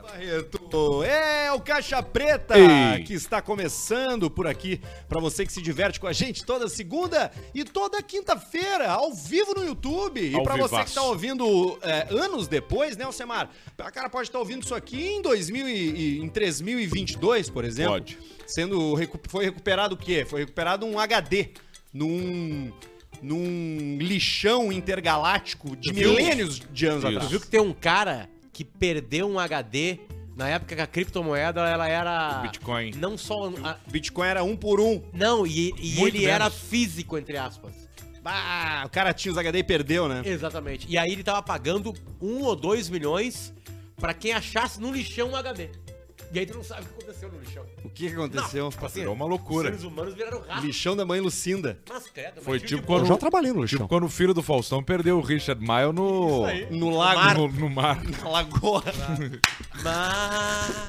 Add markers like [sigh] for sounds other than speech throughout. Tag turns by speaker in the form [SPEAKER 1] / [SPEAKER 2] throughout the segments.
[SPEAKER 1] Barreto. É o Caixa Preta
[SPEAKER 2] Ei.
[SPEAKER 1] que está começando por aqui para você que se diverte com a gente toda segunda e toda quinta-feira ao vivo no YouTube e
[SPEAKER 2] Ao
[SPEAKER 1] para você que
[SPEAKER 2] vivaço.
[SPEAKER 1] está ouvindo é, anos depois, né, Alcemar? A cara pode estar ouvindo isso aqui em 2000 e, e- em 3022, por exemplo.
[SPEAKER 2] Pode.
[SPEAKER 1] Sendo recu- foi recuperado o quê? Foi recuperado um HD num num lixão intergaláctico de
[SPEAKER 2] Tu viu?
[SPEAKER 1] milênios de anos
[SPEAKER 2] Isso.
[SPEAKER 1] atrás.
[SPEAKER 2] Tu
[SPEAKER 3] Tu viu que tem um cara que perdeu um HD na época que a criptomoeda ela era.
[SPEAKER 2] O Bitcoin.
[SPEAKER 3] Não só. a-
[SPEAKER 1] Bitcoin era um por um.
[SPEAKER 3] não, e, e
[SPEAKER 2] Muito
[SPEAKER 3] ele era
[SPEAKER 2] menos.
[SPEAKER 3] físico, entre aspas.
[SPEAKER 1] Ah, o cara tinha os HD e perdeu, né?
[SPEAKER 3] Exatamente. E aí ele tava pagando um ou dois milhões pra quem achasse no lixão um HD. E aí tu não sabe o que aconteceu no lixão.
[SPEAKER 1] O que que aconteceu?
[SPEAKER 3] Tipo assim,
[SPEAKER 2] Virou uma loucura.
[SPEAKER 3] Os seres humanos viraram
[SPEAKER 2] tá
[SPEAKER 3] ratos.
[SPEAKER 1] Lixão da mãe Lucinda.
[SPEAKER 3] Mas credo,
[SPEAKER 2] Foi
[SPEAKER 3] mas um
[SPEAKER 2] tipo
[SPEAKER 3] de
[SPEAKER 2] quando,
[SPEAKER 1] Eu já trabalhei no
[SPEAKER 2] tipo
[SPEAKER 1] lixão.
[SPEAKER 2] quando o filho do Faustão perdeu o Richard Mile no,
[SPEAKER 1] No lago.
[SPEAKER 2] no, no mar.
[SPEAKER 1] Na lagoa.
[SPEAKER 3] boa. Mas.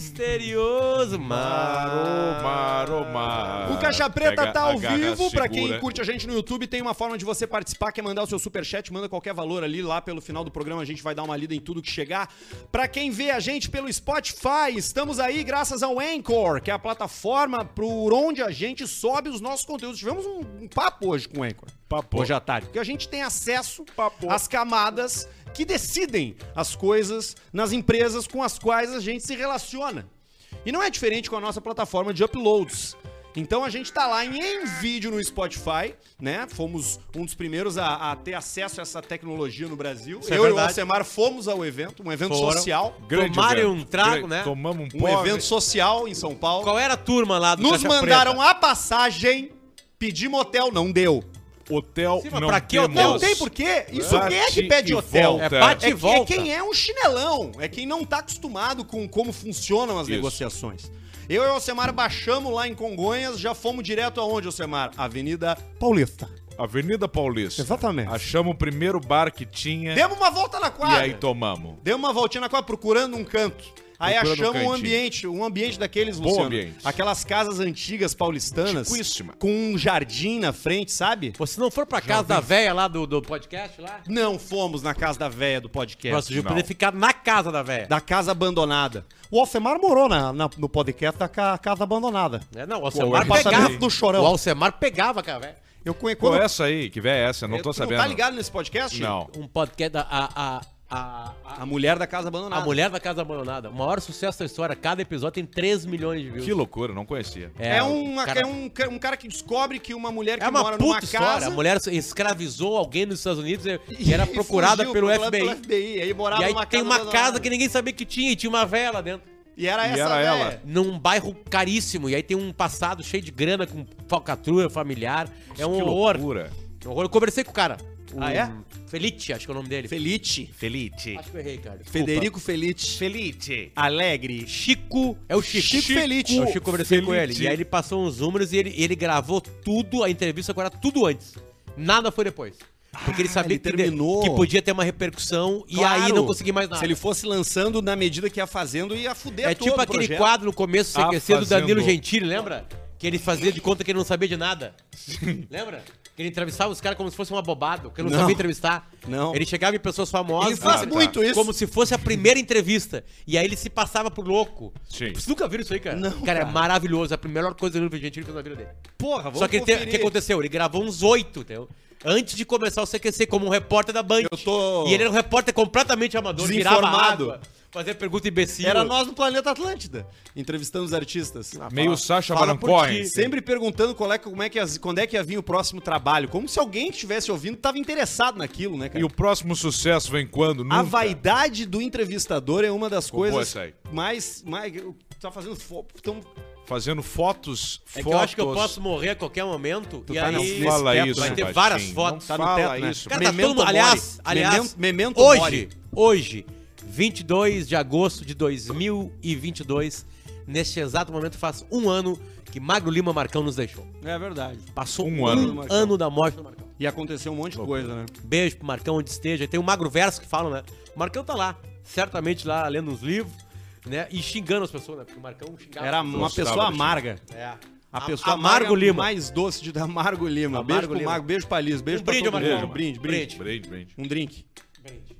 [SPEAKER 3] Misterioso, mas.
[SPEAKER 2] Maro, maro, maro.
[SPEAKER 1] O Caixa Preta
[SPEAKER 2] oh, Ah, Pega
[SPEAKER 1] tá ao
[SPEAKER 2] a garra,
[SPEAKER 1] vivo. Pra quem
[SPEAKER 2] segura.
[SPEAKER 1] curte a gente no YouTube, tem uma forma de você participar, que é mandar o seu superchat, manda qualquer valor ali. Lá pelo final do programa a gente vai dar uma lida em tudo que chegar. Pra quem vê a gente pelo Spotify, estamos aí graças ao Anchor, que é a plataforma por onde a gente sobe os nossos conteúdos. Tivemos um, um papo hoje com o Anchor.
[SPEAKER 2] Papo.
[SPEAKER 1] Hoje à tarde. Porque a gente tem acesso
[SPEAKER 2] Papo.
[SPEAKER 1] às camadas que decidem as coisas nas empresas com as quais a gente se relaciona. E não é diferente com a nossa plataforma de uploads. Então a gente tá lá em, em vídeo no Spotify, né? Fomos um dos primeiros a, a ter acesso a essa tecnologia no Brasil.
[SPEAKER 3] Isso
[SPEAKER 1] Eu
[SPEAKER 3] é
[SPEAKER 1] e o
[SPEAKER 3] verdade.
[SPEAKER 1] Alcemar fomos ao evento, um evento
[SPEAKER 3] Foram.
[SPEAKER 1] social.
[SPEAKER 2] Grande
[SPEAKER 3] Tomarem
[SPEAKER 2] evento.
[SPEAKER 3] um trago,
[SPEAKER 2] Grande-
[SPEAKER 3] né?
[SPEAKER 2] Tomamos um
[SPEAKER 1] Um
[SPEAKER 2] pó,
[SPEAKER 1] evento social em São Paulo.
[SPEAKER 3] Qual era a turma lá do
[SPEAKER 1] Nos
[SPEAKER 3] Caixa
[SPEAKER 1] mandaram
[SPEAKER 3] Preta?
[SPEAKER 1] a passagem, pedir motel, não deu.
[SPEAKER 2] Hotel
[SPEAKER 3] Sim, mas
[SPEAKER 2] não
[SPEAKER 3] pra que
[SPEAKER 2] temos.
[SPEAKER 3] hotel?
[SPEAKER 1] Não tem porquê. Isso
[SPEAKER 2] Bate
[SPEAKER 1] quem é que pede
[SPEAKER 2] e
[SPEAKER 1] hotel?
[SPEAKER 2] volta.
[SPEAKER 3] É bate
[SPEAKER 1] É,
[SPEAKER 3] e volta.
[SPEAKER 1] é quem é um chinelão, é quem não tá acostumado com como funcionam as
[SPEAKER 2] Isso.
[SPEAKER 1] negociações. Eu e o Alcemar baixamos lá em Congonhas, já fomos direto aonde, Alcemar? Avenida Paulista.
[SPEAKER 2] Avenida Paulista.
[SPEAKER 1] Exatamente.
[SPEAKER 2] Achamos o primeiro bar que tinha
[SPEAKER 1] é. Demos uma volta na
[SPEAKER 2] e
[SPEAKER 1] quadra.
[SPEAKER 2] aí tomamos.
[SPEAKER 1] Demos uma voltinha na quadra procurando um canto. Aí
[SPEAKER 2] Procurando um
[SPEAKER 1] achamos um
[SPEAKER 2] cantinho.
[SPEAKER 1] ambiente, um ambiente daqueles,
[SPEAKER 2] Bom
[SPEAKER 1] Luciano.
[SPEAKER 2] ambiente.
[SPEAKER 1] Aquelas casas antigas paulistanas.
[SPEAKER 2] Antiquíssima.
[SPEAKER 1] Com um jardim na frente, sabe?
[SPEAKER 3] Pô, se não for pra casa da véia lá do, do podcast lá.
[SPEAKER 1] Não fomos na casa da véia do podcast.
[SPEAKER 3] Nossa, eu
[SPEAKER 2] é? não.
[SPEAKER 3] poder ficar na casa da véia.
[SPEAKER 1] da casa abandonada. O Alcemar morou na, na- no podcast da ca- casa abandonada.
[SPEAKER 3] É, não, o
[SPEAKER 2] Qual é
[SPEAKER 3] Alcemar
[SPEAKER 2] essa
[SPEAKER 3] pegava.
[SPEAKER 2] aí?
[SPEAKER 1] do Chorão.
[SPEAKER 3] O Alcemar pegava, cara, velho.
[SPEAKER 1] Eu conhe-
[SPEAKER 2] Qual
[SPEAKER 1] quando-
[SPEAKER 2] é essa aí? Que véia é essa? Eu não
[SPEAKER 1] Tu
[SPEAKER 2] tô sabendo.
[SPEAKER 1] Tá ligado nesse podcast?
[SPEAKER 2] Não.
[SPEAKER 3] Um podcast da. A, a, a, a,
[SPEAKER 1] A mulher da casa
[SPEAKER 3] a
[SPEAKER 1] abandonada.
[SPEAKER 3] Mulher da Casa Abandonada. O maior sucesso da história. Cada episódio tem 3 milhões de views.
[SPEAKER 2] Que loucura, não conhecia.
[SPEAKER 1] É,
[SPEAKER 3] um
[SPEAKER 1] uma-
[SPEAKER 3] cara-
[SPEAKER 1] é um, ca- um cara que descobre que uma mulher que
[SPEAKER 3] É uma
[SPEAKER 1] mora
[SPEAKER 3] puta
[SPEAKER 1] numa
[SPEAKER 3] história.
[SPEAKER 1] casa...
[SPEAKER 3] A mulher escravizou alguém nos Estados
[SPEAKER 1] [laughs]
[SPEAKER 3] Unidos e, e era procurada
[SPEAKER 1] fugiu
[SPEAKER 3] pelo
[SPEAKER 1] pro-
[SPEAKER 3] FBI.
[SPEAKER 1] FBI. Aí morava
[SPEAKER 3] E aí
[SPEAKER 1] numa
[SPEAKER 3] tem uma
[SPEAKER 1] abandonada.
[SPEAKER 3] casa que ninguém sabia que tinha e tinha uma véia lá dentro.
[SPEAKER 1] E era
[SPEAKER 2] E
[SPEAKER 1] essa né?
[SPEAKER 2] era
[SPEAKER 1] véia.
[SPEAKER 2] ela.
[SPEAKER 3] Num bairro caríssimo. E aí tem um passado cheio de grana com falcatrua familiar. É um
[SPEAKER 2] que
[SPEAKER 3] horror.
[SPEAKER 2] loucura.
[SPEAKER 3] É um horror. Eu conversei com o cara. O
[SPEAKER 1] Ah, é?
[SPEAKER 3] Felite, acho que é o nome dele.
[SPEAKER 1] Felite.
[SPEAKER 2] Felite.
[SPEAKER 3] Acho que eu errei, cara. Desculpa.
[SPEAKER 1] Federico Felite.
[SPEAKER 2] Felite.
[SPEAKER 1] Alegre.
[SPEAKER 3] Chico. É o Chico.
[SPEAKER 1] Chico Felite.
[SPEAKER 3] Eu Chico conversei com ele.
[SPEAKER 2] Felite.
[SPEAKER 3] E aí ele passou uns números e ele, ele gravou tudo, a entrevista agora, tudo antes. Nada foi depois. Porque ele
[SPEAKER 1] Ah,
[SPEAKER 3] sabia
[SPEAKER 1] ele
[SPEAKER 3] que,
[SPEAKER 1] terminou.
[SPEAKER 3] que podia ter uma repercussão e aí
[SPEAKER 1] Claro.
[SPEAKER 3] não consegui mais nada.
[SPEAKER 1] Se ele fosse lançando na medida que ia fazendo, ia fuder
[SPEAKER 3] é
[SPEAKER 1] todo
[SPEAKER 3] tipo
[SPEAKER 1] o
[SPEAKER 3] aquele
[SPEAKER 1] projeto. Tá
[SPEAKER 3] quadro no começo do
[SPEAKER 2] Ah,
[SPEAKER 3] CQC do Danilo
[SPEAKER 2] fazendo.
[SPEAKER 3] Gentili, lembra? Que ele fazia de conta que ele não sabia de nada. lembra? Que ele entrevistava os caras como se fosse um abobado, que ele não,
[SPEAKER 1] Não.
[SPEAKER 3] sabia entrevistar.
[SPEAKER 1] Não.
[SPEAKER 3] Ele chegava em pessoas famosas.
[SPEAKER 1] Ele faz
[SPEAKER 2] Ah, tá.
[SPEAKER 1] muito isso.
[SPEAKER 3] Como se fosse a primeira entrevista. E aí ele se passava por louco.
[SPEAKER 2] Sim.
[SPEAKER 3] Vocês nunca viram isso aí, cara?
[SPEAKER 1] Não,
[SPEAKER 3] Cara, é
[SPEAKER 1] cara.
[SPEAKER 3] maravilhoso. É a melhor coisa que o Danilo Gentili fez na vida dele.
[SPEAKER 1] Porra, vamos
[SPEAKER 3] Só que ele tem- o
[SPEAKER 1] conferir.
[SPEAKER 3] que aconteceu? Ele gravou uns oito, entendeu? Antes de começar o CQC, como um repórter da Band.
[SPEAKER 1] Eu tô-
[SPEAKER 3] E ele era um repórter completamente amador, virava
[SPEAKER 1] Desinformado.
[SPEAKER 3] água, fazia pergunta imbecil.
[SPEAKER 1] Era nós no Planeta Atlântida, entrevistando os artistas.
[SPEAKER 2] Ah, Meio Sacha
[SPEAKER 3] fala
[SPEAKER 2] Baron
[SPEAKER 3] por
[SPEAKER 2] Cohen.
[SPEAKER 3] ti.
[SPEAKER 1] Sempre perguntando qual é, que- como é que as- quando é que ia vir o próximo trabalho. Como se alguém que estivesse ouvindo estava interessado naquilo, né, cara?
[SPEAKER 2] E o próximo sucesso vem quando?
[SPEAKER 3] Ah,
[SPEAKER 2] Nunca.
[SPEAKER 1] A vaidade do entrevistador é uma das
[SPEAKER 2] Ficou boa
[SPEAKER 1] coisas
[SPEAKER 2] essa aí.
[SPEAKER 1] mais, mais. Tá fazendo. fo- Tão,
[SPEAKER 2] Fazendo fotos,
[SPEAKER 3] É
[SPEAKER 2] fotos.
[SPEAKER 3] que eu acho que eu posso morrer a qualquer momento.
[SPEAKER 1] Tu
[SPEAKER 3] e
[SPEAKER 1] tá
[SPEAKER 3] aí
[SPEAKER 1] não
[SPEAKER 2] Não
[SPEAKER 1] nesse
[SPEAKER 2] fala
[SPEAKER 1] teto,
[SPEAKER 2] isso,
[SPEAKER 3] vai ter
[SPEAKER 2] Baixinho,
[SPEAKER 3] várias
[SPEAKER 2] não
[SPEAKER 3] fotos.
[SPEAKER 1] tá no
[SPEAKER 2] fala
[SPEAKER 1] teto, né?
[SPEAKER 2] isso.
[SPEAKER 3] Cara, tá todo
[SPEAKER 1] Memento
[SPEAKER 3] mundo- aliás,
[SPEAKER 1] mori.
[SPEAKER 3] aliás,
[SPEAKER 1] Memento- memento
[SPEAKER 3] hoje,
[SPEAKER 1] mori.
[SPEAKER 3] hoje, 22 de agosto de 2022, neste exato momento faz um ano que Magro Lima Marcão nos deixou.
[SPEAKER 1] É verdade.
[SPEAKER 3] Passou
[SPEAKER 2] Um
[SPEAKER 3] um,
[SPEAKER 2] ano.
[SPEAKER 3] ano, da morte do Marcão.
[SPEAKER 1] E aconteceu um monte de coisa, né?
[SPEAKER 3] Beijo pro Marcão onde esteja. Tem o Magro Verso que fala, né? O Marcão tá lá, certamente lá lendo uns livros, né? E xingando as pessoas, né? Porque o Marcão xingava.
[SPEAKER 1] Era
[SPEAKER 3] as pessoas.
[SPEAKER 1] uma
[SPEAKER 2] Gostava
[SPEAKER 1] pessoa
[SPEAKER 2] de-
[SPEAKER 1] amarga.
[SPEAKER 3] É.
[SPEAKER 1] A pessoa
[SPEAKER 3] Amargo
[SPEAKER 1] amarga é
[SPEAKER 3] Lima.
[SPEAKER 1] mais doce de Amargo Lima.
[SPEAKER 3] Amargo
[SPEAKER 1] beijo pro
[SPEAKER 3] Lima.
[SPEAKER 1] Mago, beijo pra Liz, beijo
[SPEAKER 3] Um
[SPEAKER 1] pra
[SPEAKER 3] brinde,
[SPEAKER 1] todo mundo.
[SPEAKER 3] Amargo.
[SPEAKER 1] Um brinde, brinde.
[SPEAKER 2] Brinde, brinde.
[SPEAKER 1] Um drink.
[SPEAKER 3] Brinde.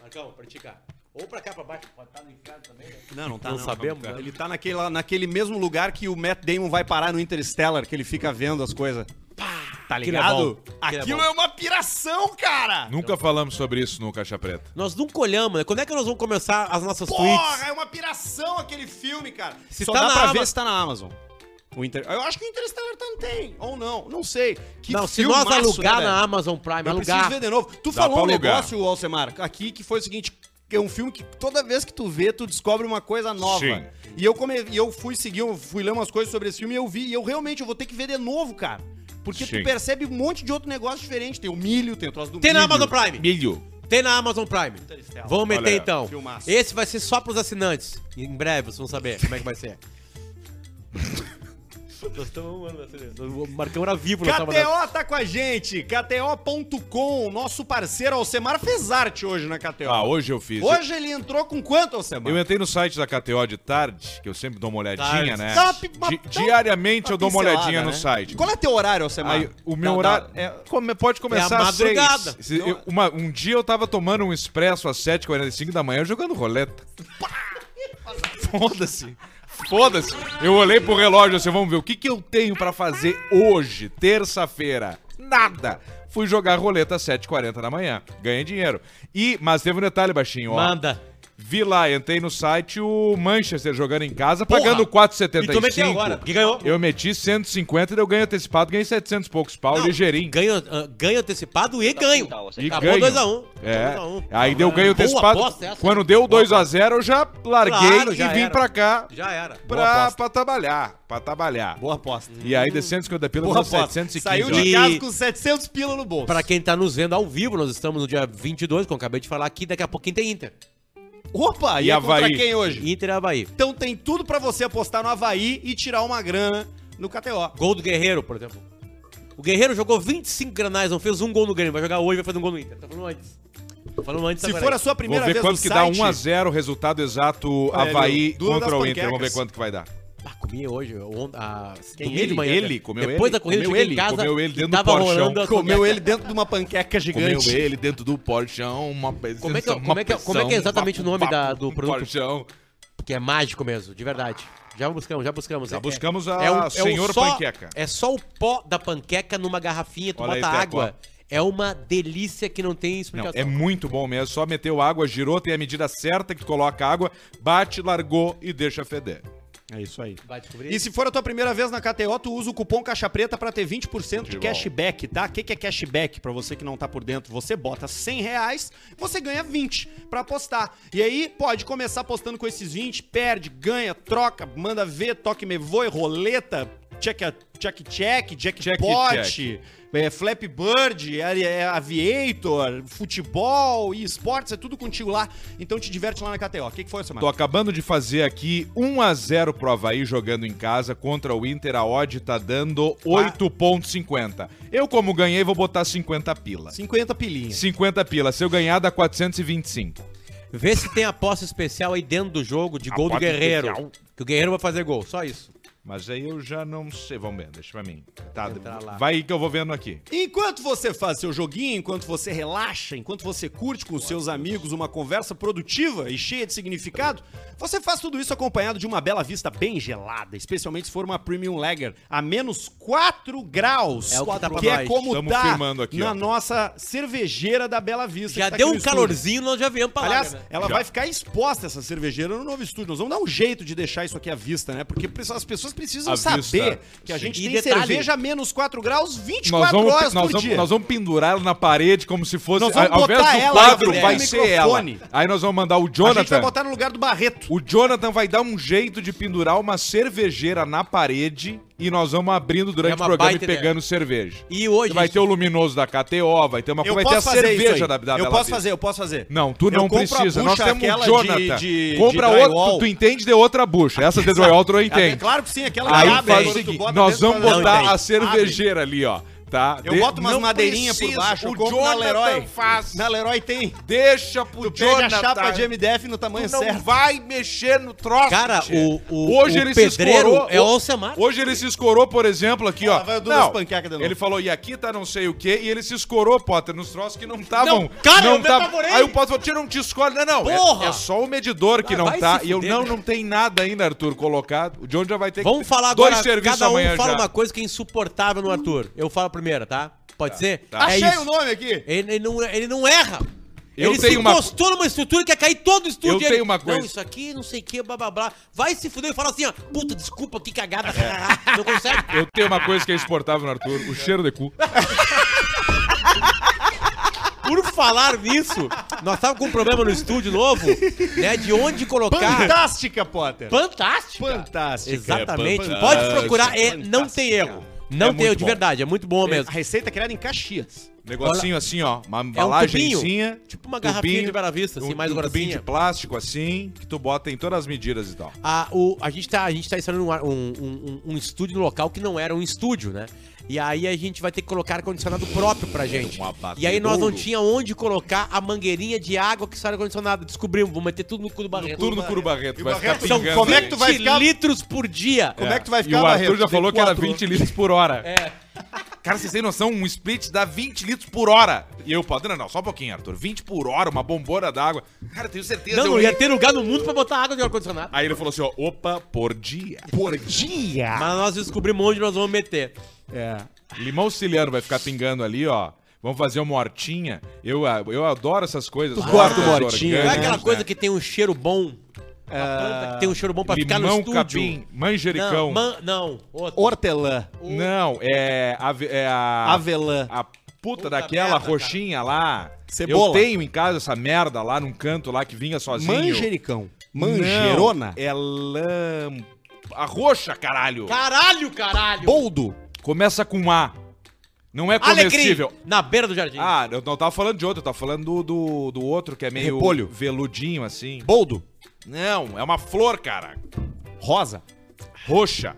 [SPEAKER 3] Marcão, pra ti, cara. Ou pra cá, pra baixo. Pode estar no inferno também, né?
[SPEAKER 1] Não, não tá.
[SPEAKER 3] Não sabemos,
[SPEAKER 1] tá.
[SPEAKER 3] né?
[SPEAKER 1] Ele tá naquele, naquele mesmo lugar que o Matt Damon vai parar no Interstellar, que ele fica vendo as coisas. Pá, Tá
[SPEAKER 3] Aquilo é
[SPEAKER 1] ligado?
[SPEAKER 3] bom.
[SPEAKER 1] Aquilo,
[SPEAKER 3] Aquilo é bom.
[SPEAKER 1] é, uma piração, cara!
[SPEAKER 2] Nunca falamos sobre isso no Caixa Preta.
[SPEAKER 3] Nós nunca olhamos, né? Quando é que nós vamos começar as nossas tweets?
[SPEAKER 1] Porra, é uma piração aquele filme, cara.
[SPEAKER 3] Se
[SPEAKER 1] Só
[SPEAKER 3] tá
[SPEAKER 1] dá
[SPEAKER 3] na
[SPEAKER 1] pra
[SPEAKER 3] Ama-
[SPEAKER 1] ver se tá na Amazon. O Inter... Eu acho que o Interstellar tá- tem, ou não, não sei. Que
[SPEAKER 3] não, se
[SPEAKER 1] filmaço,
[SPEAKER 3] nós alugar
[SPEAKER 1] né, velho?
[SPEAKER 3] na Amazon Prime,
[SPEAKER 1] Eu
[SPEAKER 3] alugar.
[SPEAKER 1] preciso ver de novo. Tu
[SPEAKER 2] Dá
[SPEAKER 1] falou
[SPEAKER 2] pra
[SPEAKER 1] um
[SPEAKER 2] alugar.
[SPEAKER 1] negócio, Alcemar, aqui que foi o seguinte, que é um filme que toda vez que tu vê, tu descobre uma coisa nova.
[SPEAKER 2] Sim.
[SPEAKER 1] E eu, come... e eu fui seguir, eu fui ler umas coisas sobre esse filme e eu vi, e eu realmente eu vou ter que ver de novo, cara. Porque
[SPEAKER 2] Sim.
[SPEAKER 1] tu percebe um monte de outro negócio diferente. Tem o milho, tem o troço do
[SPEAKER 3] Tem na
[SPEAKER 1] milho.
[SPEAKER 3] Amazon Prime.
[SPEAKER 2] Milho.
[SPEAKER 3] Tem na Amazon Prime.
[SPEAKER 1] Interstellar.
[SPEAKER 3] Vamos meter
[SPEAKER 2] Olha,
[SPEAKER 3] então.
[SPEAKER 1] filmaço.
[SPEAKER 3] Esse vai ser só pros assinantes. Em breve vocês vão saber como é que
[SPEAKER 1] [laughs]
[SPEAKER 3] vai ser. Nós estamos
[SPEAKER 1] né,
[SPEAKER 3] O Marcão era vivo na Câmara da-
[SPEAKER 1] KTO tá com a gente, KTO.com, o nosso parceiro Alcemar fez arte hoje na KTO.
[SPEAKER 2] Ah, hoje eu fiz.
[SPEAKER 1] Hoje ele entrou com quanto, Alcemar?
[SPEAKER 2] Eu entrei no site da KTO de tarde, que eu sempre dou uma olhadinha,
[SPEAKER 3] Tarde. Tá,
[SPEAKER 2] né?
[SPEAKER 1] Dá uma pi- uma-
[SPEAKER 2] Di-
[SPEAKER 1] dá uma-
[SPEAKER 2] diariamente eu dou uma
[SPEAKER 1] pincelada,
[SPEAKER 2] olhadinha no
[SPEAKER 1] né?
[SPEAKER 2] site.
[SPEAKER 1] Qual é teu horário, Alcemar?
[SPEAKER 2] Aí, o meu
[SPEAKER 1] Dá-
[SPEAKER 2] horário.
[SPEAKER 1] dá- é-
[SPEAKER 2] come- pode começar
[SPEAKER 3] Ah, tá, É a
[SPEAKER 2] às seis.
[SPEAKER 3] madrugada.
[SPEAKER 2] Se- eu- uma- um dia eu tava tomando um expresso às 7h45 da manhã jogando
[SPEAKER 3] [laughs]
[SPEAKER 2] roleta. Foda-se. Foda-se. Eu olhei pro relógio assim, vamos ver o que, que eu tenho pra fazer hoje, terça-feira. Nada. Fui jogar roleta às 7h40 da manhã. Ganhei dinheiro. E, mas teve um detalhe, baixinho, ó.
[SPEAKER 3] Manda.
[SPEAKER 2] Vi lá, entrei no site o Manchester jogando em casa, pagando 4,75.
[SPEAKER 3] E tu meteu é agora, porque ganhou.
[SPEAKER 2] Eu meti 150 e deu ganho antecipado, ganhei 700 e poucos pau, ligeirinho.
[SPEAKER 3] Ganho, ah, ganho antecipado e ganho.
[SPEAKER 2] E
[SPEAKER 3] Acabou 2x1. Um.
[SPEAKER 2] É.
[SPEAKER 3] Dois a um.
[SPEAKER 2] Aí deu ganho
[SPEAKER 3] Boa
[SPEAKER 2] antecipado.
[SPEAKER 3] aposta essa.
[SPEAKER 2] Quando deu
[SPEAKER 3] Boa
[SPEAKER 2] 2x0, eu já larguei
[SPEAKER 3] Claro, já
[SPEAKER 2] e vim
[SPEAKER 3] era.
[SPEAKER 2] pra cá
[SPEAKER 3] Já era. Boa
[SPEAKER 2] pra,
[SPEAKER 3] aposta.
[SPEAKER 2] pra trabalhar. Pra trabalhar.
[SPEAKER 1] Boa aposta.
[SPEAKER 2] E aí de 150 pila
[SPEAKER 1] Boa
[SPEAKER 2] deu
[SPEAKER 1] aposta.
[SPEAKER 2] 715.
[SPEAKER 1] Saiu
[SPEAKER 2] ó.
[SPEAKER 1] de
[SPEAKER 3] E-
[SPEAKER 1] casa com 700 pila no bolso.
[SPEAKER 3] Pra quem tá nos vendo ao vivo, nós estamos no dia 22, como eu acabei de falar aqui, daqui a pouquinho tem Inter.
[SPEAKER 1] Opa, e,
[SPEAKER 2] E
[SPEAKER 1] é contra
[SPEAKER 2] Havaí?
[SPEAKER 1] quem hoje?
[SPEAKER 3] Inter e Havaí.
[SPEAKER 1] Então tem tudo pra você apostar no Havaí e tirar uma grana no KTO.
[SPEAKER 3] Gol do Guerreiro, por exemplo. O Guerreiro jogou 25 granais, não fez um gol no Grêmio. Vai jogar hoje, vai fazer um gol no Inter. Tá falando antes. Tô falando antes
[SPEAKER 1] Se
[SPEAKER 3] agora
[SPEAKER 1] for
[SPEAKER 3] aí.
[SPEAKER 1] a sua
[SPEAKER 2] Vou
[SPEAKER 1] primeira
[SPEAKER 2] ver
[SPEAKER 1] vez
[SPEAKER 2] quanto
[SPEAKER 1] no
[SPEAKER 2] que dá
[SPEAKER 1] site,
[SPEAKER 2] 1x0 o resultado exato
[SPEAKER 1] Olha,
[SPEAKER 2] Havaí
[SPEAKER 1] Leo, dura
[SPEAKER 2] contra
[SPEAKER 1] das
[SPEAKER 2] o Inter. Vamos ver
[SPEAKER 1] panquecas.
[SPEAKER 2] quanto que vai dar.
[SPEAKER 3] Ah, comi hoje, on- ah,
[SPEAKER 1] Quem,
[SPEAKER 3] domingo
[SPEAKER 1] ele?
[SPEAKER 3] de manhã.
[SPEAKER 2] Ele?
[SPEAKER 3] né?
[SPEAKER 2] Comeu
[SPEAKER 3] Depois
[SPEAKER 2] ele?
[SPEAKER 3] da
[SPEAKER 2] Comeu
[SPEAKER 3] corrida, eu cheguei
[SPEAKER 2] ele?
[SPEAKER 3] em casa
[SPEAKER 2] Comeu ele
[SPEAKER 3] e
[SPEAKER 2] dentro do
[SPEAKER 3] tava
[SPEAKER 2] porchão.
[SPEAKER 3] rolando a
[SPEAKER 1] comeu
[SPEAKER 3] soneca.
[SPEAKER 1] ele dentro de uma panqueca
[SPEAKER 2] Comeu
[SPEAKER 1] gigante.
[SPEAKER 2] ele dentro do porchão, uma presença,
[SPEAKER 3] Como é que é-
[SPEAKER 2] uma
[SPEAKER 3] como é que é- como é que é exatamente
[SPEAKER 2] pressão,
[SPEAKER 3] o nome
[SPEAKER 2] um
[SPEAKER 3] da-
[SPEAKER 2] papo,
[SPEAKER 3] do
[SPEAKER 2] um
[SPEAKER 3] produto?
[SPEAKER 2] Porchão.
[SPEAKER 3] Que é mágico mesmo, de verdade. Já buscamos, já buscamos.
[SPEAKER 2] Já
[SPEAKER 3] É-
[SPEAKER 2] buscamos a
[SPEAKER 3] o- o
[SPEAKER 2] Senhor
[SPEAKER 3] só-
[SPEAKER 2] Panqueca.
[SPEAKER 3] É só o pó da panqueca numa garrafinha, tu
[SPEAKER 2] Olha aí,
[SPEAKER 3] bota
[SPEAKER 2] Teco,
[SPEAKER 3] água. É uma delícia que não tem
[SPEAKER 2] Não,
[SPEAKER 3] explicação.
[SPEAKER 2] é muito bom mesmo. Só meteu água, girou, tem a medida certa que tu coloca água, bate, largou e deixa feder.
[SPEAKER 1] É isso aí.
[SPEAKER 3] Vai descobrir.
[SPEAKER 1] E se for a tua primeira vez na KTO, tu usa o cupom Caixa Preta pra ter 20% de
[SPEAKER 2] De bom.
[SPEAKER 1] cashback, tá? O que, que é cashback pra você que não tá por dentro? Você bota 100 reais, você ganha 20 pra apostar. E aí pode começar apostando com esses 20, perde, ganha, troca, manda ver, toque me voe, roleta, check check check, jackpot, é, Flap Bird, é, é, aviator, futebol e esportes, é tudo contigo lá. Então te diverte lá na KTO. O que, que foi, Samara?
[SPEAKER 2] Tô acabando de fazer aqui 1x0 pro Havaí jogando em casa contra o Inter. A odd tá dando 8,50. Eu, como ganhei, vou botar 50 pila.
[SPEAKER 1] 50 pilinhas.
[SPEAKER 2] 50 pila. Se eu ganhar, dá 425.
[SPEAKER 3] Vê se tem aposta especial aí dentro do jogo de gol do
[SPEAKER 2] Aposta
[SPEAKER 3] Guerreiro.
[SPEAKER 2] especial.
[SPEAKER 3] Que o Guerreiro vai fazer gol, só isso.
[SPEAKER 2] Mas aí eu já não sei. Vamos ver, deixa pra mim. Tá,
[SPEAKER 3] Entrar lá.
[SPEAKER 2] vai aí que eu vou vendo aqui.
[SPEAKER 1] Enquanto você faz seu joguinho, enquanto você relaxa, enquanto você curte com seus amigos uma conversa produtiva e cheia de significado, você faz tudo isso acompanhado de uma bela vista bem gelada, especialmente se for uma Premium Lager, a menos 4 graus,
[SPEAKER 3] É o que tá pra
[SPEAKER 1] é
[SPEAKER 3] nós.
[SPEAKER 1] como
[SPEAKER 2] Tamo
[SPEAKER 1] tá
[SPEAKER 2] firmando aqui,
[SPEAKER 1] na
[SPEAKER 2] ó.
[SPEAKER 1] nossa cervejeira da Bela Vista.
[SPEAKER 3] Já
[SPEAKER 1] que tá
[SPEAKER 3] deu
[SPEAKER 1] aqui no
[SPEAKER 3] um
[SPEAKER 1] estúdio.
[SPEAKER 3] calorzinho, nós já viemos pra lá,
[SPEAKER 1] Aliás,
[SPEAKER 3] né?
[SPEAKER 1] ela
[SPEAKER 2] Já.
[SPEAKER 1] vai ficar exposta, essa cervejeira, no novo estúdio. Nós vamos dar um jeito de deixar isso aqui à vista, né? Porque precisa- as pessoas precisam
[SPEAKER 2] À
[SPEAKER 1] saber
[SPEAKER 2] vista,
[SPEAKER 1] que a
[SPEAKER 2] sim.
[SPEAKER 1] gente
[SPEAKER 3] E
[SPEAKER 1] tem
[SPEAKER 3] detalhe-
[SPEAKER 1] cerveja a menos 4 graus 24
[SPEAKER 2] Nós vamos,
[SPEAKER 1] horas
[SPEAKER 2] nós,
[SPEAKER 1] por
[SPEAKER 2] vamos,
[SPEAKER 1] dia.
[SPEAKER 2] nós vamos pendurar ela na parede como se fosse.
[SPEAKER 1] Nós vamos
[SPEAKER 2] ao invés
[SPEAKER 1] botar
[SPEAKER 2] do
[SPEAKER 1] ela
[SPEAKER 2] quadro,
[SPEAKER 1] no
[SPEAKER 2] vai ser ela.
[SPEAKER 1] microfone.
[SPEAKER 2] Aí nós vamos mandar o
[SPEAKER 1] A gente vai
[SPEAKER 2] Jonathan.
[SPEAKER 1] botar no lugar do Barreto.
[SPEAKER 2] O Jonathan vai dar um jeito de pendurar uma cervejeira na parede e nós vamos abrindo durante
[SPEAKER 3] É uma
[SPEAKER 2] o programa e
[SPEAKER 3] baita ideia.
[SPEAKER 2] pegando cerveja.
[SPEAKER 3] E hoje,
[SPEAKER 2] um- vai ter o luminoso da KTO, vai ter uma vai ter a cerveja da, da
[SPEAKER 1] eu
[SPEAKER 2] Bela
[SPEAKER 1] posso
[SPEAKER 2] Vista.
[SPEAKER 1] fazer, eu posso fazer.
[SPEAKER 2] Não, tu
[SPEAKER 1] Eu
[SPEAKER 2] não
[SPEAKER 1] compro a
[SPEAKER 2] precisa. Nós
[SPEAKER 1] bucha
[SPEAKER 2] temos
[SPEAKER 1] aquela
[SPEAKER 2] o
[SPEAKER 1] de-
[SPEAKER 2] Jonathan.
[SPEAKER 1] de-
[SPEAKER 2] Compra
[SPEAKER 1] de
[SPEAKER 2] outro,
[SPEAKER 1] drywall.
[SPEAKER 2] tu entende de outra bucha. Essa
[SPEAKER 1] [laughs]
[SPEAKER 2] de drywall tu não
[SPEAKER 1] Ah,
[SPEAKER 2] entende.
[SPEAKER 1] Claro que sim, aquela
[SPEAKER 2] Aí
[SPEAKER 1] que abre,
[SPEAKER 2] faz o
[SPEAKER 1] quando tu
[SPEAKER 2] seguinte,
[SPEAKER 1] bota
[SPEAKER 2] nós
[SPEAKER 1] dentro,
[SPEAKER 2] vamos
[SPEAKER 1] ela-
[SPEAKER 2] botar
[SPEAKER 1] Não, entende.
[SPEAKER 2] a
[SPEAKER 1] Abre.
[SPEAKER 2] cervejeira ali, ó. Tá?
[SPEAKER 1] Eu
[SPEAKER 2] De-
[SPEAKER 1] boto umas
[SPEAKER 2] não
[SPEAKER 1] madeirinhas por
[SPEAKER 2] precisa,
[SPEAKER 1] baixo, eu
[SPEAKER 2] O
[SPEAKER 1] compro na
[SPEAKER 2] Jonathan
[SPEAKER 1] Leroy.
[SPEAKER 2] faz.
[SPEAKER 1] Na Leroy tem.
[SPEAKER 2] Deixa pro
[SPEAKER 1] Tu pega
[SPEAKER 2] Jonathan.
[SPEAKER 1] a chapa de MDF no tamanho
[SPEAKER 2] Tu não
[SPEAKER 1] certo.
[SPEAKER 2] vai mexer no troço.
[SPEAKER 3] Cara,
[SPEAKER 2] tchê.
[SPEAKER 3] o, o,
[SPEAKER 2] hoje
[SPEAKER 3] o
[SPEAKER 2] ele se
[SPEAKER 3] pedreiro
[SPEAKER 2] escorou.
[SPEAKER 3] é o
[SPEAKER 2] ho-
[SPEAKER 3] Alcemar.
[SPEAKER 2] Hoje ele se escorou, por exemplo, aqui,
[SPEAKER 1] Ó,
[SPEAKER 2] ó.
[SPEAKER 1] lá Ah, vai o Dudas
[SPEAKER 2] não,
[SPEAKER 1] panqueca de novo.
[SPEAKER 2] ele falou, e aqui tá não sei o quê, e ele se escorou, Potter, nos troços que não estavam.
[SPEAKER 3] Não, cara,
[SPEAKER 2] não
[SPEAKER 3] eu me apavorei.
[SPEAKER 2] Aí o Potter falou, tira, não te escolhe. Não, não. é-
[SPEAKER 3] Porra!
[SPEAKER 2] É, só o medidor que
[SPEAKER 3] Ah,
[SPEAKER 2] não
[SPEAKER 3] vai
[SPEAKER 2] tá.
[SPEAKER 3] se
[SPEAKER 2] E eu,
[SPEAKER 3] fuder,
[SPEAKER 2] não,
[SPEAKER 3] cara.
[SPEAKER 2] não tem nada ainda, Arthur, colocado. O John já vai ter
[SPEAKER 3] Vamos
[SPEAKER 2] que...
[SPEAKER 3] falar
[SPEAKER 2] um dois
[SPEAKER 3] agora,
[SPEAKER 2] serviços
[SPEAKER 3] cada um
[SPEAKER 2] amanhã
[SPEAKER 3] fala
[SPEAKER 2] já.
[SPEAKER 3] uma coisa que é insuportável no Arthur. Eu falo a primeira, tá? Pode ser?
[SPEAKER 2] tá.
[SPEAKER 3] É
[SPEAKER 1] Achei
[SPEAKER 3] isso.
[SPEAKER 1] o nome aqui.
[SPEAKER 3] Ele, ele não, ele não erra.
[SPEAKER 2] Eu
[SPEAKER 3] ele se
[SPEAKER 2] tenho uma-
[SPEAKER 3] encostou numa estrutura que ia cair todo o estúdio.
[SPEAKER 2] Eu
[SPEAKER 3] e ele,
[SPEAKER 2] tenho uma coisa-
[SPEAKER 3] Não, isso aqui, não sei o que, blá blá blá. Vai se fuder e fala assim, ó. Puta, desculpa, que cagada.
[SPEAKER 2] É.
[SPEAKER 3] [laughs] Não consegue.
[SPEAKER 2] Eu tenho uma coisa que é exportável no Arthur, o cheiro de cu.
[SPEAKER 3] Por falar nisso, nós tava com um problema no estúdio novo, né? De onde colocar.
[SPEAKER 1] Fantástica, Potter.
[SPEAKER 3] Fantástico.
[SPEAKER 1] Fantástica.
[SPEAKER 3] Exatamente.
[SPEAKER 1] Fantástica.
[SPEAKER 3] Pode procurar, é,
[SPEAKER 1] Fantástica.
[SPEAKER 3] não tem erro. Não
[SPEAKER 2] É
[SPEAKER 3] tem erro,
[SPEAKER 2] muito
[SPEAKER 3] de
[SPEAKER 2] bom.
[SPEAKER 3] verdade, é muito bom mesmo.
[SPEAKER 1] A receita é criada em Caxias.
[SPEAKER 2] Negocinho assim, ó. Uma
[SPEAKER 3] É um
[SPEAKER 2] embalagem
[SPEAKER 3] tubinho, tipo uma garrafinha de Bela-Vista, assim, mais
[SPEAKER 2] um tubinho de
[SPEAKER 3] grossinha.
[SPEAKER 2] plástico, assim, que tu bota em todas as medidas e tal.
[SPEAKER 3] A, o- a gente tá, a gente tá instalando um, ar- um- um- um- um estúdio no local que não era um estúdio, né? E aí a gente vai ter que colocar ar-condicionado próprio pra gente.
[SPEAKER 2] um abatedouro.
[SPEAKER 3] e aí nós não tinha onde colocar a mangueirinha de água que sai ar-condicionado. Descobrimos, vamos meter tudo no cu do barreto.
[SPEAKER 2] Tudo no Curo Barreto,
[SPEAKER 1] É, E
[SPEAKER 2] vai ficar
[SPEAKER 1] Barreto, são-
[SPEAKER 2] pingando.
[SPEAKER 1] como é que tu vai
[SPEAKER 3] 20
[SPEAKER 1] ficar-
[SPEAKER 3] litros por dia.
[SPEAKER 1] Como é que tu vai ficar,
[SPEAKER 2] E o Arthur
[SPEAKER 1] Barreto?
[SPEAKER 2] já
[SPEAKER 1] Tem
[SPEAKER 2] falou que era
[SPEAKER 1] quatro.
[SPEAKER 2] 20 litros por hora. É. Cara, vocês têm noção? Um split dá 20 litros por hora. E eu, Potter, não, não, só um pouquinho, Arthur. 20 por hora, uma bombona d'água. Cara, eu tenho certeza.
[SPEAKER 3] Não,
[SPEAKER 2] eu
[SPEAKER 3] não
[SPEAKER 2] ia-
[SPEAKER 3] ia ter lugar no mundo pra botar água de ar-condicionado.
[SPEAKER 2] Aí ele falou assim, ó, opa, por dia.
[SPEAKER 1] Por dia.
[SPEAKER 3] Mas nós descobrimos onde nós vamos meter.
[SPEAKER 1] É.
[SPEAKER 2] Limão siciliano vai ficar pingando ali, ó. Vamos fazer uma hortinha. Eu, ah, eu adoro essas coisas. Tu
[SPEAKER 1] gosta de uma hortinha,
[SPEAKER 3] Não
[SPEAKER 1] né?
[SPEAKER 3] é aquela coisa que tem um cheiro bom. Uma planta que tem um cheiro bom pra ficar no
[SPEAKER 2] Limão,
[SPEAKER 3] estúdio.
[SPEAKER 2] capim, manjericão.
[SPEAKER 3] Não,
[SPEAKER 2] Não,
[SPEAKER 3] man- não. outra.
[SPEAKER 1] Hortelã.
[SPEAKER 2] é, ave- é
[SPEAKER 1] Ah.
[SPEAKER 2] a...
[SPEAKER 1] Avelã.
[SPEAKER 2] A puta
[SPEAKER 3] Puta
[SPEAKER 2] daquela
[SPEAKER 3] merda, cara.
[SPEAKER 2] roxinha lá.
[SPEAKER 1] Cebola.
[SPEAKER 2] Eu tenho em casa essa merda lá num canto lá que vinha
[SPEAKER 1] Ah,
[SPEAKER 2] sozinho.
[SPEAKER 1] Manjericão.
[SPEAKER 2] Não,
[SPEAKER 1] Manjerona.
[SPEAKER 2] é lã... A roxa, caralho.
[SPEAKER 3] Caralho,
[SPEAKER 1] É.
[SPEAKER 3] caralho.
[SPEAKER 1] Boldo.
[SPEAKER 2] Começa com A. Não é
[SPEAKER 3] Alecrim,
[SPEAKER 2] comestível.
[SPEAKER 3] na beira do jardim.
[SPEAKER 2] Ah, eu não tava falando de outro, eu tava falando do, do, do outro que é meio
[SPEAKER 1] Repolho.
[SPEAKER 2] veludinho assim.
[SPEAKER 1] Boldo.
[SPEAKER 2] Não, é uma flor, cara.
[SPEAKER 1] Rosa.
[SPEAKER 2] Roxa.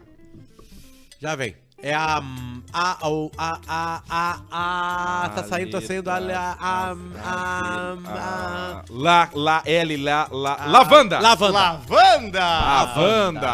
[SPEAKER 3] Já vem. É a. hum, A. o- A. A. A. A. tá saindo, tá saindo. A. A. A. a- a-
[SPEAKER 2] Lá, lá, L, lá, lá. Lavanda!
[SPEAKER 3] Ah. Lavanda.
[SPEAKER 1] Lavanda.
[SPEAKER 2] Lavanda!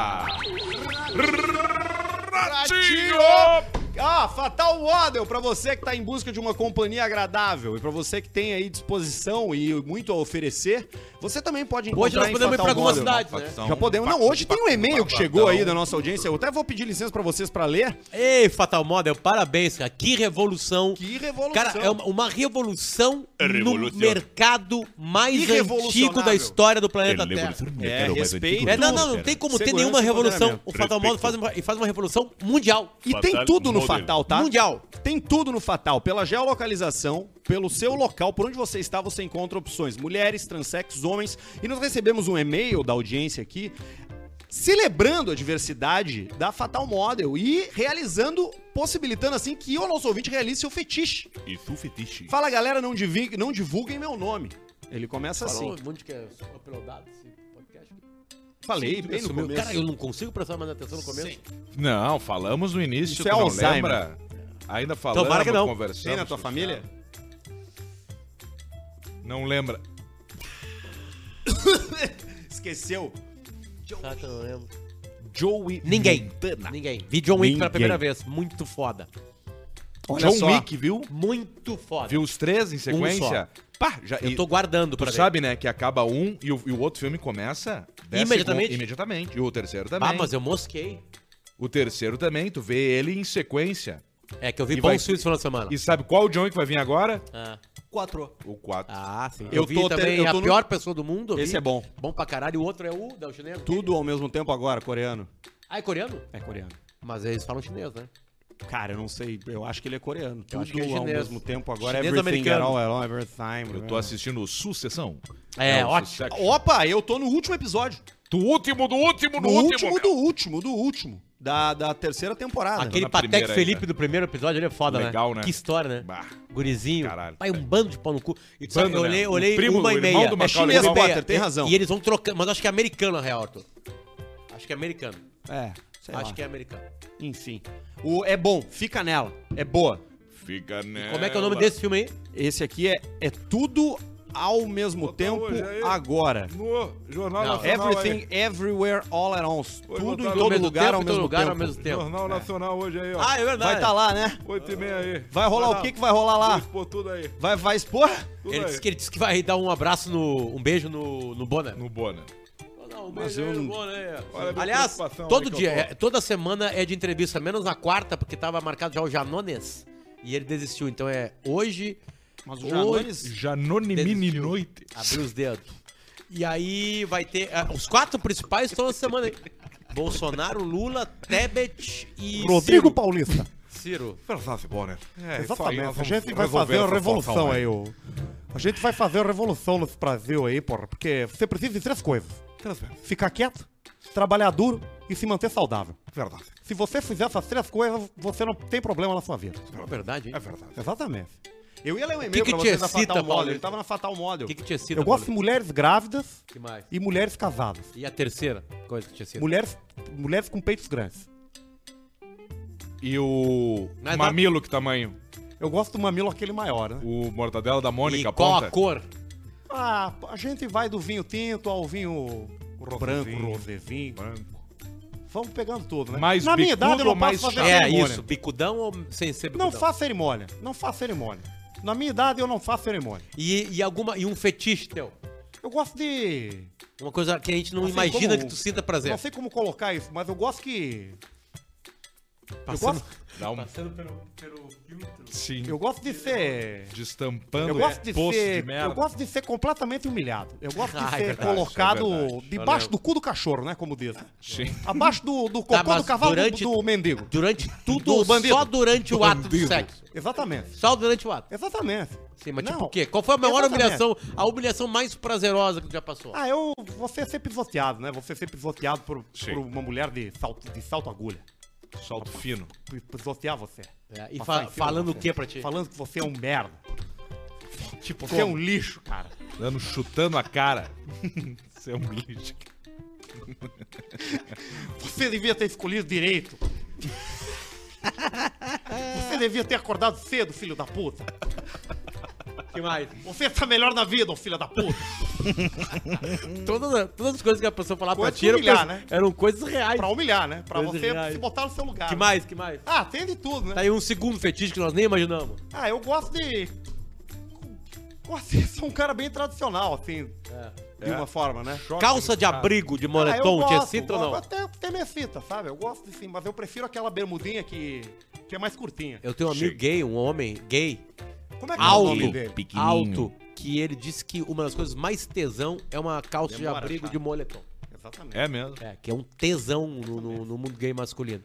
[SPEAKER 2] Ratinho!
[SPEAKER 1] Ah, Fatal Waddle, pra você que tá em busca de uma companhia agradável e pra você que tem aí disposição e muito a oferecer, você também pode encontrar
[SPEAKER 3] Hoje nós
[SPEAKER 1] em
[SPEAKER 3] podemos ir
[SPEAKER 1] Fatal
[SPEAKER 3] pra alguma
[SPEAKER 1] Waddle.
[SPEAKER 3] cidade, né?
[SPEAKER 2] Facção.
[SPEAKER 1] Já podemos. Não, hoje tem um e-mail que chegou aí da nossa audiência. Eu até vou pedir licença pra vocês pra ler.
[SPEAKER 3] Ei, Fatal Model, parabéns, cara. Que revolução.
[SPEAKER 1] Que revolução.
[SPEAKER 3] Cara, é uma, uma É revolução no
[SPEAKER 2] Revolução.
[SPEAKER 3] mercado mais antigo da história do planeta Terra.
[SPEAKER 1] É, respeito.
[SPEAKER 3] É, não, não, não tem como ter
[SPEAKER 1] Segurança
[SPEAKER 3] nenhuma
[SPEAKER 1] e
[SPEAKER 3] revolução. O
[SPEAKER 1] empoderamento.
[SPEAKER 3] Fatal Model faz uma, e faz uma revolução mundial.
[SPEAKER 1] E tem tudo no Fatal, tá?
[SPEAKER 3] Mundial.
[SPEAKER 1] Tem tudo no Fatal. Pela geolocalização, pelo seu local, por onde você está, você encontra opções. Mulheres, transexos, homens. E nós recebemos um e-mail da audiência aqui celebrando a diversidade da Fatal Model e realizando, possibilitando assim que o nosso ouvinte realize seu fetiche.
[SPEAKER 2] E tu fetiche.
[SPEAKER 1] Fala galera, não, divi- não divulguem meu nome. Ele começa assim.
[SPEAKER 3] Falou um monte que é só apelodado esse podcast.
[SPEAKER 1] Falei bem no
[SPEAKER 3] Sumiu.
[SPEAKER 1] começo.
[SPEAKER 3] Cara, eu não consigo prestar mais atenção no começo.
[SPEAKER 2] Não, falamos no início,
[SPEAKER 1] Isso
[SPEAKER 2] tu
[SPEAKER 1] é
[SPEAKER 2] não
[SPEAKER 1] Alzheimer.
[SPEAKER 2] lembra? Ainda falamos,
[SPEAKER 3] Tomara que não.
[SPEAKER 2] conversamos.
[SPEAKER 1] Tem na tua família?
[SPEAKER 2] Não lembra.
[SPEAKER 1] Esqueceu.
[SPEAKER 3] Caraca, eu não lembro.
[SPEAKER 2] Joey
[SPEAKER 3] Ninguém.
[SPEAKER 2] Montana.
[SPEAKER 3] Ninguém. Vi John Wick pela
[SPEAKER 1] Tá. Ninguém.
[SPEAKER 3] primeira vez. Muito foda.
[SPEAKER 1] Olha
[SPEAKER 2] John
[SPEAKER 1] só.
[SPEAKER 2] Wick, viu?
[SPEAKER 3] Muito foda.
[SPEAKER 2] Viu os três em sequência? Pá, já...
[SPEAKER 3] Um Eu
[SPEAKER 2] e
[SPEAKER 3] tô guardando pra
[SPEAKER 2] Tu
[SPEAKER 3] ver.
[SPEAKER 2] sabe, né, que acaba um e o, e o outro filme começa... dez
[SPEAKER 3] Imediatamente.
[SPEAKER 2] segundos- Imediatamente. E o terceiro também.
[SPEAKER 3] Ah, mas eu mosquei.
[SPEAKER 2] O terceiro também, tu vê ele em sequência.
[SPEAKER 3] É que eu vi
[SPEAKER 2] E
[SPEAKER 3] bons
[SPEAKER 2] vai-
[SPEAKER 3] filmes final de semana.
[SPEAKER 2] E sabe qual o John Wick vai vir agora?
[SPEAKER 3] Ah.
[SPEAKER 1] Quatro.
[SPEAKER 2] O 4.
[SPEAKER 3] Ah, sim. Eu,
[SPEAKER 1] Eu
[SPEAKER 3] vi
[SPEAKER 1] tô
[SPEAKER 3] também
[SPEAKER 1] ter- eu
[SPEAKER 3] a
[SPEAKER 1] tô no-
[SPEAKER 3] pior pessoa do mundo. eu
[SPEAKER 1] Esse
[SPEAKER 3] vi.
[SPEAKER 1] é bom.
[SPEAKER 3] Bom pra caralho. O outro é o da o chinês.
[SPEAKER 1] Tudo ao mesmo tempo agora, coreano.
[SPEAKER 3] Ah, é coreano?
[SPEAKER 1] É coreano.
[SPEAKER 3] Mas eles falam chinês, né?
[SPEAKER 1] Cara, eu não sei, eu acho que ele é coreano. Tudo
[SPEAKER 3] acho que é
[SPEAKER 1] ao
[SPEAKER 3] chinês.
[SPEAKER 1] mesmo tempo agora é
[SPEAKER 3] Chinês
[SPEAKER 1] everything
[SPEAKER 3] americano.
[SPEAKER 1] at all, at all, everything.
[SPEAKER 2] Eu tô assistindo Sucessão.
[SPEAKER 3] É,
[SPEAKER 2] o
[SPEAKER 3] ótimo.
[SPEAKER 2] Succession.
[SPEAKER 1] Opa, eu tô no último episódio.
[SPEAKER 2] Do último, do último,
[SPEAKER 1] No
[SPEAKER 2] do último.
[SPEAKER 1] último, do último, do último. Da, da terceira temporada.
[SPEAKER 3] Aquele
[SPEAKER 2] na primeira
[SPEAKER 3] Patek Felipe
[SPEAKER 2] ainda.
[SPEAKER 3] do primeiro episódio, ele é foda,
[SPEAKER 2] Legal,
[SPEAKER 3] né?
[SPEAKER 2] né?
[SPEAKER 3] Que história, né?
[SPEAKER 2] Bah.
[SPEAKER 3] Gurizinho.
[SPEAKER 2] Caralho.
[SPEAKER 3] Pai, um bando de pau no cu. E tu sabe,
[SPEAKER 2] Bando,
[SPEAKER 3] eu
[SPEAKER 2] né?
[SPEAKER 3] olhei,
[SPEAKER 2] O
[SPEAKER 3] olhei
[SPEAKER 2] primo,
[SPEAKER 3] uma
[SPEAKER 2] o
[SPEAKER 3] e
[SPEAKER 2] irmão
[SPEAKER 3] meia.
[SPEAKER 2] do
[SPEAKER 3] É
[SPEAKER 2] Macaulay
[SPEAKER 3] chinês,
[SPEAKER 1] Culkin.
[SPEAKER 3] Potter,
[SPEAKER 1] Potter, tem razão.
[SPEAKER 3] E eles vão trocando, mas acho que é americano, na real, Arthur. Acho que é americano.
[SPEAKER 1] É, sei
[SPEAKER 3] acho
[SPEAKER 1] lá.
[SPEAKER 3] que é americano.
[SPEAKER 1] Enfim. O, é bom, fica nela. É boa.
[SPEAKER 2] fica nela.
[SPEAKER 3] Como é que é o nome desse filme aí?
[SPEAKER 1] Esse aqui é, é tudo ao mesmo
[SPEAKER 2] Bota
[SPEAKER 1] tempo
[SPEAKER 2] hoje aí.
[SPEAKER 1] agora.
[SPEAKER 2] No Jornal
[SPEAKER 3] Não,
[SPEAKER 2] Nacional.
[SPEAKER 1] Everything, Everywhere, All at Once.
[SPEAKER 2] Oi,
[SPEAKER 1] Tudo
[SPEAKER 2] botar
[SPEAKER 1] em
[SPEAKER 2] no
[SPEAKER 1] é todo
[SPEAKER 2] mesmo
[SPEAKER 1] lugar,
[SPEAKER 3] tempo,
[SPEAKER 1] ao,
[SPEAKER 3] em todo
[SPEAKER 1] mesmo
[SPEAKER 3] lugar,
[SPEAKER 1] tempo.
[SPEAKER 3] ao mesmo
[SPEAKER 2] aí.
[SPEAKER 3] tempo.
[SPEAKER 2] Jornal Nacional hoje aí, ó.
[SPEAKER 3] Ah, é verdade.
[SPEAKER 1] Vai estar tá lá, né?
[SPEAKER 2] 8 e meia aí.
[SPEAKER 1] Vai rolar o que que vai rolar lá?
[SPEAKER 2] Pô, tudo aí.
[SPEAKER 1] Vai, vai expor?
[SPEAKER 2] Tudo
[SPEAKER 3] ele,
[SPEAKER 2] aí.
[SPEAKER 3] disse que, ele disse que vai dar um abraço no. um beijo no, no Bona.
[SPEAKER 2] Ah, No Bona.
[SPEAKER 3] Um
[SPEAKER 1] Mas é beijo eu né? aí no não-
[SPEAKER 2] Olha a minha
[SPEAKER 3] Aliás,
[SPEAKER 2] preocupação
[SPEAKER 3] todo
[SPEAKER 2] aí que
[SPEAKER 3] dia,
[SPEAKER 2] eu tô.
[SPEAKER 3] é, toda semana é de entrevista, menos na quarta, porque tava marcado já o Janones. E ele desistiu. Então é hoje.
[SPEAKER 1] Mas
[SPEAKER 3] Oi.
[SPEAKER 1] o Janones...
[SPEAKER 2] Janone Mini
[SPEAKER 3] Desistiu. Ah.
[SPEAKER 2] Noite.
[SPEAKER 3] Abriu os dedos. E aí vai ter. ah, Os quatro principais toda semana. aí. Bolsonaro, Lula, Tebet e.
[SPEAKER 4] Rodrigo
[SPEAKER 3] Ciro.
[SPEAKER 4] Paulista.
[SPEAKER 3] Ciro.
[SPEAKER 2] [laughs] Verdade, Bonner. É, isso aí, nós
[SPEAKER 4] Exatamente. A
[SPEAKER 2] vamos-
[SPEAKER 4] gente vai
[SPEAKER 2] resolver
[SPEAKER 4] fazer a
[SPEAKER 2] essa
[SPEAKER 4] revolução
[SPEAKER 2] situação
[SPEAKER 4] aí, ô. A gente vai fazer a revolução nesse Brasil aí, porra. Porque você precisa de três coisas:
[SPEAKER 2] Três vezes.
[SPEAKER 4] ficar quieto, trabalhar duro e se manter saudável.
[SPEAKER 2] Verdade.
[SPEAKER 4] Se você fizer essas três coisas, você não tem problema na sua vida.
[SPEAKER 3] É verdade, hein?
[SPEAKER 2] É verdade.
[SPEAKER 4] Exatamente.
[SPEAKER 1] Eu ia ler um e-mail
[SPEAKER 3] que
[SPEAKER 1] pra
[SPEAKER 3] te
[SPEAKER 1] vocês da
[SPEAKER 3] excita,
[SPEAKER 1] Fatal
[SPEAKER 3] Paulo?
[SPEAKER 1] Model.
[SPEAKER 2] tá
[SPEAKER 1] Ele tava na Fatal Model.
[SPEAKER 3] O que, que tinha sido?
[SPEAKER 4] Eu gosto de mulheres grávidas
[SPEAKER 3] Que mais?
[SPEAKER 4] e mulheres casadas.
[SPEAKER 3] E a terceira coisa que tinha sido?
[SPEAKER 4] Mulheres, mulheres com peitos grandes.
[SPEAKER 2] E o
[SPEAKER 3] Mas
[SPEAKER 2] mamilo, que tamanho?
[SPEAKER 4] Eu gosto do mamilo aquele maior, né?
[SPEAKER 2] O mortadela da
[SPEAKER 3] e
[SPEAKER 2] Mônica,
[SPEAKER 3] qual
[SPEAKER 2] ponta?
[SPEAKER 3] a cor?
[SPEAKER 4] Ah, a gente vai do vinho tinto ao vinho branco,
[SPEAKER 2] Rosézinho.
[SPEAKER 4] rosezinho.
[SPEAKER 2] Branco.
[SPEAKER 4] Vamos pegando tudo, né?
[SPEAKER 2] Mais
[SPEAKER 4] Na minha
[SPEAKER 2] bicudo
[SPEAKER 4] idade eu
[SPEAKER 2] ou
[SPEAKER 4] não
[SPEAKER 2] mais
[SPEAKER 4] posso fazer
[SPEAKER 2] chato?
[SPEAKER 3] É
[SPEAKER 4] cerimônia.
[SPEAKER 3] isso, bicudão ou sem ser bicudão?
[SPEAKER 4] Não faço cerimônia. Não faço cerimônia. Na minha idade eu não faço cerimônia.
[SPEAKER 3] E, e, alguma, e um fetiche teu?
[SPEAKER 4] Eu gosto de.
[SPEAKER 3] Uma coisa que a gente não
[SPEAKER 4] Assim
[SPEAKER 3] imagina
[SPEAKER 4] como-
[SPEAKER 3] que tu sinta prazer.
[SPEAKER 4] Não sei como colocar isso, mas eu gosto que.
[SPEAKER 3] Passando-
[SPEAKER 4] Eu gosto,
[SPEAKER 2] Dá um... Sim.
[SPEAKER 4] eu gosto de ser.
[SPEAKER 2] Destampando
[SPEAKER 4] Eu gosto de
[SPEAKER 2] é poço
[SPEAKER 4] ser.
[SPEAKER 2] de merda.
[SPEAKER 4] eu gosto de ser completamente humilhado. Eu gosto de
[SPEAKER 3] Ah, é
[SPEAKER 4] ser
[SPEAKER 3] verdade,
[SPEAKER 4] colocado
[SPEAKER 2] é verdade.
[SPEAKER 4] debaixo
[SPEAKER 3] Valeu.
[SPEAKER 4] do cu do cachorro, né? Como diz.
[SPEAKER 2] Sim.
[SPEAKER 4] Abaixo do, do
[SPEAKER 3] Tá,
[SPEAKER 4] cocô
[SPEAKER 3] mas
[SPEAKER 4] do cavalo do-
[SPEAKER 3] durante-
[SPEAKER 4] do mendigo. [laughs]
[SPEAKER 3] Durante
[SPEAKER 4] Do
[SPEAKER 3] tudo,
[SPEAKER 4] bandido.
[SPEAKER 3] só durante o ato do sexo.
[SPEAKER 4] Exatamente.
[SPEAKER 3] Só durante o ato.
[SPEAKER 4] Exatamente.
[SPEAKER 3] Sim, mas tipo
[SPEAKER 4] Não.
[SPEAKER 3] o quê? Qual foi a maior
[SPEAKER 4] Exatamente.
[SPEAKER 3] humilhação, a humilhação mais prazerosa que tu já passou?
[SPEAKER 4] Ah, eu você ser pisoteado, né? Você ser pisoteado por,
[SPEAKER 2] Sim.
[SPEAKER 4] por uma mulher de salto, de salto agulha.
[SPEAKER 2] Salto fino.
[SPEAKER 4] P- Pisotear você.
[SPEAKER 3] É, e
[SPEAKER 4] Passar
[SPEAKER 3] fa-
[SPEAKER 4] em cima
[SPEAKER 3] falando
[SPEAKER 4] de
[SPEAKER 3] o
[SPEAKER 4] você.
[SPEAKER 3] quê pra ti?
[SPEAKER 4] Falando que você é um merda.
[SPEAKER 3] tipo,
[SPEAKER 4] Você é um lixo, cara.
[SPEAKER 2] Dando, chutando a cara. [laughs] Isso é um lixo.
[SPEAKER 4] Você devia ter escolhido direito. Você devia ter acordado cedo, filho da puta.
[SPEAKER 3] que mais?
[SPEAKER 4] Você está melhor na vida, ô filho da puta.
[SPEAKER 3] Todas, todas as coisas que a pessoa falava pra
[SPEAKER 4] Hum. Coisa
[SPEAKER 3] ti eram,
[SPEAKER 4] humilhar,
[SPEAKER 3] coisas-
[SPEAKER 4] né?
[SPEAKER 3] eram coisas reais.
[SPEAKER 4] Pra humilhar, né? Pra
[SPEAKER 3] Coisas
[SPEAKER 4] você
[SPEAKER 3] reais.
[SPEAKER 4] se botar no seu lugar.
[SPEAKER 3] Que mais, que mais?
[SPEAKER 4] Ah, tem de tudo,
[SPEAKER 3] Tá
[SPEAKER 4] né?
[SPEAKER 3] aí um segundo fetiche que nós nem imaginamos.
[SPEAKER 4] Ah, eu gosto de. Gosto de ser um cara bem tradicional, assim, de uma forma, né?
[SPEAKER 3] Calça de abrigo,
[SPEAKER 4] Ah,
[SPEAKER 3] de
[SPEAKER 1] Ah,
[SPEAKER 3] moletom, te excita ou não?
[SPEAKER 4] Até, até me excita, sabe? Eu gosto de sim, mas eu prefiro aquela bermudinha que, que é mais curtinha.
[SPEAKER 3] Eu tenho um amigo
[SPEAKER 2] Chega.
[SPEAKER 3] gay, um homem gay,
[SPEAKER 4] Como é que é o
[SPEAKER 3] alto,
[SPEAKER 4] nome dele?
[SPEAKER 2] Pequenininho.
[SPEAKER 3] alto, que ele disse que uma das coisas mais tesão é uma calça de
[SPEAKER 4] Demora,
[SPEAKER 3] abrigo
[SPEAKER 4] cara.
[SPEAKER 3] de moletom.
[SPEAKER 4] Exatamente.
[SPEAKER 2] É mesmo.
[SPEAKER 3] É, que é um tesão no, no- no mundo gay masculino.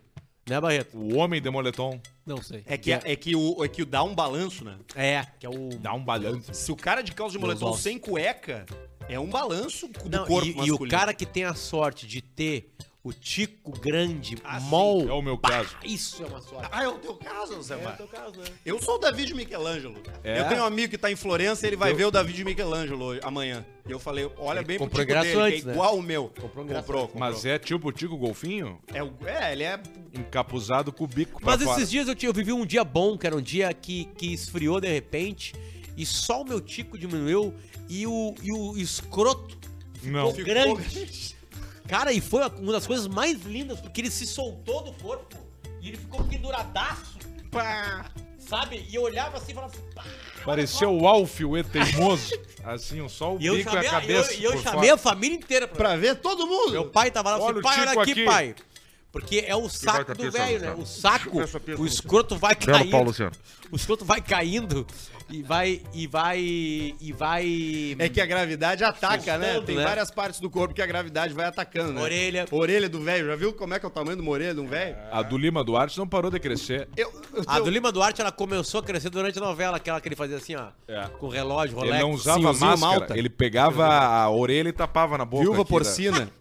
[SPEAKER 3] Né, Barreto?
[SPEAKER 2] O homem de moletom
[SPEAKER 3] Não sei.
[SPEAKER 1] É que, é, que o, é que o dá um balanço, né?
[SPEAKER 3] É, que é o...
[SPEAKER 2] dá um balanço.
[SPEAKER 1] Se o cara de calça de
[SPEAKER 3] Meu
[SPEAKER 1] moletom
[SPEAKER 3] Deus.
[SPEAKER 1] sem cueca, é um balanço do
[SPEAKER 3] Não,
[SPEAKER 1] corpo
[SPEAKER 3] e, e
[SPEAKER 1] masculino.
[SPEAKER 3] o cara que tem a sorte de ter o tico grande,
[SPEAKER 1] Ah, sim.
[SPEAKER 3] mol...
[SPEAKER 2] É o meu caso.
[SPEAKER 3] Isso é uma sorte.
[SPEAKER 1] Ah, é o teu caso, Zé Mar.
[SPEAKER 3] caso, né?
[SPEAKER 1] Eu sou o Davi de Michelangelo.
[SPEAKER 2] É?
[SPEAKER 1] Eu tenho um amigo que tá em Florença, ele vai ver o Davi de Michelangelo hoje, amanhã. E eu falei, olha
[SPEAKER 3] Ele
[SPEAKER 1] bem pro
[SPEAKER 3] comprou
[SPEAKER 1] tipo dele,
[SPEAKER 3] ingresso antes,
[SPEAKER 1] que
[SPEAKER 3] né?
[SPEAKER 1] é igual o meu.
[SPEAKER 3] Comprou ingresso
[SPEAKER 1] Comprou, comprou.
[SPEAKER 2] Mas é tipo o Tico Golfinho,
[SPEAKER 1] É, o- é, ele é...
[SPEAKER 2] encapuzado com o bico pra
[SPEAKER 3] Mas
[SPEAKER 2] fora.
[SPEAKER 3] esses dias eu, tinha- eu vivi um dia bom, que era um dia que, que esfriou de repente, e só o meu tico diminuiu e o, e o escroto
[SPEAKER 2] Não.
[SPEAKER 3] ficou grande. Cara, e foi uma das coisas mais lindas, porque ele se soltou do corpo e ele ficou penduradaço,
[SPEAKER 1] Pá!
[SPEAKER 3] sabe? E eu olhava assim e falava assim, pá.
[SPEAKER 2] Pareceu o Alf, o E
[SPEAKER 3] [laughs]
[SPEAKER 2] teimoso. Assim, ó, só o
[SPEAKER 3] E eu
[SPEAKER 2] bico e
[SPEAKER 3] chamei,
[SPEAKER 2] a
[SPEAKER 3] a-
[SPEAKER 2] cabeça
[SPEAKER 3] eu- e eu
[SPEAKER 2] por
[SPEAKER 3] chamei
[SPEAKER 2] fora.
[SPEAKER 3] a família inteira pra
[SPEAKER 1] Pra ver todo mundo!
[SPEAKER 3] Meu pai tava lá e
[SPEAKER 2] Olha
[SPEAKER 3] falou
[SPEAKER 2] o
[SPEAKER 3] assim, pai, olha
[SPEAKER 2] tico
[SPEAKER 3] aqui,
[SPEAKER 2] aqui."
[SPEAKER 3] pai. Porque é o saco
[SPEAKER 2] vai com a
[SPEAKER 3] do
[SPEAKER 2] pizza,
[SPEAKER 3] velho, né?
[SPEAKER 2] Luciano.
[SPEAKER 3] O saco,
[SPEAKER 2] Essa pizza,
[SPEAKER 3] o escroto vai
[SPEAKER 2] Belo
[SPEAKER 3] caindo.
[SPEAKER 2] Paulo Luciano.
[SPEAKER 3] O escroto vai caindo e vai, e vai, e vai...
[SPEAKER 1] É que a gravidade ataca, né?
[SPEAKER 3] Sustento,
[SPEAKER 1] Tem
[SPEAKER 3] né?
[SPEAKER 1] várias partes do corpo que a gravidade vai atacando, né?
[SPEAKER 3] Orelha.
[SPEAKER 1] Orelha do velho. Já viu como é que é o tamanho de uma orelha de um velho?
[SPEAKER 2] A do Lima Duarte não parou de crescer.
[SPEAKER 1] Eu, eu,
[SPEAKER 3] A
[SPEAKER 1] eu-
[SPEAKER 3] do Lima Duarte, ela começou a crescer durante a novela, aquela que ele fazia assim, ó.
[SPEAKER 2] É.
[SPEAKER 3] Com relógio, Rolex.
[SPEAKER 2] Ele não usava
[SPEAKER 1] Senhorzinho
[SPEAKER 2] máscara,
[SPEAKER 1] Malta.
[SPEAKER 2] ele pegava a orelha e tapava na boca.
[SPEAKER 1] Viúva
[SPEAKER 2] aqui,
[SPEAKER 1] porcina.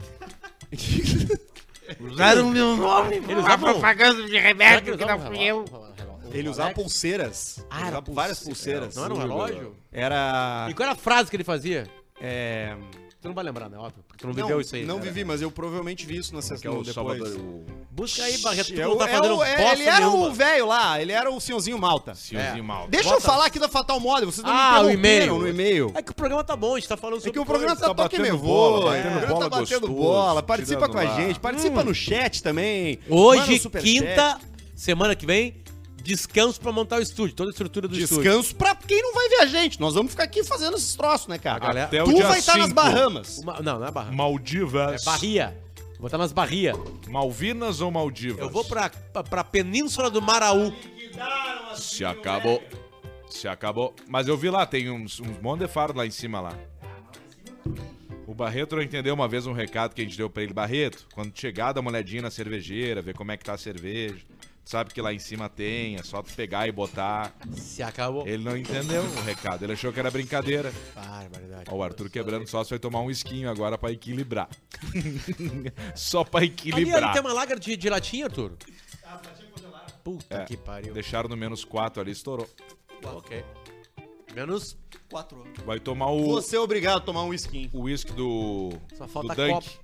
[SPEAKER 2] Usaram
[SPEAKER 3] meu nome, ele usava
[SPEAKER 5] propaganda de
[SPEAKER 3] Será que
[SPEAKER 5] remédio
[SPEAKER 3] ele
[SPEAKER 5] que
[SPEAKER 3] usava
[SPEAKER 5] não
[SPEAKER 3] um
[SPEAKER 5] fui eu.
[SPEAKER 3] relógio? Um
[SPEAKER 1] Ele
[SPEAKER 3] Rolex?
[SPEAKER 1] usava pulseiras. Ele
[SPEAKER 3] Ah, era
[SPEAKER 1] usava
[SPEAKER 3] pulseira.
[SPEAKER 1] várias pulseiras.
[SPEAKER 3] Não era um relógio?
[SPEAKER 1] Era.
[SPEAKER 3] E qual era a frase que ele fazia?
[SPEAKER 1] É...
[SPEAKER 3] Tu não vai lembrar, né? Óbvio. Porque tu não
[SPEAKER 1] Não,
[SPEAKER 3] viveu isso aí.
[SPEAKER 1] Não
[SPEAKER 3] né?
[SPEAKER 1] vivi, mas eu provavelmente vi isso na
[SPEAKER 2] Que é o
[SPEAKER 1] sessão depois.
[SPEAKER 2] Salvador. O
[SPEAKER 3] Busca aí, Barreto. Tu
[SPEAKER 1] É
[SPEAKER 3] não
[SPEAKER 1] o-
[SPEAKER 3] tá
[SPEAKER 1] é
[SPEAKER 3] fazendo
[SPEAKER 1] o- é-
[SPEAKER 3] bosta
[SPEAKER 1] ele era
[SPEAKER 3] nenhuma.
[SPEAKER 1] o velho lá, ele era o senhorzinho malta.
[SPEAKER 2] senhorzinho
[SPEAKER 3] É.
[SPEAKER 2] mal.
[SPEAKER 1] Deixa eu falar aqui da Fatal Model, vocês não
[SPEAKER 3] Ah, o
[SPEAKER 1] me interromperam
[SPEAKER 3] e-mail.
[SPEAKER 1] no e-mail.
[SPEAKER 3] É que o programa tá bom, a gente tá falando sobre.
[SPEAKER 1] É que o programa tá,
[SPEAKER 3] coisa.
[SPEAKER 1] toque
[SPEAKER 2] batendo
[SPEAKER 1] nervoso,
[SPEAKER 2] bola,
[SPEAKER 1] é.
[SPEAKER 2] batendo
[SPEAKER 1] o programa
[SPEAKER 2] bola
[SPEAKER 1] tá batendo
[SPEAKER 2] gostoso,
[SPEAKER 1] bola, participa
[SPEAKER 2] tirando
[SPEAKER 1] com a
[SPEAKER 2] lá.
[SPEAKER 1] gente, participa
[SPEAKER 3] Hum.
[SPEAKER 1] no chat também. manda um
[SPEAKER 3] Hoje,
[SPEAKER 1] superchat.
[SPEAKER 3] quinta, semana que vem, descanso pra montar o estúdio, toda a estrutura do estúdio.
[SPEAKER 1] Descanso pra quem não vai ver a gente. Nós vamos ficar aqui fazendo esses troços, né, cara?
[SPEAKER 3] A galera-
[SPEAKER 2] Até o
[SPEAKER 1] tu
[SPEAKER 2] dia
[SPEAKER 1] vai estar nas
[SPEAKER 2] cinco.
[SPEAKER 1] Bahamas.
[SPEAKER 3] Uma- não, não é barra.
[SPEAKER 2] Maldivas.
[SPEAKER 3] tá É barria. Vou botar nas barrias.
[SPEAKER 2] Malvinas ou Maldivas?
[SPEAKER 3] Eu vou pra, pra, pra Península do Maraú.
[SPEAKER 2] Se acabou. Se acabou. Mas eu vi lá, tem uns, uns mondefaros lá em cima lá. O Barreto não entendeu uma vez um recado que a gente deu pra ele. Barreto, quando chegar, dá uma olhadinha na cervejeira, ver como é que tá a cerveja. Tu Sabe que lá em cima tem, é só tu pegar e botar.
[SPEAKER 3] Se acabou.
[SPEAKER 2] Ele não entendeu o recado, ele achou que era brincadeira.
[SPEAKER 3] Barbaridade.
[SPEAKER 2] Ó, o Arthur quebrando só vai tomar um esquinho agora pra equilibrar. [laughs] só pra
[SPEAKER 3] Ali, ali
[SPEAKER 2] equilibrar.
[SPEAKER 3] tem uma lager de, de latinha, Arthur?
[SPEAKER 1] Ah,
[SPEAKER 3] Puta
[SPEAKER 1] É,
[SPEAKER 3] que pariu.
[SPEAKER 2] Deixaram no menos 4 ali, estourou.
[SPEAKER 3] Ok. Menos.
[SPEAKER 4] Quatro.
[SPEAKER 2] Vai tomar o
[SPEAKER 1] Você é obrigado a tomar um skin.
[SPEAKER 2] o uísque do.
[SPEAKER 3] Só
[SPEAKER 2] do
[SPEAKER 3] falta
[SPEAKER 2] Dunk.
[SPEAKER 3] copo.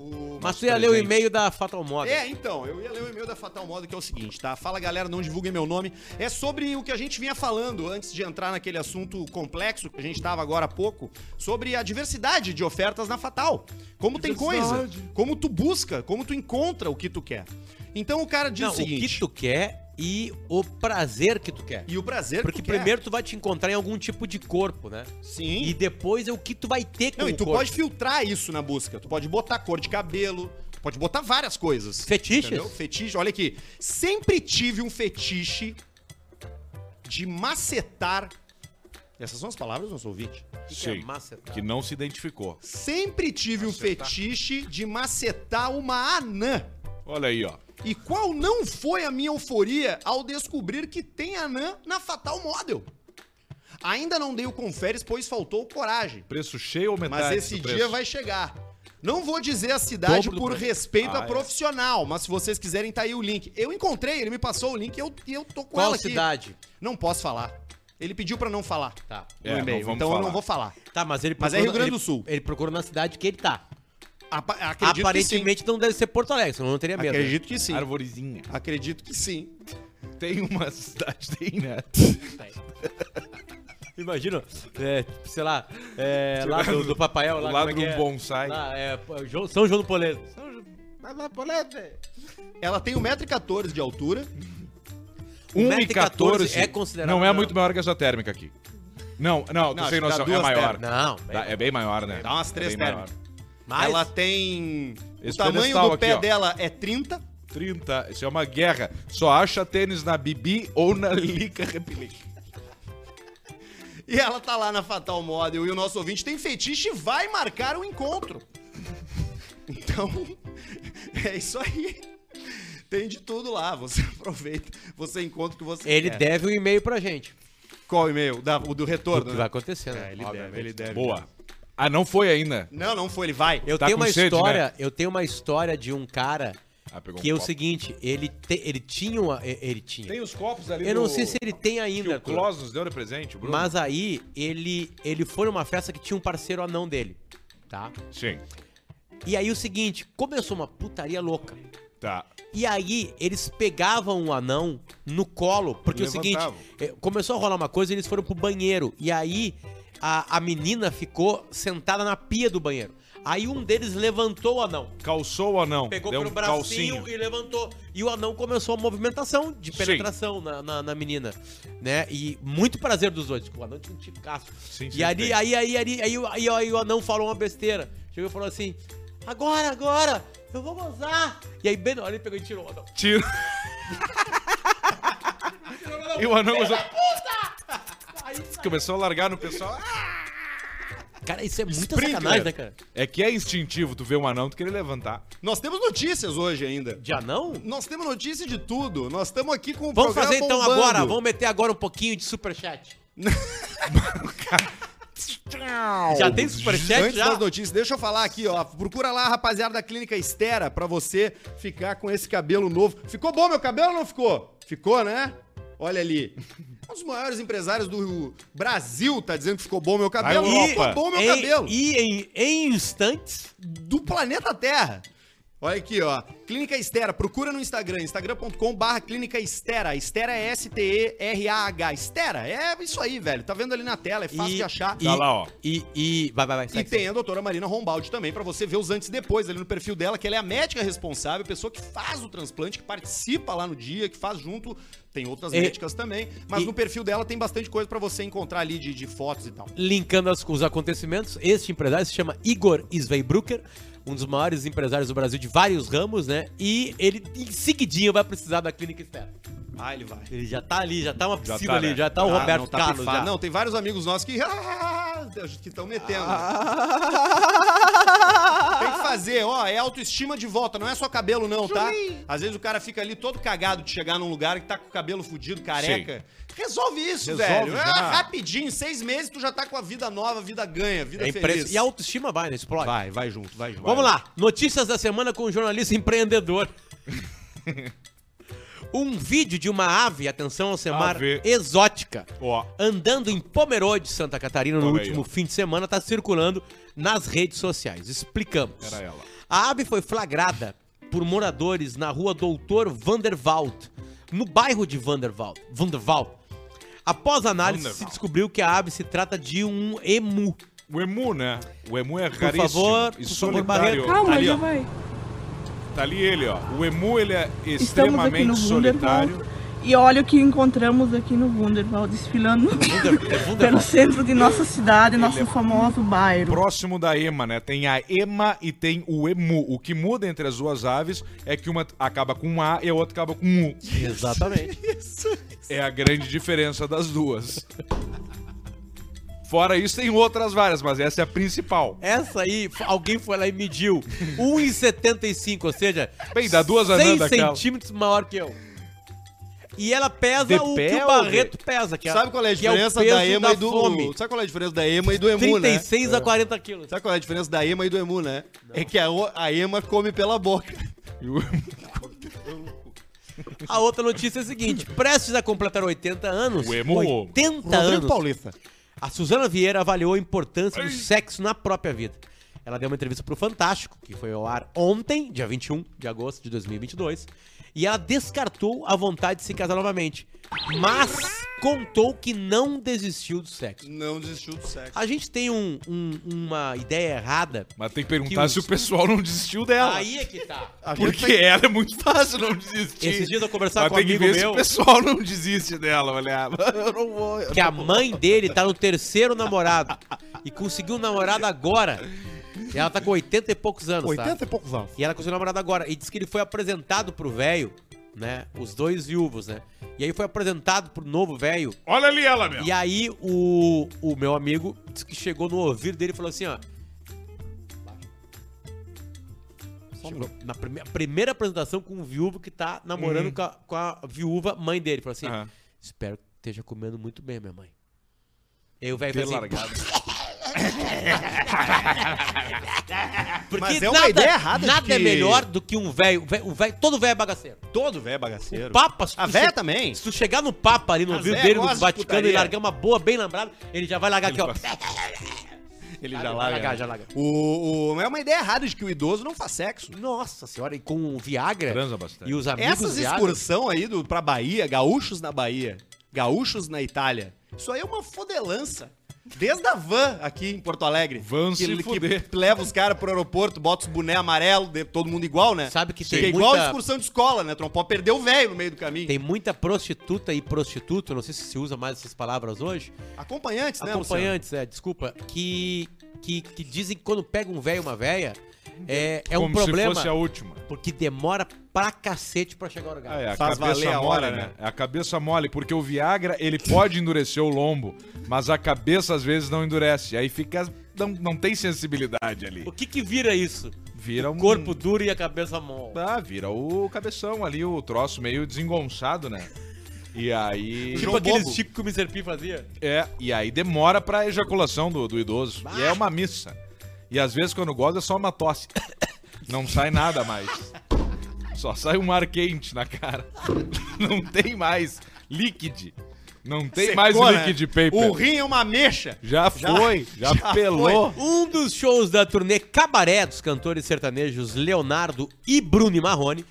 [SPEAKER 1] O-
[SPEAKER 3] Mas tu ia ler o
[SPEAKER 2] presente.
[SPEAKER 3] e-mail da Fatal Model.
[SPEAKER 1] É, então, eu ia ler o e-mail da Fatal Moda, que é o seguinte, tá? Fala galera, não divulguem meu nome. É sobre o que a gente vinha falando antes de entrar naquele assunto complexo que a gente tava agora há pouco, sobre a diversidade de ofertas na Fatal. Como tem coisa, como tu busca, como tu encontra o que tu quer. Então o cara diz
[SPEAKER 3] Não,
[SPEAKER 1] o
[SPEAKER 3] o
[SPEAKER 1] seguinte.
[SPEAKER 3] que tu quer e o prazer que tu quer.
[SPEAKER 1] E o prazer
[SPEAKER 3] Porque
[SPEAKER 1] que tu quer.
[SPEAKER 3] primeiro tu vai te encontrar em algum tipo de corpo, né?
[SPEAKER 1] Sim.
[SPEAKER 3] E depois é o que tu vai ter com
[SPEAKER 1] Não,
[SPEAKER 3] o
[SPEAKER 1] e tu
[SPEAKER 3] corpo.
[SPEAKER 1] pode filtrar isso na busca. Tu pode botar cor de cabelo, tu pode botar várias coisas.
[SPEAKER 3] Fetiches?
[SPEAKER 1] Entendeu? Fetiche, olha aqui. Sempre tive um fetiche de macetar. Essas são as palavras do nosso ouvinte.
[SPEAKER 3] Que que é
[SPEAKER 2] Sim.
[SPEAKER 3] macetar?
[SPEAKER 2] Que não se identificou.
[SPEAKER 1] Sempre tive um fetiche de macetar uma anã.
[SPEAKER 2] Olha aí, ó.
[SPEAKER 1] E qual não foi a minha euforia ao descobrir que tem anã na Fatal Model? Ainda não dei o conferes, pois faltou coragem.
[SPEAKER 2] Preço cheio ou metade?
[SPEAKER 1] Mas esse
[SPEAKER 2] do preço?
[SPEAKER 1] dia vai chegar. Não vou dizer a cidade
[SPEAKER 3] Dobro do
[SPEAKER 1] por
[SPEAKER 3] preço.
[SPEAKER 1] respeito
[SPEAKER 2] Ah,
[SPEAKER 1] a
[SPEAKER 2] é.
[SPEAKER 1] profissional, mas se vocês quiserem, tá aí o link. Eu encontrei, ele me passou o link e eu, e eu tô com
[SPEAKER 3] Qual
[SPEAKER 1] ela aqui.
[SPEAKER 3] cidade?
[SPEAKER 1] Não posso falar. Ele pediu pra não falar
[SPEAKER 3] Tá.
[SPEAKER 1] no
[SPEAKER 2] É, não
[SPEAKER 1] e-mail,
[SPEAKER 2] vamos
[SPEAKER 1] então eu
[SPEAKER 2] falar.
[SPEAKER 1] não vou falar.
[SPEAKER 3] Tá, mas ele
[SPEAKER 1] Mas é Rio Grande
[SPEAKER 3] ele-
[SPEAKER 1] do Sul.
[SPEAKER 3] Ele procurou na cidade que ele tá.
[SPEAKER 1] Apa- acredito
[SPEAKER 3] Aparentemente não deve ser Porto Alegre, senão eu não teria
[SPEAKER 2] é
[SPEAKER 1] que sim.
[SPEAKER 3] medo. né?
[SPEAKER 1] Acredito que sim.
[SPEAKER 2] Arvorezinha.
[SPEAKER 1] Acredito que sim.
[SPEAKER 2] Tem uma [laughs] cidade, tem, né?
[SPEAKER 3] Imagina, é, tipo, sei lá, é, lá do, do Papaiel, lá,
[SPEAKER 2] Lá
[SPEAKER 3] como é
[SPEAKER 2] de
[SPEAKER 3] que
[SPEAKER 2] um
[SPEAKER 3] é?
[SPEAKER 2] bonsai.
[SPEAKER 3] Lá, é, pô, Jo- São João do Poleto. São João do Poleto.
[SPEAKER 1] Ela tem 1,14m de altura.
[SPEAKER 3] 1,14 é considerado-
[SPEAKER 2] Um Não é muito maior que essa térmica aqui. Não, não, tô
[SPEAKER 1] Não,
[SPEAKER 2] sem
[SPEAKER 1] acho que dá
[SPEAKER 2] noção. É
[SPEAKER 1] duas
[SPEAKER 2] maior.
[SPEAKER 1] térmicas.
[SPEAKER 3] Não,
[SPEAKER 2] Dá- é bem maior, né?
[SPEAKER 1] Dá umas
[SPEAKER 2] É
[SPEAKER 1] três
[SPEAKER 2] bem maior.
[SPEAKER 1] térmicas.
[SPEAKER 3] mas
[SPEAKER 1] Ela tem.
[SPEAKER 2] Esse
[SPEAKER 1] o tamanho
[SPEAKER 2] pedestal
[SPEAKER 1] do
[SPEAKER 2] aqui,
[SPEAKER 1] pé
[SPEAKER 2] ó.
[SPEAKER 1] dela é 30.
[SPEAKER 2] 30. Isso é uma guerra. Só acha tênis na Bibi ou na [laughs] Lica Repelique.
[SPEAKER 1] E ela tá lá na Fatal Model e o nosso ouvinte tem fetiche e vai marcar o encontro. Então, [laughs] é isso aí. Tem de tudo lá. Você [laughs] aproveita, você encontra o que você
[SPEAKER 3] ele
[SPEAKER 1] quer.
[SPEAKER 3] deve um e-mail pra gente.
[SPEAKER 1] Qual o e-mail? Da- o do
[SPEAKER 3] O que
[SPEAKER 1] retorno,
[SPEAKER 3] vai
[SPEAKER 1] né?
[SPEAKER 3] acontecer, né?
[SPEAKER 1] É, ele deve, ele deve.
[SPEAKER 2] Boa. Ah, não foi ainda.
[SPEAKER 1] Não, não foi, ele vai.
[SPEAKER 3] Eu
[SPEAKER 2] Tá
[SPEAKER 3] tenho
[SPEAKER 2] com
[SPEAKER 3] uma
[SPEAKER 2] sede,
[SPEAKER 3] história, eu tenho uma história de um cara
[SPEAKER 2] Ah, pegou
[SPEAKER 3] que
[SPEAKER 2] um
[SPEAKER 3] é o
[SPEAKER 2] copo.
[SPEAKER 3] seguinte, ele te- ele tinha uma, e- ele tinha.
[SPEAKER 2] Tem os copos ali
[SPEAKER 3] eu não
[SPEAKER 2] no-
[SPEAKER 3] sei se ele tem
[SPEAKER 2] que
[SPEAKER 3] ainda,
[SPEAKER 2] o
[SPEAKER 3] Arthur.
[SPEAKER 2] Clós nos deu de presente, Bruno.
[SPEAKER 3] mas aí ele ele foi numa festa que tinha um parceiro anão dele, tá?
[SPEAKER 2] Sim,
[SPEAKER 3] E aí o seguinte, começou uma putaria louca.
[SPEAKER 2] tá.
[SPEAKER 3] E aí eles pegavam o anão no colo, porque é o seguinte,
[SPEAKER 2] Levantavam.
[SPEAKER 3] eh, começou a rolar uma coisa, e eles foram pro banheiro. E aí a, a menina ficou sentada na pia do banheiro. Aí um deles levantou o anão.
[SPEAKER 2] Calçou ou não?
[SPEAKER 3] Pegou
[SPEAKER 2] Deu
[SPEAKER 3] pelo
[SPEAKER 2] um
[SPEAKER 3] bracinho
[SPEAKER 2] calcinho.
[SPEAKER 3] e levantou. E o anão começou a movimentação de
[SPEAKER 2] Sim.
[SPEAKER 3] penetração na, na, na menina. Né? E muito prazer dos dois. O anão tinha um ticaço.
[SPEAKER 2] Sim,
[SPEAKER 3] e
[SPEAKER 2] sim,
[SPEAKER 3] ali,
[SPEAKER 2] tem.
[SPEAKER 3] aí, aí, aí, aí, o- aí, aí o anão falou uma besteira. Chegou e falou assim: agora, agora, eu vou gozar. E aí, bem na hora, ele pegou e tirou o anão.
[SPEAKER 2] [laughs] Tiro. e o anão começou,
[SPEAKER 3] Aí,
[SPEAKER 2] começou a largar no pessoal. Ah,
[SPEAKER 3] cara, isso é muita
[SPEAKER 2] Sprinkler.
[SPEAKER 3] sacanagem, né, cara?
[SPEAKER 2] É que é instintivo tu ver um anão, tu querer levantar.
[SPEAKER 1] Nós temos notícias hoje ainda.
[SPEAKER 3] De anão?
[SPEAKER 1] Nós temos notícia de tudo. Nós estamos aqui
[SPEAKER 2] Um
[SPEAKER 1] com o
[SPEAKER 3] Vamos
[SPEAKER 1] programa
[SPEAKER 3] fazer então
[SPEAKER 1] bombando.
[SPEAKER 3] agora, vamos meter agora um pouquinho de
[SPEAKER 2] [laughs]
[SPEAKER 3] superchat. já tem superchat
[SPEAKER 1] Antes
[SPEAKER 3] já?
[SPEAKER 1] das notícias, deixa eu falar aqui, ó. Procura lá, rapaziada da Clínica Estera, pra você
[SPEAKER 2] [laughs]
[SPEAKER 1] ficar com esse cabelo novo. Ficou bom meu cabelo ou não ficou? Ficou, né? Olha ali. Um dos maiores empresários do Brasil tá dizendo que ficou bom o meu
[SPEAKER 2] Vai,
[SPEAKER 1] cabelo.
[SPEAKER 2] Europa.
[SPEAKER 1] ficou bom o meu
[SPEAKER 3] em,
[SPEAKER 1] cabelo.
[SPEAKER 3] E em, em instantes,
[SPEAKER 1] do planeta Terra. Olha aqui, ó. Clínica Estera. Procura no Instagram, instagram.com barra Clínica Estera. Estera é S-T-E-R-A-H. Estera, é isso aí, velho. Tá vendo ali na tela, é fácil
[SPEAKER 3] E-
[SPEAKER 1] de achar.
[SPEAKER 3] e-
[SPEAKER 2] Tá lá, ó.
[SPEAKER 3] E, e- Vai, vai, vai.
[SPEAKER 1] E
[SPEAKER 3] segue,
[SPEAKER 1] tem a doutora Marina Rombaldi também, pra você ver os antes e depois ali no perfil dela, que ela é a médica responsável, pessoa que faz o transplante, que participa lá no dia, que faz junto. Tem outras
[SPEAKER 3] E-
[SPEAKER 1] médicas também, mas
[SPEAKER 3] e-
[SPEAKER 1] no perfil dela tem bastante coisa pra você encontrar ali de, de fotos e tal.
[SPEAKER 3] linkando as- os acontecimentos, este empresário se chama Igor Sveibrücker, um dos maiores empresários do Brasil de vários ramos, né? E ele em seguidinho vai precisar da clínica externa.
[SPEAKER 1] Ah, ele vai.
[SPEAKER 3] Ele já tá ali, já tá uma
[SPEAKER 2] Já
[SPEAKER 3] piscina
[SPEAKER 2] tá,
[SPEAKER 3] ali,
[SPEAKER 2] né?
[SPEAKER 3] já tá o
[SPEAKER 1] Ah,
[SPEAKER 3] Roberto
[SPEAKER 1] não, tá
[SPEAKER 3] Carlos
[SPEAKER 1] pifado.
[SPEAKER 3] já.
[SPEAKER 1] Não, tem vários amigos nossos que [laughs] ah, que estão metendo. Tem que
[SPEAKER 3] Ah.
[SPEAKER 1] fazer, ó, é autoestima de volta, não é só cabelo não, tá? Às vezes o cara fica ali todo cagado de chegar num lugar que tá com o cabelo fudido, careca. Resolve isso,
[SPEAKER 2] Resolve
[SPEAKER 1] velho.
[SPEAKER 2] já.
[SPEAKER 1] É, rapidinho, em seis meses tu já tá com a vida nova, vida ganha, vida
[SPEAKER 3] É
[SPEAKER 1] feliz.
[SPEAKER 3] impressionante. E a autoestima vai, né? Explode.
[SPEAKER 1] Vai, vai junto, vai junto.
[SPEAKER 3] Vamos lá. Notícias da semana com o
[SPEAKER 1] [laughs]
[SPEAKER 3] jornalista empreendedor. um vídeo de uma ave, atenção ao semar,
[SPEAKER 2] Ave.
[SPEAKER 3] exótica.
[SPEAKER 2] Ó.
[SPEAKER 3] andando em Pomerode, Santa Catarina, no
[SPEAKER 2] Olha aí,
[SPEAKER 3] último
[SPEAKER 2] ó.
[SPEAKER 3] fim de semana, está circulando nas redes sociais. Explicamos.
[SPEAKER 2] Era ela.
[SPEAKER 3] A ave foi flagrada por moradores na rua Doutor Vanderwald, no bairro de Vanderwald. Vanderwald. Após análise,
[SPEAKER 2] Vanderwald.
[SPEAKER 3] se descobriu que a ave se trata de um emu.
[SPEAKER 2] O emu, né? O emu é
[SPEAKER 3] Por
[SPEAKER 2] raríssimo.
[SPEAKER 3] favor,
[SPEAKER 2] e
[SPEAKER 3] por favor,
[SPEAKER 2] solitário.
[SPEAKER 3] Barreto.
[SPEAKER 2] tá,
[SPEAKER 5] Calma,
[SPEAKER 2] ali,
[SPEAKER 5] já
[SPEAKER 2] ó.
[SPEAKER 5] vai.
[SPEAKER 2] Tá ali ele, ó. O emu, ele é
[SPEAKER 5] Estamos aqui no
[SPEAKER 2] extremamente
[SPEAKER 5] Wunderwald.
[SPEAKER 2] solitário.
[SPEAKER 5] E olha o que encontramos aqui no Wunderwald, desfilando
[SPEAKER 2] é
[SPEAKER 5] [laughs] pelo centro de nossa cidade, nosso famoso bairro.
[SPEAKER 2] Próximo da ema, né? Tem a ema e tem o emu. O que muda entre as duas aves é que uma acaba com um A e a outra acaba com um U.
[SPEAKER 3] Exatamente.
[SPEAKER 2] É a grande diferença das duas. Fora isso, tem outras várias, mas essa é a principal.
[SPEAKER 3] Essa aí, f- alguém foi lá e mediu 1,75, ou seja,
[SPEAKER 2] Bem, dá duas
[SPEAKER 3] 6
[SPEAKER 2] anãs daquela.
[SPEAKER 3] centímetros maior que eu. E ela pesa
[SPEAKER 2] De
[SPEAKER 3] o
[SPEAKER 2] pé
[SPEAKER 3] que
[SPEAKER 2] ou
[SPEAKER 3] o Barreto pesa. Que
[SPEAKER 1] Sabe qual é a
[SPEAKER 3] que o
[SPEAKER 1] diferença
[SPEAKER 3] peso
[SPEAKER 1] da ema e do
[SPEAKER 3] fome?
[SPEAKER 1] Sabe qual é a diferença da ema e do emu, né?
[SPEAKER 3] 36 a 40 quilos.
[SPEAKER 1] Sabe qual é a diferença da ema e do emu, né? É que a, o- a ema come pela boca.
[SPEAKER 2] E o emu-
[SPEAKER 3] A outra notícia é a seguinte: prestes a completar 80 anos,
[SPEAKER 2] O emo.
[SPEAKER 3] 80
[SPEAKER 1] Rodrigo
[SPEAKER 3] anos,
[SPEAKER 1] Paulista.
[SPEAKER 3] a Suzana Vieira avaliou a importância do sexo na própria vida. Ela deu uma entrevista pro Fantástico, que foi ao ar ontem, dia 21 de agosto de 2022, e ela descartou a vontade de se casar novamente, mas contou que não desistiu do sexo.
[SPEAKER 1] Não desistiu do sexo.
[SPEAKER 3] A gente tem um- um- uma ideia errada.
[SPEAKER 2] Mas tem que perguntar
[SPEAKER 3] Que
[SPEAKER 2] se o
[SPEAKER 3] os-
[SPEAKER 2] pessoal não desistiu dela.
[SPEAKER 3] Aí é que tá.
[SPEAKER 1] A gente
[SPEAKER 2] Porque ela é muito fácil não desistir.
[SPEAKER 3] Esses dias eu conversava
[SPEAKER 2] Mas
[SPEAKER 3] com
[SPEAKER 2] tem
[SPEAKER 3] um
[SPEAKER 2] que
[SPEAKER 3] amigo
[SPEAKER 2] ver se
[SPEAKER 3] meu.
[SPEAKER 2] o pessoal não desiste dela, olha. Eu não vou. eu
[SPEAKER 3] que a mãe dele tá no terceiro namorado e conseguiu um namorado agora. E ela tá com 80 e poucos anos, 80?
[SPEAKER 1] 80 e poucos anos.
[SPEAKER 3] E ela conseguiu um namorado agora. E disse que ele foi apresentado pro velho, né? Os dois viúvos, né? E aí foi apresentado pro novo velho.
[SPEAKER 2] não- Olha ali ela,
[SPEAKER 1] É.
[SPEAKER 2] meu.
[SPEAKER 3] E aí o, o meu amigo disse que chegou no ouvido dele e falou assim, ó. Chegou um na prime- primeira apresentação com um viúvo que tá namorando
[SPEAKER 1] Hum.
[SPEAKER 3] com, a, com a viúva mãe dele. Falou assim:
[SPEAKER 2] Aham.
[SPEAKER 3] Espero que esteja comendo muito bem, minha mãe. E aí o velho
[SPEAKER 2] Ter
[SPEAKER 3] falou assim,
[SPEAKER 2] largado.
[SPEAKER 3] [laughs] Porque
[SPEAKER 1] Mas é uma
[SPEAKER 3] nada,
[SPEAKER 1] ideia errada de
[SPEAKER 3] nada é
[SPEAKER 1] que-
[SPEAKER 3] melhor do que um velho. o velho- O velho, todo velho é bagaceiro.
[SPEAKER 1] Todo velho é bagaceiro.
[SPEAKER 3] Papa, se
[SPEAKER 1] A
[SPEAKER 3] tu
[SPEAKER 1] véia
[SPEAKER 3] che-
[SPEAKER 1] também.
[SPEAKER 3] Se tu chegar no Papa ali no
[SPEAKER 1] A
[SPEAKER 3] ouvido
[SPEAKER 1] véia
[SPEAKER 3] dele no
[SPEAKER 1] gosta de
[SPEAKER 3] Vaticano e
[SPEAKER 1] putaria.
[SPEAKER 3] largar uma boa bem lembrada, ele já vai largar aqui, ó.
[SPEAKER 1] Ele
[SPEAKER 3] já larga, já larga.
[SPEAKER 1] O, o- é uma ideia errada de que o idoso não faz sexo.
[SPEAKER 3] Nossa senhora, e com o Viagra
[SPEAKER 2] Transa bastante.
[SPEAKER 3] e os amigos
[SPEAKER 1] Essas
[SPEAKER 3] Viagra,
[SPEAKER 1] excursão aí do, pra Bahia, gaúchos na Bahia, gaúchos na Itália, isso aí é uma fodelança. Desde a van aqui em Porto Alegre.
[SPEAKER 2] Van se
[SPEAKER 1] que,
[SPEAKER 2] fuder.
[SPEAKER 1] que leva os caras pro aeroporto, bota os boné amarelo, de- todo mundo igual, né?
[SPEAKER 3] Sabe que
[SPEAKER 1] Sim.
[SPEAKER 3] tem
[SPEAKER 1] é igual
[SPEAKER 3] muita-
[SPEAKER 1] a excursão de escola, né? Trompó perdeu o velho no meio do caminho.
[SPEAKER 3] Tem muita prostituta e prostituto, não sei se se usa mais essas palavras hoje.
[SPEAKER 1] Acompanhantes, né? Luciano?
[SPEAKER 3] acompanhantes, é, desculpa, que, que, que dizem que quando pega um velho e uma velha, é, é
[SPEAKER 2] Como
[SPEAKER 3] um problema.
[SPEAKER 2] se fosse a última.
[SPEAKER 3] Porque demora pra cacete pra chegar ao orgasmo.
[SPEAKER 2] Ah, é, a
[SPEAKER 1] Faz
[SPEAKER 2] cabeça
[SPEAKER 1] valer a
[SPEAKER 2] mole,
[SPEAKER 1] hora,
[SPEAKER 2] né?
[SPEAKER 1] né?
[SPEAKER 2] É a cabeça mole, porque o Viagra, ele pode endurecer o lombo, mas a cabeça às vezes não endurece. Aí fica. Não, não tem sensibilidade ali.
[SPEAKER 3] O que que vira isso?
[SPEAKER 2] Vira um.
[SPEAKER 3] Corpo duro e a cabeça mole.
[SPEAKER 2] Ah, vira o cabeção ali, o troço meio desengonçado, né? E aí.
[SPEAKER 3] Tipo
[SPEAKER 1] João
[SPEAKER 3] aqueles
[SPEAKER 1] Bobo.
[SPEAKER 3] chicos que o Mr. P fazia.
[SPEAKER 2] É, e aí demora pra ejaculação do, do idoso. E é uma missa. E às vezes quando goza é só uma tosse. [coughs] Não sai nada mais. [laughs] Só sai um ar quente na cara. Não tem mais. Líquido. Não tem mais o
[SPEAKER 1] Secou, né?
[SPEAKER 2] liquid paper.
[SPEAKER 1] O rim é uma mecha.
[SPEAKER 2] Já foi,
[SPEAKER 3] [laughs]
[SPEAKER 2] já, pelou.
[SPEAKER 3] Um dos shows da turnê Cabaré dos cantores sertanejos Leonardo e Bruni Marrone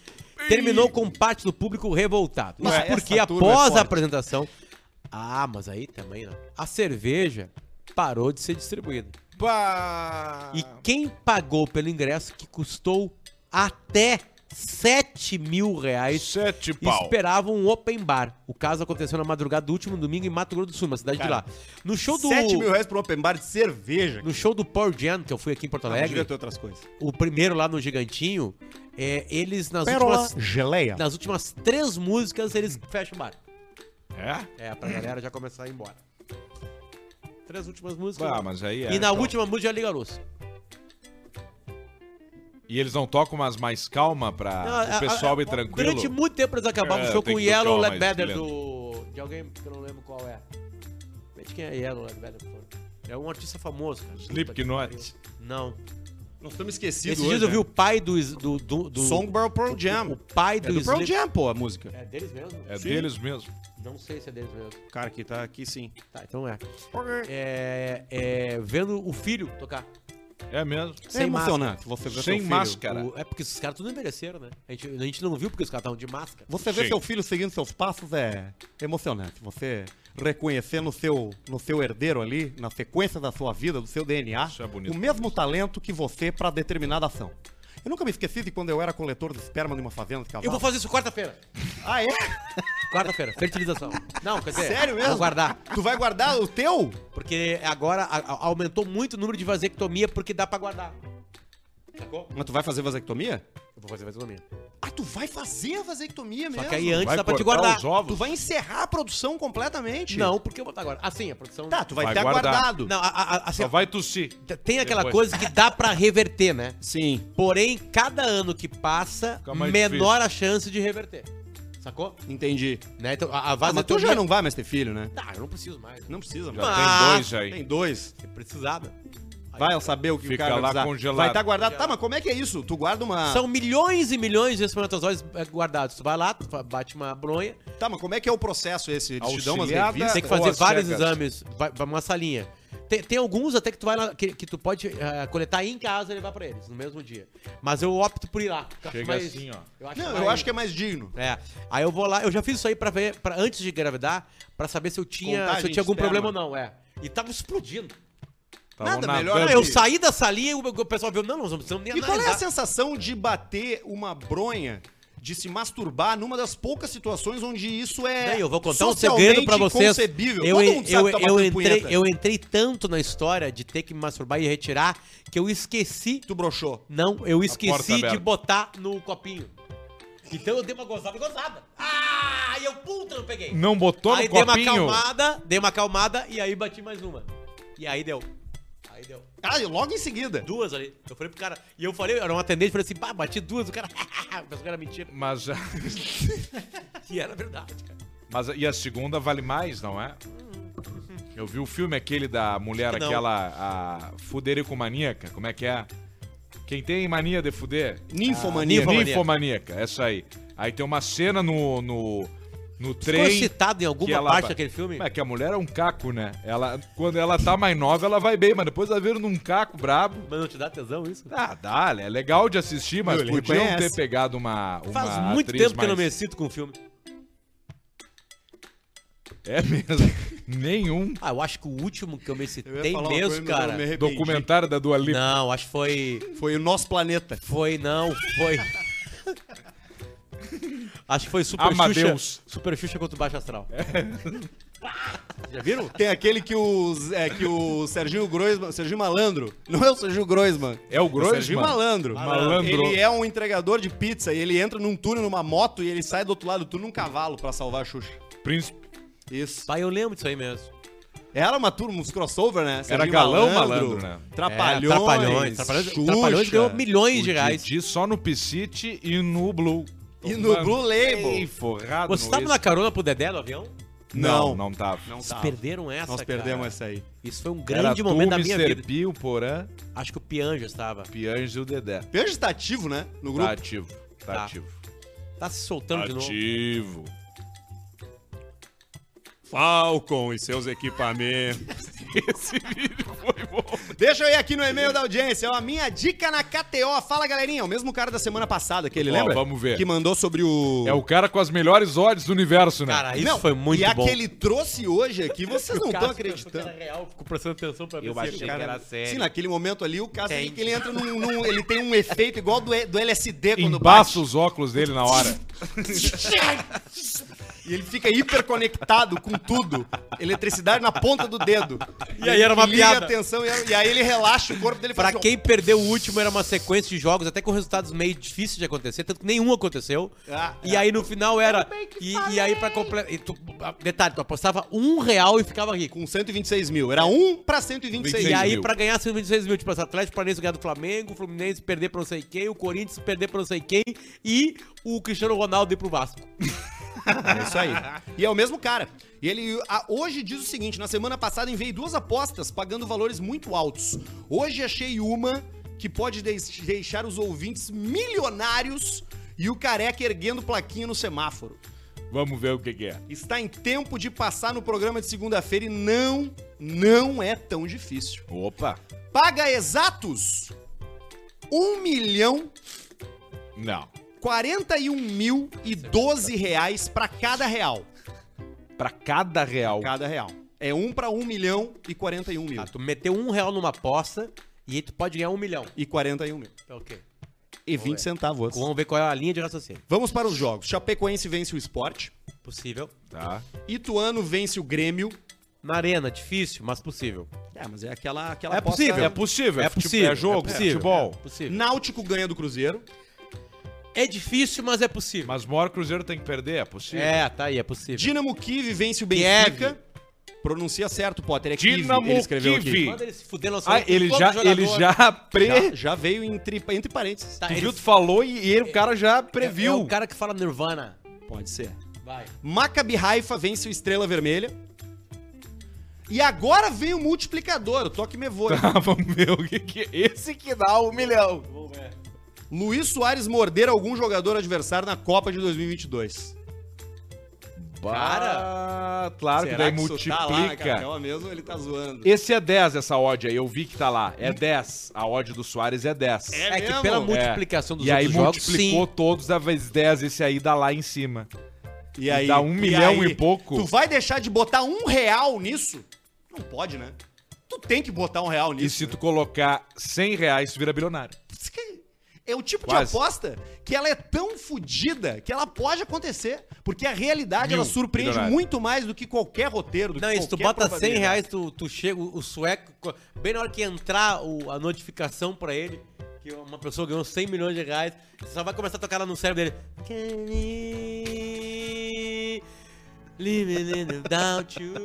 [SPEAKER 3] terminou com parte do público revoltado. Isso
[SPEAKER 2] Ué,
[SPEAKER 3] porque
[SPEAKER 2] essa turma é
[SPEAKER 3] após
[SPEAKER 2] forte.
[SPEAKER 3] a apresentação. Ah, mas aí também, né? A cerveja parou de ser distribuída.
[SPEAKER 2] Pá.
[SPEAKER 3] E quem pagou pelo ingresso que custou até 7 mil reais
[SPEAKER 2] Sete
[SPEAKER 3] e
[SPEAKER 2] pau.
[SPEAKER 3] esperava um open bar. O caso aconteceu na madrugada do último domingo em Mato Grosso do Sul, uma cidade
[SPEAKER 1] Cara,
[SPEAKER 3] de lá. No show do
[SPEAKER 1] 7 mil reais por um open bar de cerveja.
[SPEAKER 3] no show do Paul Jam, que eu fui aqui em Porto
[SPEAKER 1] Não
[SPEAKER 3] Alegre,
[SPEAKER 1] devia ter outras coisas.
[SPEAKER 3] o primeiro lá no Gigantinho, é, eles nas
[SPEAKER 1] Pérola
[SPEAKER 3] últimas
[SPEAKER 1] geleia.
[SPEAKER 3] nas últimas três músicas eles
[SPEAKER 2] Hum.
[SPEAKER 3] fecham o bar.
[SPEAKER 2] É?
[SPEAKER 3] É, pra galera já começar a ir embora. Três últimas músicas.
[SPEAKER 2] Ah, mas aí é,
[SPEAKER 3] e na
[SPEAKER 2] então.
[SPEAKER 3] última música já liga a luz.
[SPEAKER 2] E eles não tocam umas mais calma pra
[SPEAKER 3] Não, a-
[SPEAKER 2] Ah, o pessoal
[SPEAKER 3] a-
[SPEAKER 2] ir tranquilo?
[SPEAKER 3] Durante muito tempo eles acabavam
[SPEAKER 2] É,
[SPEAKER 3] o show
[SPEAKER 2] tem
[SPEAKER 3] com
[SPEAKER 2] que
[SPEAKER 3] Yellow
[SPEAKER 2] tocar
[SPEAKER 3] Led
[SPEAKER 2] mais
[SPEAKER 3] Better
[SPEAKER 2] lento.
[SPEAKER 3] do. De alguém que eu não lembro qual é. Mete quem é Yellow Led Better, por favor. É um artista famoso, cara.
[SPEAKER 2] Slipknot.
[SPEAKER 3] Não.
[SPEAKER 1] Nós estamos esquecidos
[SPEAKER 3] Esses
[SPEAKER 2] né?
[SPEAKER 3] dias eu vi o pai do. is- do, do, do
[SPEAKER 1] Songbird Pearl
[SPEAKER 3] O
[SPEAKER 1] Jam.
[SPEAKER 3] pai do,
[SPEAKER 1] É do Pearl
[SPEAKER 3] Slip-
[SPEAKER 1] Jam, pô, a música.
[SPEAKER 3] É deles mesmo?
[SPEAKER 2] É deles mesmo.
[SPEAKER 3] Não sei se é deles mesmo.
[SPEAKER 1] O cara que tá aqui, sim.
[SPEAKER 3] Tá, então é.
[SPEAKER 1] um-
[SPEAKER 3] É, é vendo o filho tocar.
[SPEAKER 2] É mesmo.
[SPEAKER 1] É emocionante. Você vê
[SPEAKER 2] Sem
[SPEAKER 1] seu filho.
[SPEAKER 2] máscara.
[SPEAKER 3] O- é porque esses caras tudo envelheceram, né? A gente, a gente não viu porque os caras estavam de máscara.
[SPEAKER 1] Você vê
[SPEAKER 2] Sim.
[SPEAKER 1] seu filho seguindo seus passos é emocionante. Você reconhecer no seu, no seu herdeiro ali, na sequência da sua vida, do seu DNA,
[SPEAKER 2] Isso é bonito.
[SPEAKER 1] o mesmo talento que você pra determinada ação. Eu nunca me esqueci de quando eu era coletor de esperma numa fazenda de
[SPEAKER 3] Eu
[SPEAKER 1] cavalo.
[SPEAKER 3] vou fazer isso quarta-feira.
[SPEAKER 1] Ah, é?
[SPEAKER 3] Quarta-feira, fertilização. Não, quer dizer,
[SPEAKER 1] Sério mesmo?
[SPEAKER 3] Vou guardar.
[SPEAKER 1] Tu vai guardar o teu?
[SPEAKER 3] Porque agora a- a- aumentou muito o número de vasectomia porque dá pra guardar. Sacou?
[SPEAKER 1] Mas tu vai fazer vasectomia?
[SPEAKER 3] Eu vou fazer vasectomia.
[SPEAKER 1] Ah, tu vai fazer a vasectomia mesmo?
[SPEAKER 3] Só que aí antes
[SPEAKER 2] Vai
[SPEAKER 3] dá pra te
[SPEAKER 2] cortar
[SPEAKER 3] guardar.
[SPEAKER 2] os ovos?
[SPEAKER 1] Tu vai encerrar a produção completamente?
[SPEAKER 3] Não, porque eu vou botar agora. Assim, a produção.
[SPEAKER 1] Tá, tu vai,
[SPEAKER 2] Vai
[SPEAKER 1] ter
[SPEAKER 2] guardar.
[SPEAKER 1] guardado.
[SPEAKER 3] Não, a, a- a- assim,
[SPEAKER 2] Só vai tossir.
[SPEAKER 3] tem aquela
[SPEAKER 2] Depois.
[SPEAKER 3] coisa que dá pra reverter, né?
[SPEAKER 1] Sim,
[SPEAKER 3] Porém, cada ano que passa,
[SPEAKER 2] Fica mais
[SPEAKER 3] menor a chance de reverter. Sacou?
[SPEAKER 1] entendi.
[SPEAKER 3] Né? Então, a, a
[SPEAKER 1] Ah, mas tu
[SPEAKER 3] vasectomia.
[SPEAKER 1] já não vai mais ter filho, né?
[SPEAKER 3] Tá, eu não preciso mais. Não
[SPEAKER 1] Não precisa,
[SPEAKER 2] Já
[SPEAKER 1] mais.
[SPEAKER 3] Mas- é
[SPEAKER 2] tem dois aí.
[SPEAKER 1] Tem dois.
[SPEAKER 3] precisava.
[SPEAKER 1] Vai ao saber o que
[SPEAKER 2] Fica
[SPEAKER 1] o cara vai
[SPEAKER 2] lá
[SPEAKER 1] precisar.
[SPEAKER 2] congelado.
[SPEAKER 1] Vai estar guardado. Tá, mas como é que é isso? Tu guarda uma.
[SPEAKER 3] São milhões e milhões de espermatozoides eh, guardados. Tu vai lá, tu fa- bate uma bronha,
[SPEAKER 1] Tá, mas como é que é o processo esse? Eles te dão umas
[SPEAKER 2] Auxiliada-
[SPEAKER 1] revistas?
[SPEAKER 3] tem que
[SPEAKER 2] Ou
[SPEAKER 3] fazer
[SPEAKER 2] às
[SPEAKER 3] vários
[SPEAKER 2] cegas.
[SPEAKER 3] exames, vai, vai uma salinha. Tem, tem alguns até que tu vai lá, que, que tu pode eh, coletar aí em casa e levar pra eles no mesmo dia. Mas eu opto por ir lá. porque eu acho
[SPEAKER 2] Chega
[SPEAKER 3] mais-
[SPEAKER 2] assim, ó.
[SPEAKER 3] Eu acho
[SPEAKER 1] Não,
[SPEAKER 3] mais-
[SPEAKER 1] eu acho que é mais digno.
[SPEAKER 3] É. Aí eu vou lá, eu já fiz isso aí para ver, para antes de engravidar, pra saber se eu tinha,
[SPEAKER 1] Contagem
[SPEAKER 3] se eu tinha algum
[SPEAKER 1] externa.
[SPEAKER 3] problema ou não, é. E tava explodindo.
[SPEAKER 2] Tava
[SPEAKER 1] Nada
[SPEAKER 2] nadando.
[SPEAKER 1] melhor
[SPEAKER 3] Não, eu saí da salinha e o o pessoal viu, não, não precisamos nem
[SPEAKER 1] E qual é a
[SPEAKER 3] analisar.
[SPEAKER 1] sensação de bater uma bronha, de se masturbar numa das poucas situações onde isso é.
[SPEAKER 3] Não, eu vou contar um
[SPEAKER 1] socialmente
[SPEAKER 3] segredo pra vocês.
[SPEAKER 1] Concebível.
[SPEAKER 3] Eu,
[SPEAKER 1] Todo mundo sabe
[SPEAKER 3] eu,
[SPEAKER 1] que tá
[SPEAKER 3] eu,
[SPEAKER 1] batendo
[SPEAKER 3] entrei,
[SPEAKER 1] punheta.
[SPEAKER 3] eu entrei tanto na história de ter que me masturbar e retirar que eu esqueci.
[SPEAKER 1] Tu broxou.
[SPEAKER 3] Não, eu
[SPEAKER 2] porta
[SPEAKER 3] esqueci
[SPEAKER 2] aberta.
[SPEAKER 3] de botar no copinho. Então eu dei uma gozada gozada. Ah, e eu puta, não peguei.
[SPEAKER 2] Não botou
[SPEAKER 3] aí
[SPEAKER 2] no
[SPEAKER 3] dei uma
[SPEAKER 2] um copinho?
[SPEAKER 3] acalmada, dei uma acalmada e aí bati mais uma. E aí deu. Aí deu.
[SPEAKER 1] Ah, e logo em seguida.
[SPEAKER 3] Duas ali. Eu falei pro cara. E eu falei, era um atendente, falei assim, pá, bati duas, o cara. [laughs] Mas o cara mentira.
[SPEAKER 2] Mas, [laughs] a-
[SPEAKER 3] E era verdade, cara.
[SPEAKER 2] mas a- e a segunda vale mais, não é? Eu vi o filme aquele da mulher,
[SPEAKER 3] Acho que não.
[SPEAKER 2] aquela a fudericomaníaca, como é que é? Quem tem mania de fuder?
[SPEAKER 3] Ah.
[SPEAKER 1] Ninfomania.
[SPEAKER 3] ninfo- Ninfomaníaca.
[SPEAKER 2] Ninfomaníaca, essa aí. Aí tem uma cena no, no, no
[SPEAKER 3] Ficou
[SPEAKER 2] trem...
[SPEAKER 3] citado em
[SPEAKER 2] que
[SPEAKER 3] alguma
[SPEAKER 2] ela-
[SPEAKER 3] parte daquele filme?
[SPEAKER 2] É que a mulher é um caco, né? Ela, quando ela tá mais nova, ela vai bem, mas depois ela vira num caco brabo.
[SPEAKER 3] Mas não te dá tesão isso?
[SPEAKER 2] Ah, dá, é legal de assistir, mas
[SPEAKER 1] Ele
[SPEAKER 2] podiam
[SPEAKER 1] reconhece.
[SPEAKER 2] ter pegado uma, uma
[SPEAKER 3] Faz muito
[SPEAKER 2] atriz
[SPEAKER 3] tempo que eu não me
[SPEAKER 2] mais-
[SPEAKER 3] excito com o filme.
[SPEAKER 2] É
[SPEAKER 3] [laughs]
[SPEAKER 2] mesmo. Nenhum
[SPEAKER 3] Ah, eu acho que o último que eu me
[SPEAKER 1] Eu ia
[SPEAKER 3] excitei
[SPEAKER 1] falar uma coisa,
[SPEAKER 3] mesmo,
[SPEAKER 1] mas eu
[SPEAKER 3] cara.
[SPEAKER 1] me arrependi.
[SPEAKER 2] documentário da Dua Lipa.
[SPEAKER 3] Não, acho que foi.
[SPEAKER 1] Foi o nosso planeta.
[SPEAKER 3] Foi, não, foi. acho que foi Super
[SPEAKER 2] Amadeus.
[SPEAKER 3] Xuxa. Super Xuxa contra o Baixo Astral. Já viram?
[SPEAKER 1] Tem aquele que o, é, que o Serginho Groisman, Serginho Malandro, não é o Serginho Groisman.
[SPEAKER 2] É o Groisman?
[SPEAKER 1] Serginho Malandro.
[SPEAKER 2] Malandro.
[SPEAKER 1] Ele é um entregador de pizza e ele entra num túnel numa moto e ele sai do outro lado do túnel num cavalo pra salvar a Xuxa.
[SPEAKER 2] Príncipe.
[SPEAKER 1] Isso.
[SPEAKER 3] Pai, eu lembro disso aí mesmo.
[SPEAKER 1] Era uma turma, uns crossover, né?
[SPEAKER 2] galão, malandro, né?
[SPEAKER 1] Trapalhões,
[SPEAKER 3] É, Trapalhões. Trapalhões,
[SPEAKER 1] Xuxa.
[SPEAKER 3] Trapalhões ganhou milhões de
[SPEAKER 2] O
[SPEAKER 3] reais.
[SPEAKER 2] Didi só no Piscite e no Blue.
[SPEAKER 1] E no Blue Label.
[SPEAKER 2] Ei, forrado
[SPEAKER 3] Você
[SPEAKER 2] no
[SPEAKER 3] tava
[SPEAKER 2] ex-
[SPEAKER 3] na carona pro Dedé no avião?
[SPEAKER 2] Não,
[SPEAKER 1] Não,
[SPEAKER 2] não tava.
[SPEAKER 1] não
[SPEAKER 3] Vocês
[SPEAKER 1] tá.
[SPEAKER 3] perderam essa,
[SPEAKER 1] Nós
[SPEAKER 3] cara.
[SPEAKER 1] perdemos essa aí.
[SPEAKER 3] Isso foi um
[SPEAKER 2] Era
[SPEAKER 3] grande
[SPEAKER 2] tu,
[SPEAKER 3] momento da minha
[SPEAKER 2] Mr.
[SPEAKER 3] vida.
[SPEAKER 2] Pio, Porã,
[SPEAKER 3] Acho que o Pianja estava.
[SPEAKER 2] Pianjo e o Dedé. Tá
[SPEAKER 1] Pianjo tá ativo, né? No grupo.
[SPEAKER 2] ativo. Tá,
[SPEAKER 3] Tá.
[SPEAKER 2] ativo.
[SPEAKER 3] Tá se soltando de novo.
[SPEAKER 2] ativo.
[SPEAKER 1] Falcon e seus equipamentos. Deixa eu ir aqui no e-mail da audiência, ó. A minha dica na KTO. Fala, galerinha. É O mesmo cara da semana passada que ele
[SPEAKER 2] Ó,
[SPEAKER 1] lembra?
[SPEAKER 2] vamos ver.
[SPEAKER 1] Que mandou sobre o.
[SPEAKER 2] É o cara com as melhores odds do universo, né?
[SPEAKER 3] Cara, isso foi muito
[SPEAKER 1] e
[SPEAKER 3] bom.
[SPEAKER 1] E aquele trouxe hoje aqui, vocês não estão acreditando.
[SPEAKER 3] real, fico prestando atenção pra ver
[SPEAKER 1] achei que era
[SPEAKER 3] sério.
[SPEAKER 1] Sim, naquele momento ali, o caso é que ele entra num, num- Ele tem um efeito igual do, E- do LSD quando
[SPEAKER 2] Embaça os óculos dele na hora.
[SPEAKER 1] bate. [laughs] E ele fica hiperconectado com tudo. Eletricidade na ponta do dedo.
[SPEAKER 3] [laughs] E aí era uma
[SPEAKER 1] Ele liga
[SPEAKER 3] piada.
[SPEAKER 1] a atenção e, e aí ele relaxa o corpo dele e fala assim,
[SPEAKER 3] Pra
[SPEAKER 1] ó,
[SPEAKER 3] quem perdeu o último, era uma sequência de jogos, até com resultados meio difíceis de acontecer, tanto que nenhum aconteceu.
[SPEAKER 1] Ah,
[SPEAKER 3] e aí no final era. E, e aí pra completar. Detalhe, tu apostava um real e ficava rico.
[SPEAKER 1] Com 126 mil. Era um pra 126
[SPEAKER 3] E
[SPEAKER 1] mil.
[SPEAKER 3] aí,
[SPEAKER 2] mil.
[SPEAKER 3] pra ganhar 126 mil, tipo, esse Atlético Paranaense ganhar do Flamengo, o Fluminense perder pra não sei quem, o Corinthians perder pra não sei quem e o Cristiano Ronaldo ir pro Vasco.
[SPEAKER 1] É isso aí. E é o mesmo cara. E ele a- hoje diz o seguinte: na semana passada enviei duas apostas pagando valores muito altos. Hoje achei uma que pode deix- deixar os ouvintes milionários e o careca erguendo plaquinha no semáforo.
[SPEAKER 2] Vamos ver o que, que é.
[SPEAKER 1] Está em tempo de passar no programa de segunda-feira e não, não é tão difícil.
[SPEAKER 2] Opa.
[SPEAKER 1] Paga exatos 1 milhão
[SPEAKER 2] Não.
[SPEAKER 1] 41 mil e 12 reais para cada real.
[SPEAKER 2] Pra cada real.
[SPEAKER 1] Cada real. É um pra 1 milhão e 41 mil.
[SPEAKER 3] Tá, tu meteu um real numa aposta e aí tu pode ganhar um milhão.
[SPEAKER 1] E 41 mil.
[SPEAKER 3] Tá ok.
[SPEAKER 1] E 20 centavos.
[SPEAKER 3] Vamos ver qual é a linha de raciocínio.
[SPEAKER 1] Vamos para os jogos. Chapecoense vence o esporte.
[SPEAKER 3] Possível.
[SPEAKER 2] Tá.
[SPEAKER 1] Ituano vence o Grêmio.
[SPEAKER 3] Na arena, difícil, mas possível.
[SPEAKER 1] É, mas é aquela, aquela
[SPEAKER 3] É
[SPEAKER 1] aposta-
[SPEAKER 3] possível.
[SPEAKER 2] É possível.
[SPEAKER 3] É
[SPEAKER 2] fute-
[SPEAKER 3] possível.
[SPEAKER 2] É jogo,
[SPEAKER 3] é possível,
[SPEAKER 2] futebol.
[SPEAKER 3] É, possível.
[SPEAKER 1] Náutico ganha do Cruzeiro.
[SPEAKER 3] É difícil, mas é possível.
[SPEAKER 2] Mas o maior Cruzeiro tem que perder, é possível.
[SPEAKER 3] É, tá aí, é possível.
[SPEAKER 1] Dinamo Kiev vence o Benfica. Pronuncia certo, Potter. É
[SPEAKER 2] Dinamo
[SPEAKER 1] Kiev, ele escreveu aqui.
[SPEAKER 2] Kiev.
[SPEAKER 3] Manda ele se fuder, nós
[SPEAKER 2] Ah,
[SPEAKER 3] somos
[SPEAKER 2] ele
[SPEAKER 3] todo
[SPEAKER 2] já,
[SPEAKER 3] jogador.
[SPEAKER 2] ele já pre...
[SPEAKER 1] Já, já veio entre, entre parênteses.
[SPEAKER 3] Tá,
[SPEAKER 2] Tu
[SPEAKER 3] ele
[SPEAKER 2] viu, tu falou e ele, o cara já
[SPEAKER 3] É, é
[SPEAKER 2] previu.
[SPEAKER 3] o cara que fala Nirvana.
[SPEAKER 1] Pode ser.
[SPEAKER 3] Vai.
[SPEAKER 1] Maccabi Haifa vence o Estrela Vermelha. E agora vem o multiplicador, o toque me voa.
[SPEAKER 2] [laughs] Ah, Vamos ver o que, que é. Esse que dá um milhão.
[SPEAKER 1] Luiz Soares morder algum jogador adversário na Copa de 2022.
[SPEAKER 2] Cara, Ah, claro que daí
[SPEAKER 1] tá
[SPEAKER 2] multiplica.
[SPEAKER 1] mesmo, ele tá zoando.
[SPEAKER 2] Esse é 10, essa odd aí. Eu vi que tá lá. É 10. A odd do Soares é 10.
[SPEAKER 1] É
[SPEAKER 3] É, que
[SPEAKER 1] mesmo?
[SPEAKER 3] pela
[SPEAKER 1] É.
[SPEAKER 3] multiplicação dos
[SPEAKER 2] e aí
[SPEAKER 3] outros jogos,
[SPEAKER 2] multiplicou todos da vez 10. Esse aí dá lá em cima.
[SPEAKER 1] E aí,
[SPEAKER 2] Dá um milhão
[SPEAKER 1] aí,
[SPEAKER 2] e pouco.
[SPEAKER 1] Tu vai deixar de botar um real nisso? Não pode, né? Tu tem que botar um real
[SPEAKER 2] E
[SPEAKER 1] nisso.
[SPEAKER 2] se tu colocar 100 reais, tu vira bilionário.
[SPEAKER 1] Isso que- É o tipo de
[SPEAKER 2] Quase.
[SPEAKER 1] aposta que ela é tão fodida que ela pode acontecer. Porque a realidade,
[SPEAKER 2] Mil
[SPEAKER 1] ela surpreende
[SPEAKER 2] milionário.
[SPEAKER 1] muito mais do que qualquer roteiro. Do
[SPEAKER 3] Não,
[SPEAKER 1] que
[SPEAKER 3] isso, tu
[SPEAKER 1] qualquer
[SPEAKER 3] bota 100
[SPEAKER 1] probabilidade.
[SPEAKER 3] reais, tu, tu chega, o sueco, co- bem na hora que entrar o- a notificação pra ele, que uma pessoa ganhou 100 milhões de reais, você só vai começar a tocar lá no cérebro dele. Can you live in without you?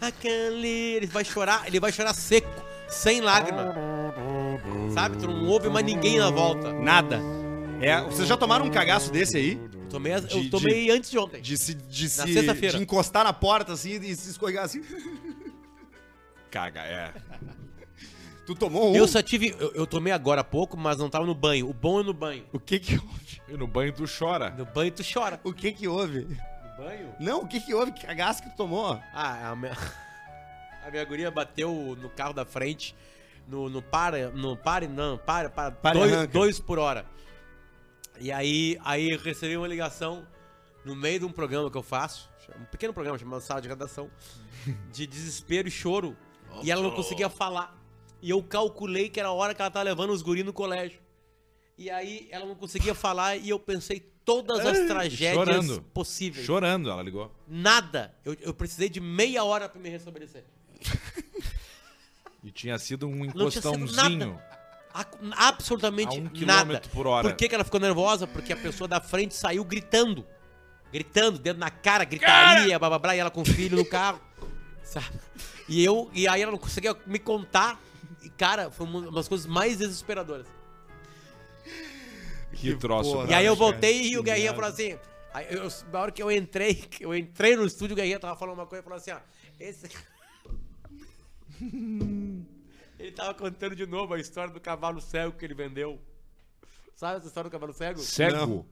[SPEAKER 3] I can't live. Ele vai chorar, ele vai chorar seco, sem lágrima. Sabe, tu não ouve mais ninguém na volta.
[SPEAKER 1] Nada. É, vocês já tomaram um cagaço desse aí?
[SPEAKER 3] Eu tomei, as-
[SPEAKER 1] De-
[SPEAKER 3] eu tomei antes de ontem.
[SPEAKER 1] De se, de
[SPEAKER 3] Na
[SPEAKER 1] se-
[SPEAKER 3] sexta-feira.
[SPEAKER 1] de encostar na porta assim e se escorregar assim.
[SPEAKER 2] Caga, é.
[SPEAKER 1] Tu tomou um?
[SPEAKER 3] Eu só tive, eu, eu tomei agora há pouco, mas não tava no banho. O bom é no banho.
[SPEAKER 1] O que que houve?
[SPEAKER 2] E no banho tu chora.
[SPEAKER 3] No banho tu chora.
[SPEAKER 1] O que que houve?
[SPEAKER 3] No banho?
[SPEAKER 1] Não, o que que houve? Que cagaço que tu tomou?
[SPEAKER 3] Ah, a minha, [laughs] a minha guria bateu no carro da frente, no, no para, no pare, não, para, para,
[SPEAKER 1] Para e
[SPEAKER 3] dois,
[SPEAKER 1] arranca.
[SPEAKER 3] dois por hora. E aí, aí eu recebi uma ligação no meio de um programa que eu faço, um pequeno programa chamado Sala de Redação, de desespero e choro, e ela não conseguia falar. E eu calculei que era a hora que ela tava levando os guris no colégio. E aí ela não conseguia falar e eu pensei todas as tragédias
[SPEAKER 2] chorando.
[SPEAKER 3] possíveis.
[SPEAKER 2] Chorando, ela ligou.
[SPEAKER 3] Nada. Eu, eu precisei de meia hora pra me restabelecer.
[SPEAKER 2] E tinha sido um
[SPEAKER 3] Não tinha sido
[SPEAKER 2] encostãozinho.
[SPEAKER 3] A- absolutamente
[SPEAKER 2] A um
[SPEAKER 3] nada.
[SPEAKER 2] quilômetro por hora.
[SPEAKER 3] Por que, que ela ficou nervosa? Porque a pessoa da frente saiu gritando. Gritando, dedo na cara, gritaria, blá blá blá, e ela com o filho no carro. [laughs] sabe? E eu, e aí ela não conseguia me contar. E, cara, foi uma das coisas mais desesperadoras.
[SPEAKER 2] Que troço.
[SPEAKER 1] porra.
[SPEAKER 3] E aí eu
[SPEAKER 1] Caraca,
[SPEAKER 3] voltei e o Guerrinha falou assim. Aí eu, na hora que eu entrei, que eu entrei no estúdio, o Guerrinha tava falando uma coisa e falou assim, ó. Esse. [laughs] ele tava contando de novo a história do cavalo cego que ele vendeu. Sabe essa história do cavalo cego?
[SPEAKER 2] Cego.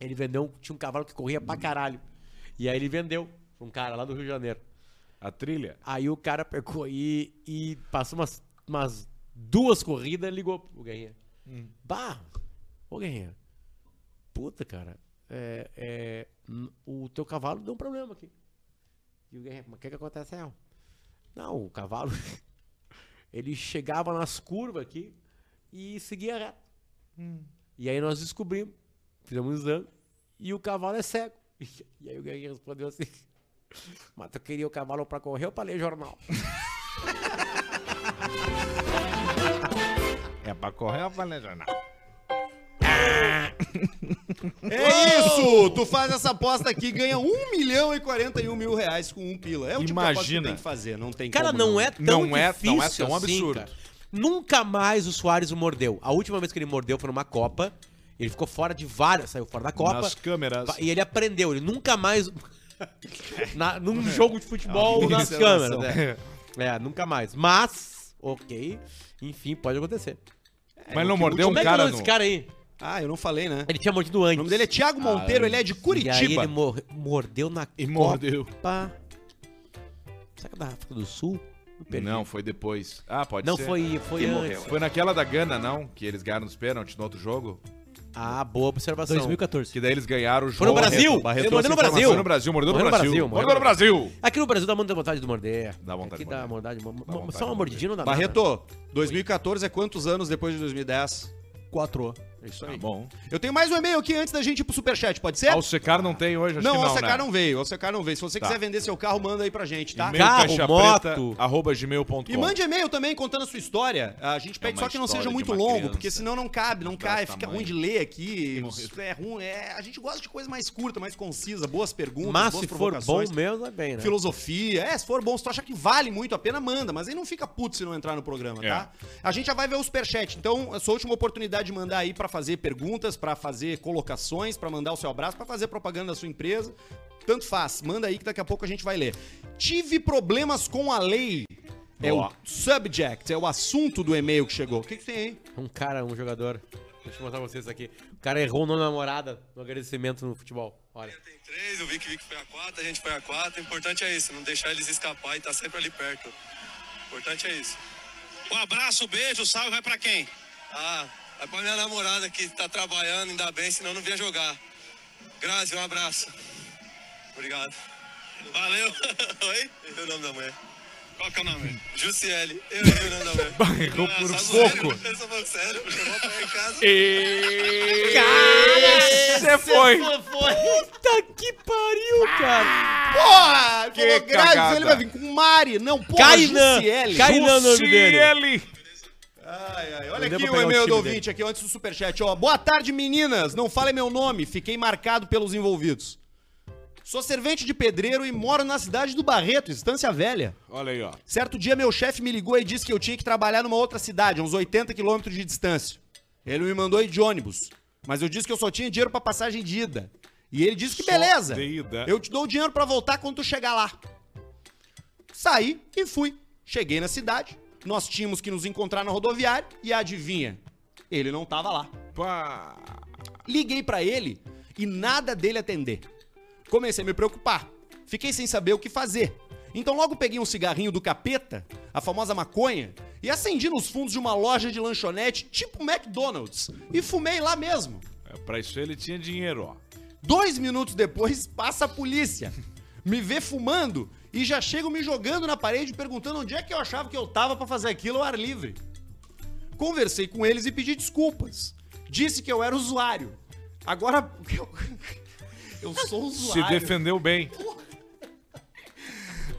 [SPEAKER 3] Ele vendeu, um- tinha um cavalo que corria pra caralho. E aí ele vendeu. Foi Um cara lá do Rio de Janeiro.
[SPEAKER 2] A trilha.
[SPEAKER 3] Aí o cara pegou e, e passou umas, umas duas corridas e ligou pro Guerrinha. Bah! Ô Guerrinha, puta, cara, é, é, n- o teu cavalo deu um problema aqui. E o Guerrinha, mas o que que aconteceu? Não, o cavalo, [laughs] ele chegava nas curvas aqui e seguia reto. E aí nós descobrimos, fizemos um exame, e o cavalo é cego. [laughs] E aí o Guerrinha respondeu assim, mas tu queria o cavalo pra correr ou pra ler jornal?
[SPEAKER 2] É pra correr ou pra lesionar?
[SPEAKER 1] É isso! Tu faz essa aposta aqui e ganha 1 milhão e 41 mil reais com um pila. É o tipo de aposta que
[SPEAKER 2] Imagina.
[SPEAKER 1] tem que fazer, não tem
[SPEAKER 3] Cara,
[SPEAKER 1] como
[SPEAKER 3] não é tão
[SPEAKER 2] Não é-
[SPEAKER 3] difícil
[SPEAKER 2] não é tão
[SPEAKER 3] assim,
[SPEAKER 2] absurdo.
[SPEAKER 3] cara. Nunca mais o Soares o mordeu. A última vez que ele mordeu foi numa Copa. Ele ficou fora de várias, saiu fora da Copa.
[SPEAKER 2] Nas câmeras.
[SPEAKER 3] E ele aprendeu, ele nunca mais... [laughs] Na-
[SPEAKER 2] É.
[SPEAKER 3] num jogo de futebol nas câmeras.
[SPEAKER 2] né?
[SPEAKER 3] É. É, nunca mais. Mas, ok, enfim, pode acontecer.
[SPEAKER 2] Mas ele não mordeu um
[SPEAKER 3] Como é que é o
[SPEAKER 2] cara
[SPEAKER 3] nome
[SPEAKER 2] no...
[SPEAKER 3] desse cara aí?
[SPEAKER 1] Ah, eu não falei, né?
[SPEAKER 3] Ele tinha mordido antes.
[SPEAKER 1] O nome dele é Thiago Monteiro, ele é de Curitiba.
[SPEAKER 3] Ah, E aí ele mor- mordeu na
[SPEAKER 2] E mordeu.
[SPEAKER 3] Copa... Será que é da África do Sul? Me perdi.
[SPEAKER 2] Não, foi depois. Ah, pode
[SPEAKER 3] Não,
[SPEAKER 2] ser.
[SPEAKER 3] foi, foi
[SPEAKER 2] Que
[SPEAKER 3] antes.
[SPEAKER 2] morreu. Foi naquela da Gana, não? Que eles ganharam os pênaltis no outro jogo?
[SPEAKER 3] Ah, boa observação.
[SPEAKER 6] 2014.
[SPEAKER 2] Que daí eles ganharam o jogo.
[SPEAKER 3] Foi no Brasil!
[SPEAKER 2] Barreto- Barreto
[SPEAKER 3] Ele mordeu
[SPEAKER 2] trouxe
[SPEAKER 3] no
[SPEAKER 2] informação.
[SPEAKER 3] Brasil.
[SPEAKER 2] Foi no Brasil, mordeu no
[SPEAKER 3] Mordeu no
[SPEAKER 2] Brasil.
[SPEAKER 3] Brasil,
[SPEAKER 2] Mordeu no Brasil!
[SPEAKER 3] Aqui no Brasil dá muita vontade de morder.
[SPEAKER 2] Dá vontade
[SPEAKER 3] Aqui
[SPEAKER 2] de
[SPEAKER 3] dá
[SPEAKER 2] morder.
[SPEAKER 3] vontade de mo- mo-
[SPEAKER 2] vontade
[SPEAKER 3] Só uma
[SPEAKER 2] de
[SPEAKER 3] mordidinha não dá nada.
[SPEAKER 1] Barreto, 2014 é quantos anos depois de 2010?
[SPEAKER 6] 4.
[SPEAKER 1] É isso
[SPEAKER 2] Tá
[SPEAKER 1] aí.
[SPEAKER 2] bom.
[SPEAKER 1] Eu tenho mais um e-mail aqui antes da gente ir pro Superchat, pode
[SPEAKER 3] É.
[SPEAKER 1] ser?
[SPEAKER 2] Ah, o Secar não tem hoje, acho
[SPEAKER 1] Não,
[SPEAKER 2] que
[SPEAKER 1] o
[SPEAKER 2] não,
[SPEAKER 1] Alcecar
[SPEAKER 2] né?
[SPEAKER 1] não veio, o Alcecar não veio. Se você
[SPEAKER 2] Tá.
[SPEAKER 1] quiser vender seu carro, manda aí pra gente, tá?
[SPEAKER 2] E-mail
[SPEAKER 3] Carro,
[SPEAKER 2] caixapreta,
[SPEAKER 3] moto.
[SPEAKER 2] arroba gmail.com.
[SPEAKER 1] E mande e-mail também contando a sua história. A gente pede
[SPEAKER 2] É uma
[SPEAKER 1] só que não
[SPEAKER 2] história
[SPEAKER 1] seja
[SPEAKER 2] de
[SPEAKER 1] muito
[SPEAKER 2] uma
[SPEAKER 1] longo,
[SPEAKER 2] criança.
[SPEAKER 1] porque senão não cabe, não
[SPEAKER 2] dá
[SPEAKER 1] cai,
[SPEAKER 2] tamanho. um
[SPEAKER 1] fica ruim de ler aqui.
[SPEAKER 2] morrer.
[SPEAKER 1] É ruim, é, a gente gosta de coisa mais curta, mais concisa, boas perguntas,
[SPEAKER 3] Mas
[SPEAKER 1] boas
[SPEAKER 3] se for bom
[SPEAKER 1] provocações.
[SPEAKER 3] mesmo, é bem, né?
[SPEAKER 1] Filosofia, é, se for bom, se tu achar que vale muito a pena, manda, mas aí não fica puto se não entrar no programa,
[SPEAKER 2] É.
[SPEAKER 1] tá? A gente já vai ver o superchat, então a sua última oportunidade de mandar aí pra fazer perguntas, pra fazer colocações, pra mandar o seu abraço, pra fazer propaganda da sua empresa, tanto faz, manda aí que daqui a pouco a gente vai ler. Tive problemas com a lei, é o
[SPEAKER 2] Boa.
[SPEAKER 1] subject, é o assunto do e-mail que chegou. O que, que tem aí?
[SPEAKER 3] Um cara, um jogador. Deixa eu mostrar pra vocês aqui. O cara errou o nome da namorada no agradecimento no futebol. Olha.
[SPEAKER 7] Tem três, o Vic Vic foi a quatro, a gente foi a quatro. O importante é isso, não deixar eles escapar e tá sempre ali perto. O importante é isso. Um abraço, beijo, salve, vai pra quem? Ah, vai pra minha namorada que tá trabalhando, ainda bem, senão não vinha jogar. Grazi, um abraço. Obrigado. Valeu. [laughs] Oi? Errei o nome da mulher. Qual que é o nome? Jussiele. Eu errei o nome da mulher.
[SPEAKER 2] errou por
[SPEAKER 7] Ah,
[SPEAKER 2] um
[SPEAKER 7] sabe sério?
[SPEAKER 2] pouco.
[SPEAKER 7] Eu sou falando sério, eu vou pra em casa.
[SPEAKER 2] Você foi!
[SPEAKER 3] Puta que pariu, cara!
[SPEAKER 1] Porra!
[SPEAKER 2] Que
[SPEAKER 1] falou Grazi,
[SPEAKER 2] cagada.
[SPEAKER 1] ele vai vir com Mari. Não, porra,
[SPEAKER 3] Kainan!
[SPEAKER 1] Jussiele.
[SPEAKER 3] Kainan é o nome dele.
[SPEAKER 2] Ciele!
[SPEAKER 1] Ai, ai, olha
[SPEAKER 3] Não deu
[SPEAKER 1] aqui
[SPEAKER 3] pra
[SPEAKER 1] o
[SPEAKER 3] pegar o
[SPEAKER 1] e-mail
[SPEAKER 3] time
[SPEAKER 1] do ouvinte aqui antes do superchat, ó. Boa tarde, meninas. Não falem meu nome, fiquei marcado pelos envolvidos. Sou servente de pedreiro e moro na cidade do Barreto, Estância Velha.
[SPEAKER 2] Olha aí, ó.
[SPEAKER 1] Certo dia, meu chefe me ligou e disse que eu tinha que trabalhar numa outra cidade, a uns 80 quilômetros de distância. Ele me mandou ir de ônibus, mas eu disse que eu só tinha dinheiro pra passagem de ida. E ele disse que
[SPEAKER 2] Só
[SPEAKER 1] beleza,
[SPEAKER 2] de ida.
[SPEAKER 1] eu te dou o dinheiro pra voltar quando tu chegar lá. Saí e fui. Cheguei na cidade, nós tínhamos que nos encontrar na rodoviária e adivinha, ele não tava lá.
[SPEAKER 2] Pá.
[SPEAKER 1] Liguei pra ele e nada dele atender. Comecei a me preocupar. Fiquei sem saber o que fazer. Então logo peguei um cigarrinho do capeta, a famosa maconha, e acendi nos fundos de uma loja de lanchonete tipo McDonald's e fumei lá mesmo.
[SPEAKER 2] É, Pra isso ele tinha dinheiro, ó.
[SPEAKER 1] Dois minutos depois passa a polícia, me vê fumando e já chegam me jogando na parede perguntando onde é que eu achava que eu tava pra fazer aquilo ao ar livre. Conversei com eles e pedi desculpas. Disse que eu era usuário. Agora eu, [laughs] eu sou um
[SPEAKER 2] Se
[SPEAKER 1] usuário.
[SPEAKER 2] defendeu bem.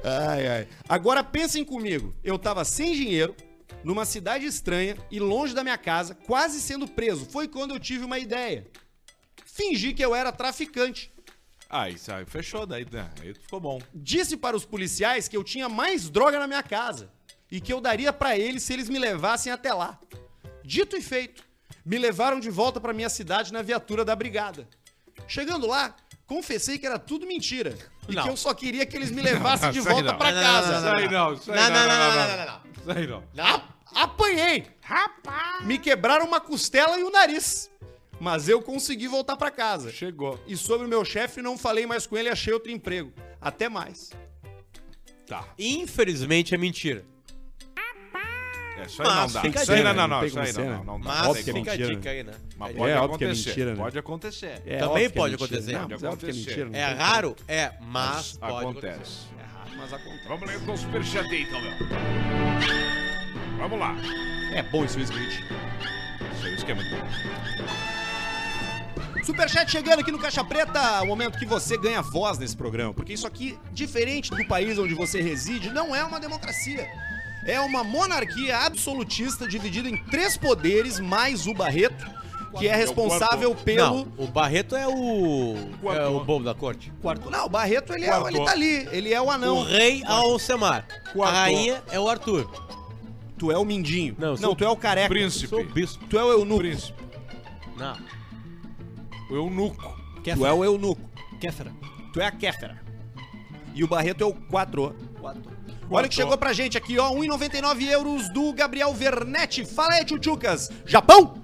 [SPEAKER 1] Ai, ai. Agora pensem comigo. Eu tava sem dinheiro, numa cidade estranha e longe da minha casa, quase sendo preso. Foi quando eu tive uma ideia. Fingi que eu era traficante.
[SPEAKER 2] Aí, sabe, fechou daí, né? Aí ficou bom.
[SPEAKER 1] Disse para os policiais que eu tinha mais droga na minha casa e que eu daria pra eles se eles me levassem Assim, até lá. Dito e feito, me levaram de volta pra minha cidade na viatura da brigada. Chegando lá, confessei que era tudo mentira e que eu só queria que eles me levassem de
[SPEAKER 2] Isso aí
[SPEAKER 1] volta
[SPEAKER 2] não.
[SPEAKER 1] pra
[SPEAKER 3] Não, não,
[SPEAKER 1] casa.
[SPEAKER 2] Isso aí não, isso aí não. Não, não, não, não. Isso aí não.
[SPEAKER 1] A- apanhei! Rapaz! Me quebraram uma costela e o nariz. Mas eu consegui voltar pra casa.
[SPEAKER 2] Chegou.
[SPEAKER 1] E sobre o meu chefe, não falei mais com ele, achei outro emprego. Até mais.
[SPEAKER 2] Tá,
[SPEAKER 3] Infelizmente é mentira.
[SPEAKER 2] É, isso aí não
[SPEAKER 3] Mas
[SPEAKER 2] dá.
[SPEAKER 3] fica
[SPEAKER 2] Isso
[SPEAKER 3] a
[SPEAKER 2] aí
[SPEAKER 3] dica,
[SPEAKER 2] não, não,
[SPEAKER 1] né?
[SPEAKER 2] não.
[SPEAKER 1] Não
[SPEAKER 2] Isso
[SPEAKER 1] tem
[SPEAKER 2] aí
[SPEAKER 1] como
[SPEAKER 2] não,
[SPEAKER 1] ser,
[SPEAKER 2] não, não.
[SPEAKER 3] Mas
[SPEAKER 1] óbvio que é
[SPEAKER 3] fica a
[SPEAKER 1] mentira,
[SPEAKER 3] dica aí, né?
[SPEAKER 2] Mas
[SPEAKER 1] É
[SPEAKER 2] pode
[SPEAKER 1] óbvio que é
[SPEAKER 2] acontecer.
[SPEAKER 1] mentira, né?
[SPEAKER 2] Pode acontecer.
[SPEAKER 1] É
[SPEAKER 3] Também
[SPEAKER 1] óbvio que é
[SPEAKER 3] pode
[SPEAKER 1] mentira,
[SPEAKER 3] acontecer.
[SPEAKER 1] né?
[SPEAKER 3] Não,
[SPEAKER 1] Mas
[SPEAKER 2] pode
[SPEAKER 1] óbvio que é
[SPEAKER 2] acontecer.
[SPEAKER 1] mentira. não
[SPEAKER 3] É
[SPEAKER 1] tem
[SPEAKER 3] raro? É, mas pode acontecer.
[SPEAKER 2] Acontece.
[SPEAKER 1] como. Mas acontece.
[SPEAKER 2] Vamos ler o superchat aí, então, meu. Vamos lá.
[SPEAKER 1] É bom esse whisky. gente.
[SPEAKER 2] Isso aí, isso que é muito bom.
[SPEAKER 1] Superchat chegando aqui no Caixa Preta, o momento que você ganha voz nesse programa, porque isso aqui, diferente do país onde você reside, não é uma democracia. É uma monarquia absolutista dividida em três poderes mais o Barreto, que é responsável pelo
[SPEAKER 3] Não, o Barreto é o. É o bobo da corte.
[SPEAKER 1] quarto. Não, o Barreto ele, é, o- ele tá ali, ele é o anão.
[SPEAKER 3] O rei Alcemar. A rainha é o Arthur.
[SPEAKER 1] Tu é o mindinho.
[SPEAKER 3] Não, eu
[SPEAKER 1] Não,
[SPEAKER 3] sou-
[SPEAKER 1] tu é o careca.
[SPEAKER 2] Príncipe.
[SPEAKER 3] Sou o bispo.
[SPEAKER 1] Tu é o eunuco.
[SPEAKER 2] Príncipe.
[SPEAKER 3] Não.
[SPEAKER 2] O eunuco.
[SPEAKER 1] Tu é o eunuco.
[SPEAKER 6] Kéfera.
[SPEAKER 1] Tu é a Kéfera. E o Barreto é o 4. Olha o que chegou pra gente aqui, ó. 1,99 euros do Gabriel Vernetti. Fala aí, tchutchucas. Japão!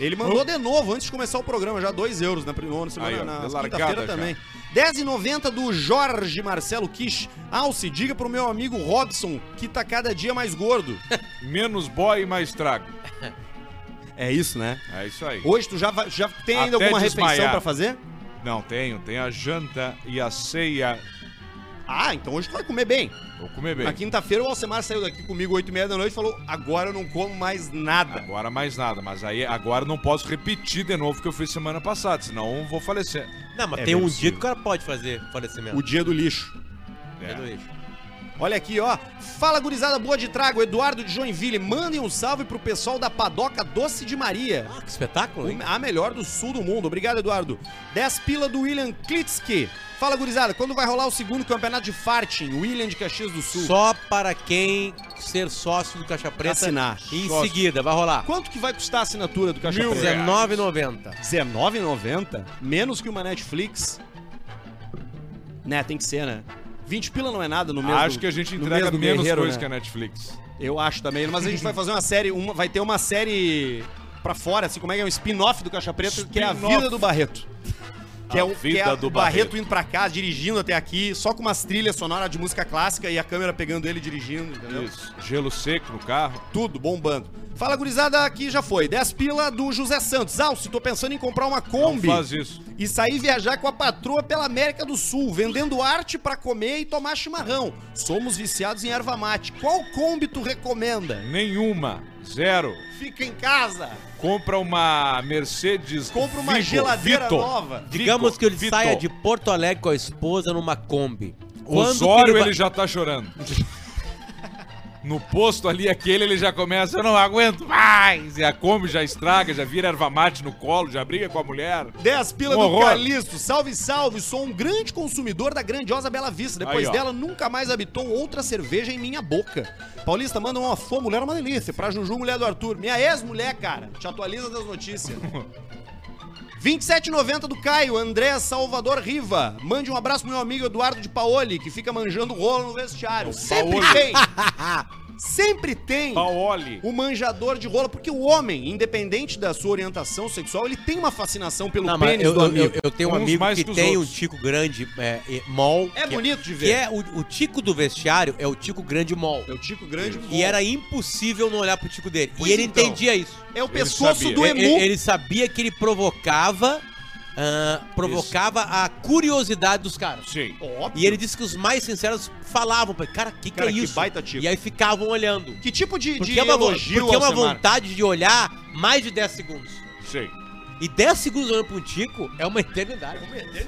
[SPEAKER 1] Ele mandou de novo antes de começar o programa, já 2 euros na primeira na semana,
[SPEAKER 2] Aí, ó,
[SPEAKER 1] na
[SPEAKER 2] de largada
[SPEAKER 1] quinta-feira
[SPEAKER 2] já.
[SPEAKER 1] também. 10,90 do Jorge Marcelo Kish. Alce, diga pro meu amigo Robson que tá cada dia mais gordo.
[SPEAKER 2] Menos boy, mais trago.
[SPEAKER 1] é isso, né?
[SPEAKER 2] [laughs] É isso aí.
[SPEAKER 1] Hoje tu já, vai- já tem ainda
[SPEAKER 2] Até
[SPEAKER 1] alguma refeição
[SPEAKER 2] desmaiar.
[SPEAKER 1] pra fazer?
[SPEAKER 2] Não, tenho. Tem a janta e a ceia.
[SPEAKER 1] Ah, então hoje tu vai comer bem.
[SPEAKER 2] Vou comer bem.
[SPEAKER 1] Na quinta-feira o Alcemar saiu daqui comigo 8 e meia da noite e falou: agora eu não como mais nada.
[SPEAKER 2] Agora mais nada, mas aí agora não posso repetir de novo o que eu fiz semana passada, senão eu vou falecer.
[SPEAKER 3] Não, mas
[SPEAKER 1] É
[SPEAKER 3] tem um
[SPEAKER 1] possível.
[SPEAKER 3] dia que o cara pode fazer falecimento.
[SPEAKER 1] O dia do lixo.
[SPEAKER 3] É do
[SPEAKER 2] É.
[SPEAKER 3] eixo.
[SPEAKER 1] Olha aqui, ó. Fala, gurizada boa de trago. Eduardo de Joinville. Mandem um salve pro pessoal da Padoca Doce de Maria.
[SPEAKER 3] Ah, que espetáculo, hein?
[SPEAKER 1] o- A melhor do sul do mundo. Obrigado, Eduardo. 10 pila do William Klitschke. Fala, gurizada. Quando vai rolar o segundo campeonato de farting? William de Caxias do Sul.
[SPEAKER 3] Só para quem ser sócio do Caixa Preta.
[SPEAKER 1] Assinar.
[SPEAKER 3] Em
[SPEAKER 1] Sócio.
[SPEAKER 3] seguida, vai rolar.
[SPEAKER 1] Quanto que vai custar a assinatura do Caixa
[SPEAKER 2] Mil
[SPEAKER 1] Preta?
[SPEAKER 2] reais.
[SPEAKER 3] R$19,90.
[SPEAKER 1] R$19,90? Menos que uma Netflix? Né, tem que ser, né? 20 pila não é nada no mesmo
[SPEAKER 2] Acho que a gente
[SPEAKER 1] no
[SPEAKER 2] entrega
[SPEAKER 1] mês do
[SPEAKER 2] menos
[SPEAKER 1] guerreiro,
[SPEAKER 2] coisa
[SPEAKER 1] né?
[SPEAKER 2] que a Netflix.
[SPEAKER 1] Eu acho também, mas a gente vai fazer uma série, uma, vai ter uma série pra fora, assim, como é que é um spin-off do Caixa Preta, que é a
[SPEAKER 2] Spin-off.
[SPEAKER 1] vida do Barreto. Que
[SPEAKER 2] A
[SPEAKER 1] é, o, que é
[SPEAKER 2] vida
[SPEAKER 1] a-
[SPEAKER 2] do
[SPEAKER 1] o Barreto,
[SPEAKER 2] Barreto.
[SPEAKER 1] indo pra casa, dirigindo até aqui, só com umas trilhas sonoras de música clássica e a câmera pegando ele dirigindo, entendeu?
[SPEAKER 2] Isso. Gelo seco no carro.
[SPEAKER 1] Tudo bombando. Fala, gurizada, aqui já foi. 10 pila do José Santos. Alce, tô pensando em comprar uma Kombi
[SPEAKER 2] Não faz isso.
[SPEAKER 1] e sair viajar com a patroa pela América do Sul, vendendo arte pra comer e tomar chimarrão. Somos viciados em erva mate. Qual Kombi tu recomenda?
[SPEAKER 2] Nenhuma. Zero.
[SPEAKER 1] Fica em casa.
[SPEAKER 2] Compra uma Mercedes.
[SPEAKER 1] Compra uma geladeira nova.
[SPEAKER 3] Digamos que ele
[SPEAKER 2] Vito.
[SPEAKER 3] saia de Porto Alegre com a esposa numa Kombi. Quando que
[SPEAKER 2] Osório
[SPEAKER 3] vai-
[SPEAKER 2] ele já tá chorando. No posto ali, aquele, ele já começa, eu não aguento mais. E a Kombi já estraga, já vira erva mate no colo, já briga com a mulher.
[SPEAKER 1] 10 pila
[SPEAKER 2] Um
[SPEAKER 1] do
[SPEAKER 2] horror.
[SPEAKER 1] Calixto. Salve, salve. Sou um grande consumidor da grandiosa Bela Vista. Depois
[SPEAKER 2] Aí, ó.
[SPEAKER 1] dela, nunca mais habitou outra cerveja em minha boca. Paulista, manda uma fã. Mulher é uma delícia. Pra Juju, mulher do Arthur. Minha ex-mulher, cara. Te atualiza das
[SPEAKER 2] [laughs]
[SPEAKER 1] notícias. 27,90 do Caio, André Salvador Riva. Mande um abraço pro meu amigo Eduardo de Paoli, que fica manjando rolo no vestiário. Sempre
[SPEAKER 2] Paoli. [laughs]
[SPEAKER 1] tem! Sempre tem!
[SPEAKER 2] Paoli.
[SPEAKER 1] o manjador de rola, porque o homem, independente da sua orientação sexual, ele tem uma fascinação pelo
[SPEAKER 3] Não, mas
[SPEAKER 1] pênis
[SPEAKER 3] eu,
[SPEAKER 1] do
[SPEAKER 3] eu-
[SPEAKER 1] amigo.
[SPEAKER 3] eu- eu tenho um
[SPEAKER 2] Uns
[SPEAKER 3] amigo
[SPEAKER 2] mais
[SPEAKER 3] que,
[SPEAKER 2] que os
[SPEAKER 3] tem
[SPEAKER 2] outros.
[SPEAKER 3] um tico grande é, e- mol.
[SPEAKER 1] é
[SPEAKER 3] que
[SPEAKER 1] bonito de
[SPEAKER 3] Que
[SPEAKER 1] ver.
[SPEAKER 3] é o, o tico do vestiário é o tico grande mol.
[SPEAKER 1] É o Tico Grande.
[SPEAKER 3] E era impossível não olhar pro tico dele.
[SPEAKER 1] Pois
[SPEAKER 3] e ele
[SPEAKER 1] então.
[SPEAKER 3] entendia isso.
[SPEAKER 1] É o pescoço
[SPEAKER 2] sabia.
[SPEAKER 1] do
[SPEAKER 3] E- e-
[SPEAKER 1] emu.
[SPEAKER 3] Ele, sabia que ele provocava ah, provocava a curiosidade dos caras.
[SPEAKER 2] Sim.
[SPEAKER 1] Óbvio.
[SPEAKER 3] E ele disse que os mais sinceros falavam pra ele, cara, que
[SPEAKER 1] Cara,
[SPEAKER 3] que
[SPEAKER 1] que
[SPEAKER 3] é isso?
[SPEAKER 1] baita tico.
[SPEAKER 3] E aí ficavam olhando.
[SPEAKER 1] Que tipo de,
[SPEAKER 3] Porque
[SPEAKER 1] de
[SPEAKER 3] é uma, vo-
[SPEAKER 1] elogio,
[SPEAKER 3] porque é uma
[SPEAKER 1] Alcemar?
[SPEAKER 3] vontade de olhar mais de 10 segundos.
[SPEAKER 2] Sim.
[SPEAKER 3] E 10 segundos olhando pro tico é uma eternidade.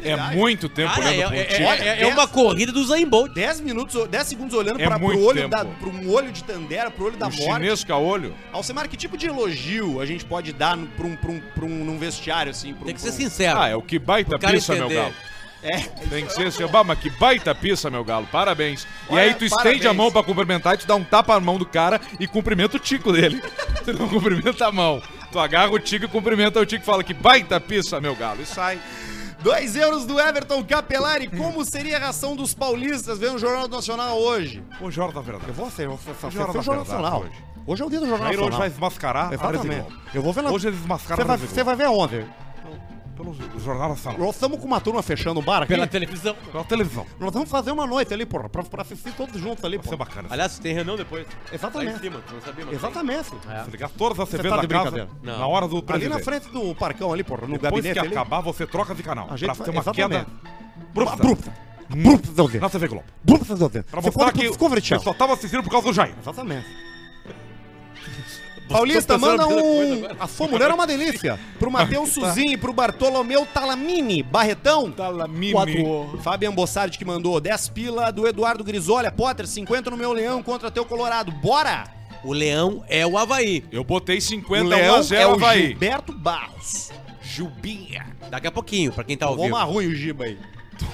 [SPEAKER 2] É muito tempo
[SPEAKER 3] Cara, é,
[SPEAKER 2] olhando pra um
[SPEAKER 3] é-
[SPEAKER 2] tico.
[SPEAKER 3] é- é uma corrida do Zayn Bolt.
[SPEAKER 1] 10 minutos, 10 segundos olhando
[SPEAKER 2] É
[SPEAKER 1] pra, pro
[SPEAKER 2] muito
[SPEAKER 1] olho
[SPEAKER 2] tempo.
[SPEAKER 1] da, pro um olho de Tandera, pro olho da
[SPEAKER 2] O
[SPEAKER 1] morte.
[SPEAKER 2] chinesca olho.
[SPEAKER 1] Alcemar, que tipo de elogio a gente pode dar no- pra um, pra um, pra um num vestiário, assim? Pra um,
[SPEAKER 3] Tem que
[SPEAKER 1] pra
[SPEAKER 3] ser
[SPEAKER 1] um-
[SPEAKER 3] sincero.
[SPEAKER 2] Ah, é o que baita
[SPEAKER 3] Pro cara
[SPEAKER 2] pizza, meu
[SPEAKER 3] entender.
[SPEAKER 2] galo.
[SPEAKER 1] É.
[SPEAKER 2] Tem que ser seu. Bah, mas que baita pizza, meu galo. Parabéns. E
[SPEAKER 1] Olha,
[SPEAKER 2] aí tu estende
[SPEAKER 1] parabéns.
[SPEAKER 2] a mão pra cumprimentar e tu dá um tapa na mão do cara e cumprimenta o tico dele. Tu não cumprimenta a mão. Tu agarra o tico e cumprimenta o tico e fala que baita pizza, meu galo. E sai.
[SPEAKER 1] 2 euros do Everton Capelari. Como seria a ração dos paulistas vendo o Jornal Nacional hoje?
[SPEAKER 2] Ô, tá Jornal da Verdade.
[SPEAKER 4] Eu vou ser, eu vou ser, eu vou ser
[SPEAKER 2] Jornal da
[SPEAKER 4] o Jornal
[SPEAKER 2] Verdade
[SPEAKER 4] Nacional.
[SPEAKER 2] hoje.
[SPEAKER 4] Hoje. é o dia do Jornal Nacional.
[SPEAKER 2] desmascarar
[SPEAKER 4] Exatamente. Eu vou ver na...
[SPEAKER 2] eles
[SPEAKER 4] Você
[SPEAKER 2] mascaram
[SPEAKER 4] vai, você vai ver onde?
[SPEAKER 1] Pelo
[SPEAKER 2] temos o Jornal Nacional.
[SPEAKER 1] Nós estamos com uma turma fechando o bar aqui.
[SPEAKER 3] Pela televisão.
[SPEAKER 2] Pela televisão.
[SPEAKER 1] Nós vamos fazer uma noite ali, porra, pra, pra assistir todos juntos ali,
[SPEAKER 2] Vai ser
[SPEAKER 1] porra.
[SPEAKER 2] é bacana.
[SPEAKER 3] Aliás, tem reunião depois. Lá em
[SPEAKER 1] Exatamente.
[SPEAKER 3] cima, tu não sabia, mas
[SPEAKER 1] Exatamente.
[SPEAKER 2] Se ligar todas as TVs
[SPEAKER 1] tá
[SPEAKER 2] da
[SPEAKER 1] de
[SPEAKER 2] casa
[SPEAKER 1] brincadeira.
[SPEAKER 2] na
[SPEAKER 3] Não.
[SPEAKER 2] hora do
[SPEAKER 1] Ali na
[SPEAKER 2] presidente.
[SPEAKER 1] frente do parcão ali, porra, no
[SPEAKER 2] Depois que
[SPEAKER 1] gabinete ali.
[SPEAKER 2] acabar, você troca de canal.
[SPEAKER 1] A gente
[SPEAKER 2] pra
[SPEAKER 1] vai-
[SPEAKER 2] ter uma
[SPEAKER 1] exatamente.
[SPEAKER 2] queda
[SPEAKER 1] Brupta.
[SPEAKER 2] Brupta.
[SPEAKER 1] Brupta. Brupta, Deus
[SPEAKER 2] na TV Globo.
[SPEAKER 1] Brupta, Deus Deus.
[SPEAKER 2] Pra
[SPEAKER 1] Você
[SPEAKER 2] mostrar
[SPEAKER 1] pode
[SPEAKER 2] que
[SPEAKER 1] Discovery
[SPEAKER 2] eu
[SPEAKER 1] Channel.
[SPEAKER 2] só tava assistindo por causa do Jair.
[SPEAKER 3] [laughs]
[SPEAKER 1] Exatamente. Paulista, manda um. A sua mulher é uma delícia. Pro
[SPEAKER 3] [laughs] Tá.
[SPEAKER 1] Matheus Suzin, pro Bartolomeu Talamini, Barretão.
[SPEAKER 2] Talamini.
[SPEAKER 1] Quatro. Fabian Bossardi que mandou 10 pila do Eduardo Grisolha. Potter, 50 no meu leão contra teu Colorado. Bora!
[SPEAKER 3] O leão é o Havaí.
[SPEAKER 2] Eu botei 50
[SPEAKER 3] um
[SPEAKER 1] O
[SPEAKER 2] leão,
[SPEAKER 1] leão é o
[SPEAKER 2] Havaí. [laughs]
[SPEAKER 1] Gilberto Barros.
[SPEAKER 2] Gilbinha.
[SPEAKER 3] Daqui a pouquinho, pra quem tá ao
[SPEAKER 1] Tomou
[SPEAKER 3] vivo.
[SPEAKER 1] uma ruim o Giba aí.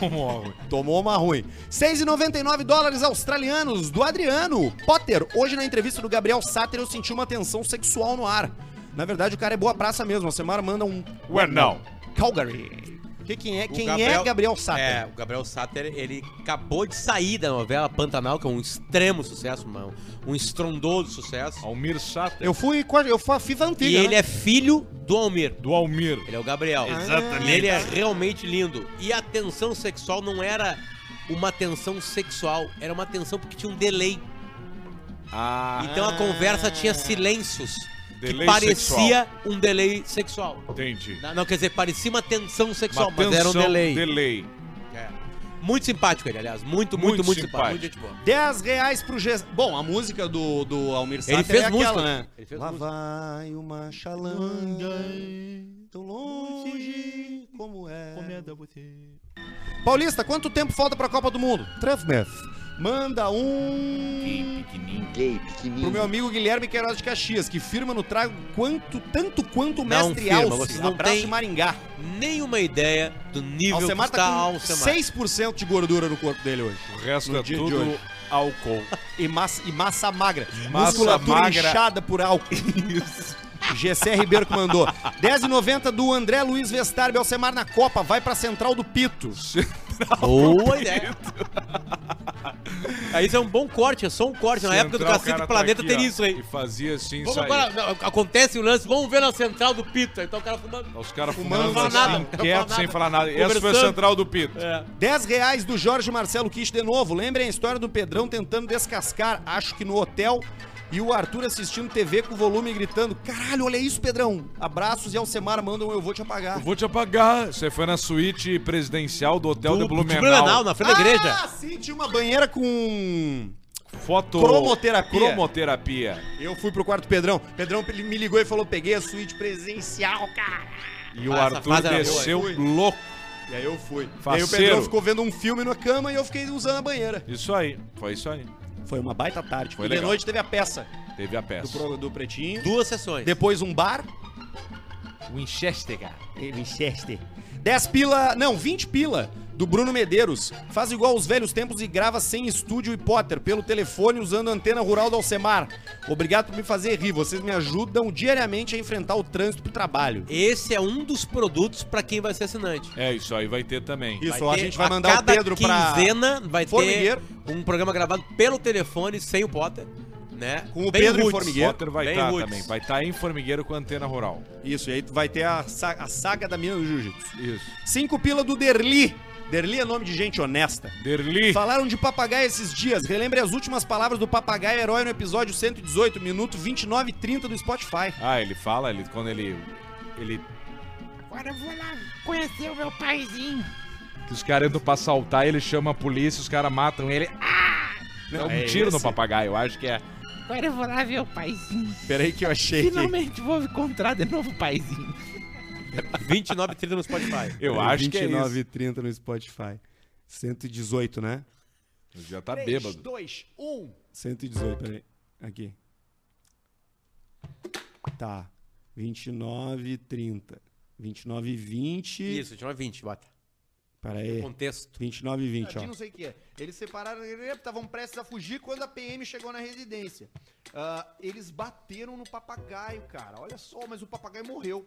[SPEAKER 2] Tomou algo.
[SPEAKER 1] Tomou uma ruim. 6,99 dólares australianos do Adriano. Potter, hoje na entrevista do Gabriel Sáter eu senti uma tensão sexual no ar. Na verdade, o cara é boa praça mesmo. A Semara manda um.
[SPEAKER 2] Ué, não.
[SPEAKER 1] Calgary. Que quem é,
[SPEAKER 3] O
[SPEAKER 1] quem é Gabriel Sáter?
[SPEAKER 3] É, o Gabriel Satter, ele acabou de sair da novela Pantanal, que é um extremo sucesso, mano. Um estrondoso sucesso.
[SPEAKER 2] Almir Sater.
[SPEAKER 1] Eu fui. quase- Eu fa- fiz a antiga.
[SPEAKER 3] E ele
[SPEAKER 1] né?
[SPEAKER 3] é filho do Almir.
[SPEAKER 2] Do Almir.
[SPEAKER 3] Ele é o Gabriel.
[SPEAKER 2] Exatamente.
[SPEAKER 3] E ele é realmente lindo. E a tensão sexual não era uma tensão sexual, era uma tensão porque tinha um delay.
[SPEAKER 2] Ah,
[SPEAKER 3] Então a conversa tinha silêncios. que
[SPEAKER 2] Delay
[SPEAKER 3] parecia um delay sexual.
[SPEAKER 2] entendi.
[SPEAKER 3] Não, quer dizer, parecia uma tensão sexual,
[SPEAKER 2] Uma
[SPEAKER 3] mas era um
[SPEAKER 2] tensão,
[SPEAKER 3] delay.
[SPEAKER 2] delay.
[SPEAKER 3] É. Muito simpático ele, aliás. Muito, muito,
[SPEAKER 2] Muito
[SPEAKER 3] muito, simpático.
[SPEAKER 2] simpático.
[SPEAKER 3] Muito gente boa.
[SPEAKER 1] 10 reais pro G. Bom, a música do, do Almir Sater
[SPEAKER 3] fez
[SPEAKER 1] é
[SPEAKER 3] música.
[SPEAKER 1] aquela, né?
[SPEAKER 3] Ele fez
[SPEAKER 1] Lá
[SPEAKER 3] música.
[SPEAKER 1] vai uma chalanga. Tão longe como é. Paulista, quanto tempo falta pra Copa do Mundo? Três meses. Manda um.
[SPEAKER 8] Gay, pequenininho.
[SPEAKER 1] Pro meu amigo Guilherme Queiroz de Caxias, que firma no trago quanto, tanto quanto o
[SPEAKER 3] Não
[SPEAKER 1] mestre
[SPEAKER 3] firma,
[SPEAKER 1] Alce.
[SPEAKER 3] vocês não
[SPEAKER 1] Abraço
[SPEAKER 3] têm
[SPEAKER 1] de Maringá.
[SPEAKER 3] Nenhuma ideia do nível
[SPEAKER 1] Alcemar
[SPEAKER 3] que está
[SPEAKER 1] tá
[SPEAKER 3] a
[SPEAKER 1] com
[SPEAKER 3] Alcemar.
[SPEAKER 1] 6% de gordura no corpo dele hoje.
[SPEAKER 2] O resto
[SPEAKER 1] No
[SPEAKER 2] é
[SPEAKER 1] dia de
[SPEAKER 2] tudo
[SPEAKER 1] hoje.
[SPEAKER 2] álcool.
[SPEAKER 1] E massa, e massa magra.
[SPEAKER 2] Massa
[SPEAKER 1] Musculatura
[SPEAKER 2] magra.
[SPEAKER 1] inchada por álcool. [laughs] GC Ribeiro que mandou. 10,90 do André Luiz Vestarbe Alcemar na Copa. Vai pra Central do Pito.
[SPEAKER 3] Boa ideia. Aí isso é um bom corte, é só um corte. Na época do
[SPEAKER 2] Central,
[SPEAKER 3] Cacete
[SPEAKER 1] tá
[SPEAKER 2] cara tá
[SPEAKER 3] do Planeta
[SPEAKER 2] aqui,
[SPEAKER 3] teria
[SPEAKER 2] ó,
[SPEAKER 3] isso aí.
[SPEAKER 2] E fazia assim,
[SPEAKER 3] Vamos
[SPEAKER 2] saía.
[SPEAKER 3] agora, não, acontece o lance, vamos ver na central do Pito. Aí tá o cara fumando.
[SPEAKER 2] Os caras
[SPEAKER 1] Fumando,
[SPEAKER 2] fumando,
[SPEAKER 1] não
[SPEAKER 2] assim,
[SPEAKER 1] fala
[SPEAKER 3] nada, não fala
[SPEAKER 2] quieto,
[SPEAKER 3] nada.
[SPEAKER 2] sem falar nada. Essa foi a
[SPEAKER 3] Conversando.
[SPEAKER 2] central do Pito.
[SPEAKER 1] 10 reais do Jorge Marcelo Kish de novo. Lembrem a história do Pedrão tentando descascar, acho que no hotel. E o Arthur assistindo TV com volume e gritando: Caralho, olha isso, Pedrão! Abraços e Alcemar mandam um eu vou te apagar.
[SPEAKER 2] Eu Vou te apagar. Você foi na suíte presidencial do
[SPEAKER 1] É
[SPEAKER 2] Hotel de Blumenau.
[SPEAKER 3] na frente da igreja.
[SPEAKER 1] Ah, sim, tinha uma banheira com. um.
[SPEAKER 2] Foto...
[SPEAKER 1] Cromoterapia.
[SPEAKER 2] Cromoterapia.
[SPEAKER 1] Eu fui pro quarto do Pedrão. Pedrão ele me ligou e falou: Peguei a suíte presencial, cara.
[SPEAKER 2] E o
[SPEAKER 3] Ah, essa
[SPEAKER 2] Arthur
[SPEAKER 3] fase era boa,
[SPEAKER 2] desceu
[SPEAKER 1] hein?
[SPEAKER 2] louco.
[SPEAKER 1] E aí eu fui. E aí o
[SPEAKER 2] Faceiro.
[SPEAKER 1] Pedrão ficou vendo um filme na cama e eu fiquei usando a banheira.
[SPEAKER 2] Isso aí. Foi isso aí.
[SPEAKER 1] Foi uma baita tarde.
[SPEAKER 2] Foi
[SPEAKER 1] e de
[SPEAKER 2] legal.
[SPEAKER 1] noite teve a peça
[SPEAKER 2] Teve a
[SPEAKER 1] do,
[SPEAKER 2] peça.
[SPEAKER 1] pro- do Pretinho.
[SPEAKER 3] Duas sessões.
[SPEAKER 1] Depois um bar.
[SPEAKER 2] Winchester, cara.
[SPEAKER 1] Em Winchester. 10 pila, não, 20 pila do Bruno Medeiros. Faz igual os velhos tempos e grava sem estúdio e Potter, pelo telefone usando a antena rural do Alcemar. Obrigado por me fazer rir, vocês me ajudam diariamente a enfrentar o trânsito pro trabalho.
[SPEAKER 3] Esse é um dos produtos pra quem vai ser assinante.
[SPEAKER 2] É, isso aí vai ter também.
[SPEAKER 1] Isso, ó,
[SPEAKER 3] Vai
[SPEAKER 1] Então, a
[SPEAKER 3] ter-
[SPEAKER 1] gente vai mandar o
[SPEAKER 3] cada
[SPEAKER 1] Pedro pra...
[SPEAKER 3] quinzena vai ter
[SPEAKER 1] Formigueiro.
[SPEAKER 3] um programa gravado pelo telefone, sem o Potter, né?
[SPEAKER 1] Com o
[SPEAKER 3] Bem
[SPEAKER 1] Pedro e
[SPEAKER 3] roots.
[SPEAKER 1] Formigueiro.
[SPEAKER 2] Potter vai
[SPEAKER 3] Bem
[SPEAKER 2] estar
[SPEAKER 3] roots.
[SPEAKER 2] também. Vai estar em Formigueiro com antena rural.
[SPEAKER 1] Isso, e aí tu vai ter a, sa- a saga da mina do jiu-jitsu.
[SPEAKER 2] Isso.
[SPEAKER 1] 5 pila do Derli. Derli é nome de gente honesta.
[SPEAKER 2] Derli.
[SPEAKER 1] Falaram de papagaio esses dias. Relembre as últimas palavras do papagaio herói no episódio 118, minuto 29 e 30 do Spotify.
[SPEAKER 2] Ah, ele fala, ele, quando ele. Ele.
[SPEAKER 9] Agora eu vou lá conhecer o meu paizinho.
[SPEAKER 2] Que os caras entram pra assaltar, ele chama a polícia, os caras matam ele. Ah! Dá um
[SPEAKER 1] é
[SPEAKER 2] tiro no
[SPEAKER 1] esse.
[SPEAKER 2] papagaio, eu acho que é.
[SPEAKER 9] Agora eu vou lá ver o paizinho.
[SPEAKER 1] Peraí que eu achei que...
[SPEAKER 9] Finalmente vou encontrar de novo o paizinho.
[SPEAKER 3] 29 e 30 no Spotify.
[SPEAKER 2] Eu acho que é
[SPEAKER 1] 29,30 no Spotify. 118, né?
[SPEAKER 2] isso. Já tá bêbado.
[SPEAKER 1] 2, 1. 118, peraí. Aqui. Tá. 29,30. 29,20.
[SPEAKER 3] Isso, 29 e 20, bota.
[SPEAKER 1] Peraí.
[SPEAKER 3] Contexto.
[SPEAKER 1] 29,20, ó.
[SPEAKER 4] não sei o que é. Eles separaram, estavam prestes a fugir quando a PM chegou na residência. Ah, eles bateram no papagaio, cara. Olha só, mas o papagaio morreu.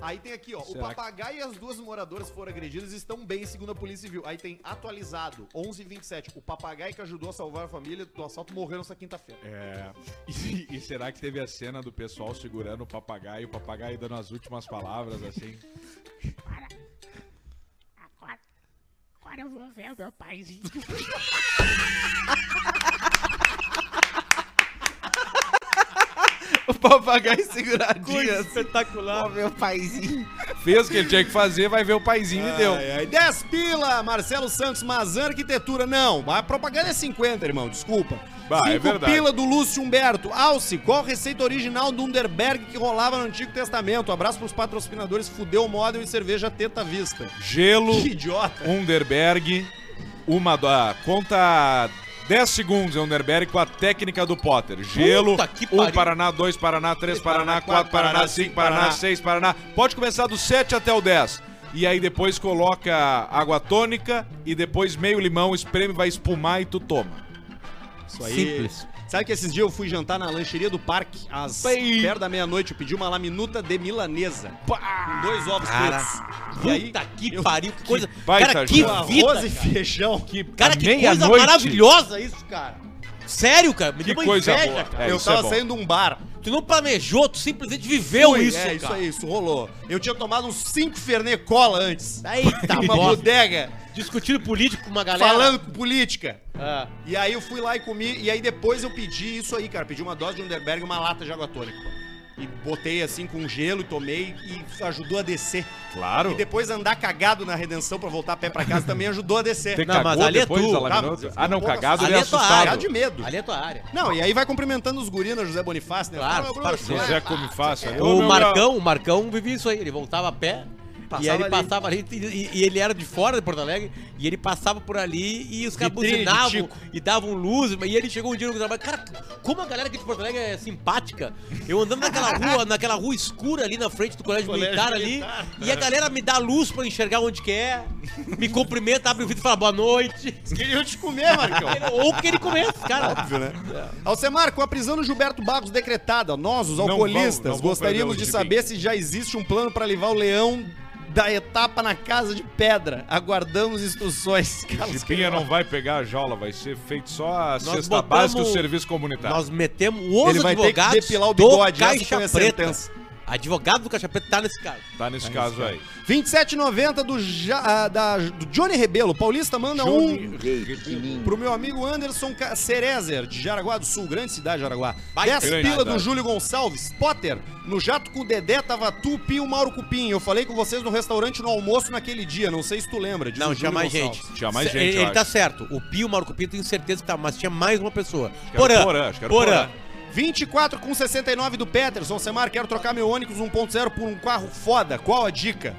[SPEAKER 4] Aí tem aqui, ó.
[SPEAKER 2] Será
[SPEAKER 4] o papagaio e as duas moradoras que foram agredidas estão bem, segundo a Polícia Civil. Aí tem atualizado, 11h27. O papagaio que ajudou a salvar a família do assalto morreu nessa quinta-feira.
[SPEAKER 2] É. [laughs] E, e será que teve a cena do pessoal segurando o papagaio, o papagaio dando as últimas palavras assim?
[SPEAKER 9] Agora eu vou ver o meu paizinho.
[SPEAKER 2] O papagaio seguradinho.
[SPEAKER 3] Coisa espetacular.
[SPEAKER 9] meu paizinho.
[SPEAKER 2] Fez o que ele tinha que fazer, vai ver o paizinho e deu.
[SPEAKER 1] Ai, ai. 10 é, pila, Marcelo Santos, Mazan Arquitetura. Não, a propaganda é 50, irmão, desculpa.
[SPEAKER 2] Bah, é
[SPEAKER 1] 5
[SPEAKER 2] verdade.
[SPEAKER 1] pila do Lúcio Humberto. Alce, qual receita original do Underberg que rolava no Antigo Testamento? Abraço pros patrocinadores Fudeu Model e Cerveja Teta Vista.
[SPEAKER 2] Gelo,
[SPEAKER 1] Que idiota.
[SPEAKER 2] Underberg, uma da. Conta 10 segundos, Underberg, com a técnica do Potter. Gelo,
[SPEAKER 3] Puta que
[SPEAKER 2] 1 um
[SPEAKER 3] pariu.
[SPEAKER 2] Paraná, 2 Paraná, 3 Paraná,
[SPEAKER 1] Paraná,
[SPEAKER 2] 4 Paraná,
[SPEAKER 1] Paraná,
[SPEAKER 2] 5
[SPEAKER 1] cinco
[SPEAKER 2] Paraná,
[SPEAKER 1] Paraná.
[SPEAKER 2] 6 Paraná. Pode começar do 7 até o 10. E aí depois coloca água tônica e depois meio limão, espreme, vai espumar e tu toma.
[SPEAKER 1] Isso aí.
[SPEAKER 3] Simples.
[SPEAKER 1] Sabe que esses dias eu fui jantar na lancheria do parque, às
[SPEAKER 2] Bem.
[SPEAKER 1] perto da meia-noite, eu pedi uma laminuta de milanesa. Com dois ovos
[SPEAKER 3] Cara,
[SPEAKER 1] pretos.
[SPEAKER 3] Puta que
[SPEAKER 1] eu-
[SPEAKER 3] pariu, que coisa.
[SPEAKER 2] baita
[SPEAKER 3] cara, que
[SPEAKER 2] jogo.
[SPEAKER 1] arroz
[SPEAKER 3] vida.
[SPEAKER 1] e feijão.
[SPEAKER 2] Que
[SPEAKER 3] Cara,
[SPEAKER 2] à
[SPEAKER 3] que coisa
[SPEAKER 2] meia-noite,
[SPEAKER 3] maravilhosa isso, cara. Sério, cara, me
[SPEAKER 2] Que
[SPEAKER 3] deu uma
[SPEAKER 2] coisa
[SPEAKER 3] inveja,
[SPEAKER 2] boa.
[SPEAKER 3] cara.
[SPEAKER 2] É,
[SPEAKER 1] eu
[SPEAKER 2] isso
[SPEAKER 1] tava
[SPEAKER 2] é bom.
[SPEAKER 1] saindo de um bar.
[SPEAKER 3] Tu não planejou, tu simplesmente viveu
[SPEAKER 1] Fui,
[SPEAKER 3] isso,
[SPEAKER 1] é, isso
[SPEAKER 3] cara.
[SPEAKER 1] aí, isso rolou. Eu tinha tomado uns cinco Fernet Cola antes.
[SPEAKER 3] Eita,
[SPEAKER 1] uma
[SPEAKER 3] bosta.
[SPEAKER 1] bodega,
[SPEAKER 3] Discutindo político com uma galera.
[SPEAKER 1] falando com política.
[SPEAKER 3] Ah,
[SPEAKER 1] E aí eu fui lá e comi, e aí depois eu pedi isso aí, cara. Pedi uma dose de Underberg e uma lata de água tônica. E botei assim com gelo e tomei e ajudou a descer.
[SPEAKER 2] Claro.
[SPEAKER 1] E depois andar cagado na redenção pra voltar a pé pra casa também ajudou a
[SPEAKER 2] Você
[SPEAKER 1] descer.
[SPEAKER 3] Não,
[SPEAKER 2] cagou
[SPEAKER 3] mas ali é
[SPEAKER 2] depois
[SPEAKER 3] tu.
[SPEAKER 2] da laminuta?
[SPEAKER 1] Tá, mas
[SPEAKER 2] ah, não,
[SPEAKER 1] pô,
[SPEAKER 2] cagado ele
[SPEAKER 3] ali
[SPEAKER 2] é
[SPEAKER 3] é tua
[SPEAKER 1] Cagado
[SPEAKER 2] assustado.
[SPEAKER 1] de medo.
[SPEAKER 3] ali é tua área.
[SPEAKER 1] Não, e aí vai cumprimentando os gurinos, José Bonifácio, né?
[SPEAKER 3] Claro,
[SPEAKER 1] Fala, meu
[SPEAKER 3] claro,
[SPEAKER 1] Bruno,
[SPEAKER 2] Se é
[SPEAKER 3] sim.
[SPEAKER 1] vai,
[SPEAKER 2] quiser, come fácil.
[SPEAKER 1] É,
[SPEAKER 2] Ô,
[SPEAKER 3] O
[SPEAKER 2] meu
[SPEAKER 3] Marcão, o Marcão vivia isso aí. Ele voltava a pé e aí
[SPEAKER 10] Passava
[SPEAKER 3] ele
[SPEAKER 10] ali.
[SPEAKER 3] passava ali e, e ele era de fora de Porto Alegre e ele passava por ali e os caras
[SPEAKER 1] Vitrine de
[SPEAKER 3] buzinavam
[SPEAKER 1] Tico.
[SPEAKER 3] e davam luz. E ele chegou um dia no trabalho. Cara, como a galera aqui de Porto Alegre é simpática. Eu
[SPEAKER 1] [laughs]
[SPEAKER 3] andando naquela rua, naquela rua escura ali na frente do colégio,
[SPEAKER 1] Colégio
[SPEAKER 3] militar ali
[SPEAKER 1] Militar.
[SPEAKER 3] e a galera me dá luz pra eu enxergar onde quer, me cumprimenta, abre o vidro e fala
[SPEAKER 1] [laughs]
[SPEAKER 3] boa noite.
[SPEAKER 1] Queriam te comer, Marcão.
[SPEAKER 3] Ou porque ele começa, cara.
[SPEAKER 1] Óbvio, né? Alcemar, com a prisão do Gilberto Barros decretada, nós, os
[SPEAKER 2] Não
[SPEAKER 1] alcoolistas,
[SPEAKER 2] vão- não vão
[SPEAKER 1] gostaríamos
[SPEAKER 2] perder
[SPEAKER 1] de
[SPEAKER 2] os
[SPEAKER 1] saber se já existe um plano para levar o leão da etapa na casa de pedra. Aguardamos
[SPEAKER 3] [laughs]
[SPEAKER 1] instruções. Carlos
[SPEAKER 3] é
[SPEAKER 2] Chipinha
[SPEAKER 1] Queiroz.
[SPEAKER 2] não vai pegar a jaula, vai ser feito só a cesta
[SPEAKER 3] botamos-
[SPEAKER 2] básica e o serviço comunitário.
[SPEAKER 3] Nós metemos os
[SPEAKER 1] Ele vai ter que
[SPEAKER 3] advogados
[SPEAKER 1] depilar o bigode,
[SPEAKER 3] do
[SPEAKER 1] essa
[SPEAKER 3] Caixa
[SPEAKER 1] foi a
[SPEAKER 3] Preta.
[SPEAKER 1] sentença.
[SPEAKER 3] Advogado do Caixa Preta tá nesse caso.
[SPEAKER 2] Tá nesse caso aí.
[SPEAKER 1] 27,90 do, Ja- ah, da- do Johnny Rebelo. Paulista manda
[SPEAKER 2] Johnny
[SPEAKER 1] um pro meu amigo Anderson Ca- Cerezer, de Jaraguá do Sul, grande cidade de Jaraguá.
[SPEAKER 3] Vai,
[SPEAKER 1] 10
[SPEAKER 2] grande
[SPEAKER 1] pila do
[SPEAKER 2] cidade.
[SPEAKER 1] Júlio Gonçalves. Potter, no jato com o Dedé tava tu, Pi e o Mauro Cupim. Eu falei com vocês no restaurante no almoço naquele dia, não sei se tu lembra. diz o
[SPEAKER 3] Não,
[SPEAKER 1] Júlio
[SPEAKER 3] tinha mais
[SPEAKER 1] Gonçalves.
[SPEAKER 3] gente.
[SPEAKER 2] Tinha mais
[SPEAKER 3] Se-
[SPEAKER 2] gente,
[SPEAKER 3] Ele,
[SPEAKER 2] eu
[SPEAKER 3] ele tá
[SPEAKER 2] acho.
[SPEAKER 3] certo. O Pio, o Mauro Cupim, tenho certeza que tá, mas tinha mais uma pessoa.
[SPEAKER 2] era
[SPEAKER 3] Porã.
[SPEAKER 2] Porã, acho que era Porã.
[SPEAKER 3] Porã.
[SPEAKER 1] 24 com 69 do Peterson. Semar, quero trocar meu Onix 1.0 por um carro foda. Qual a dica?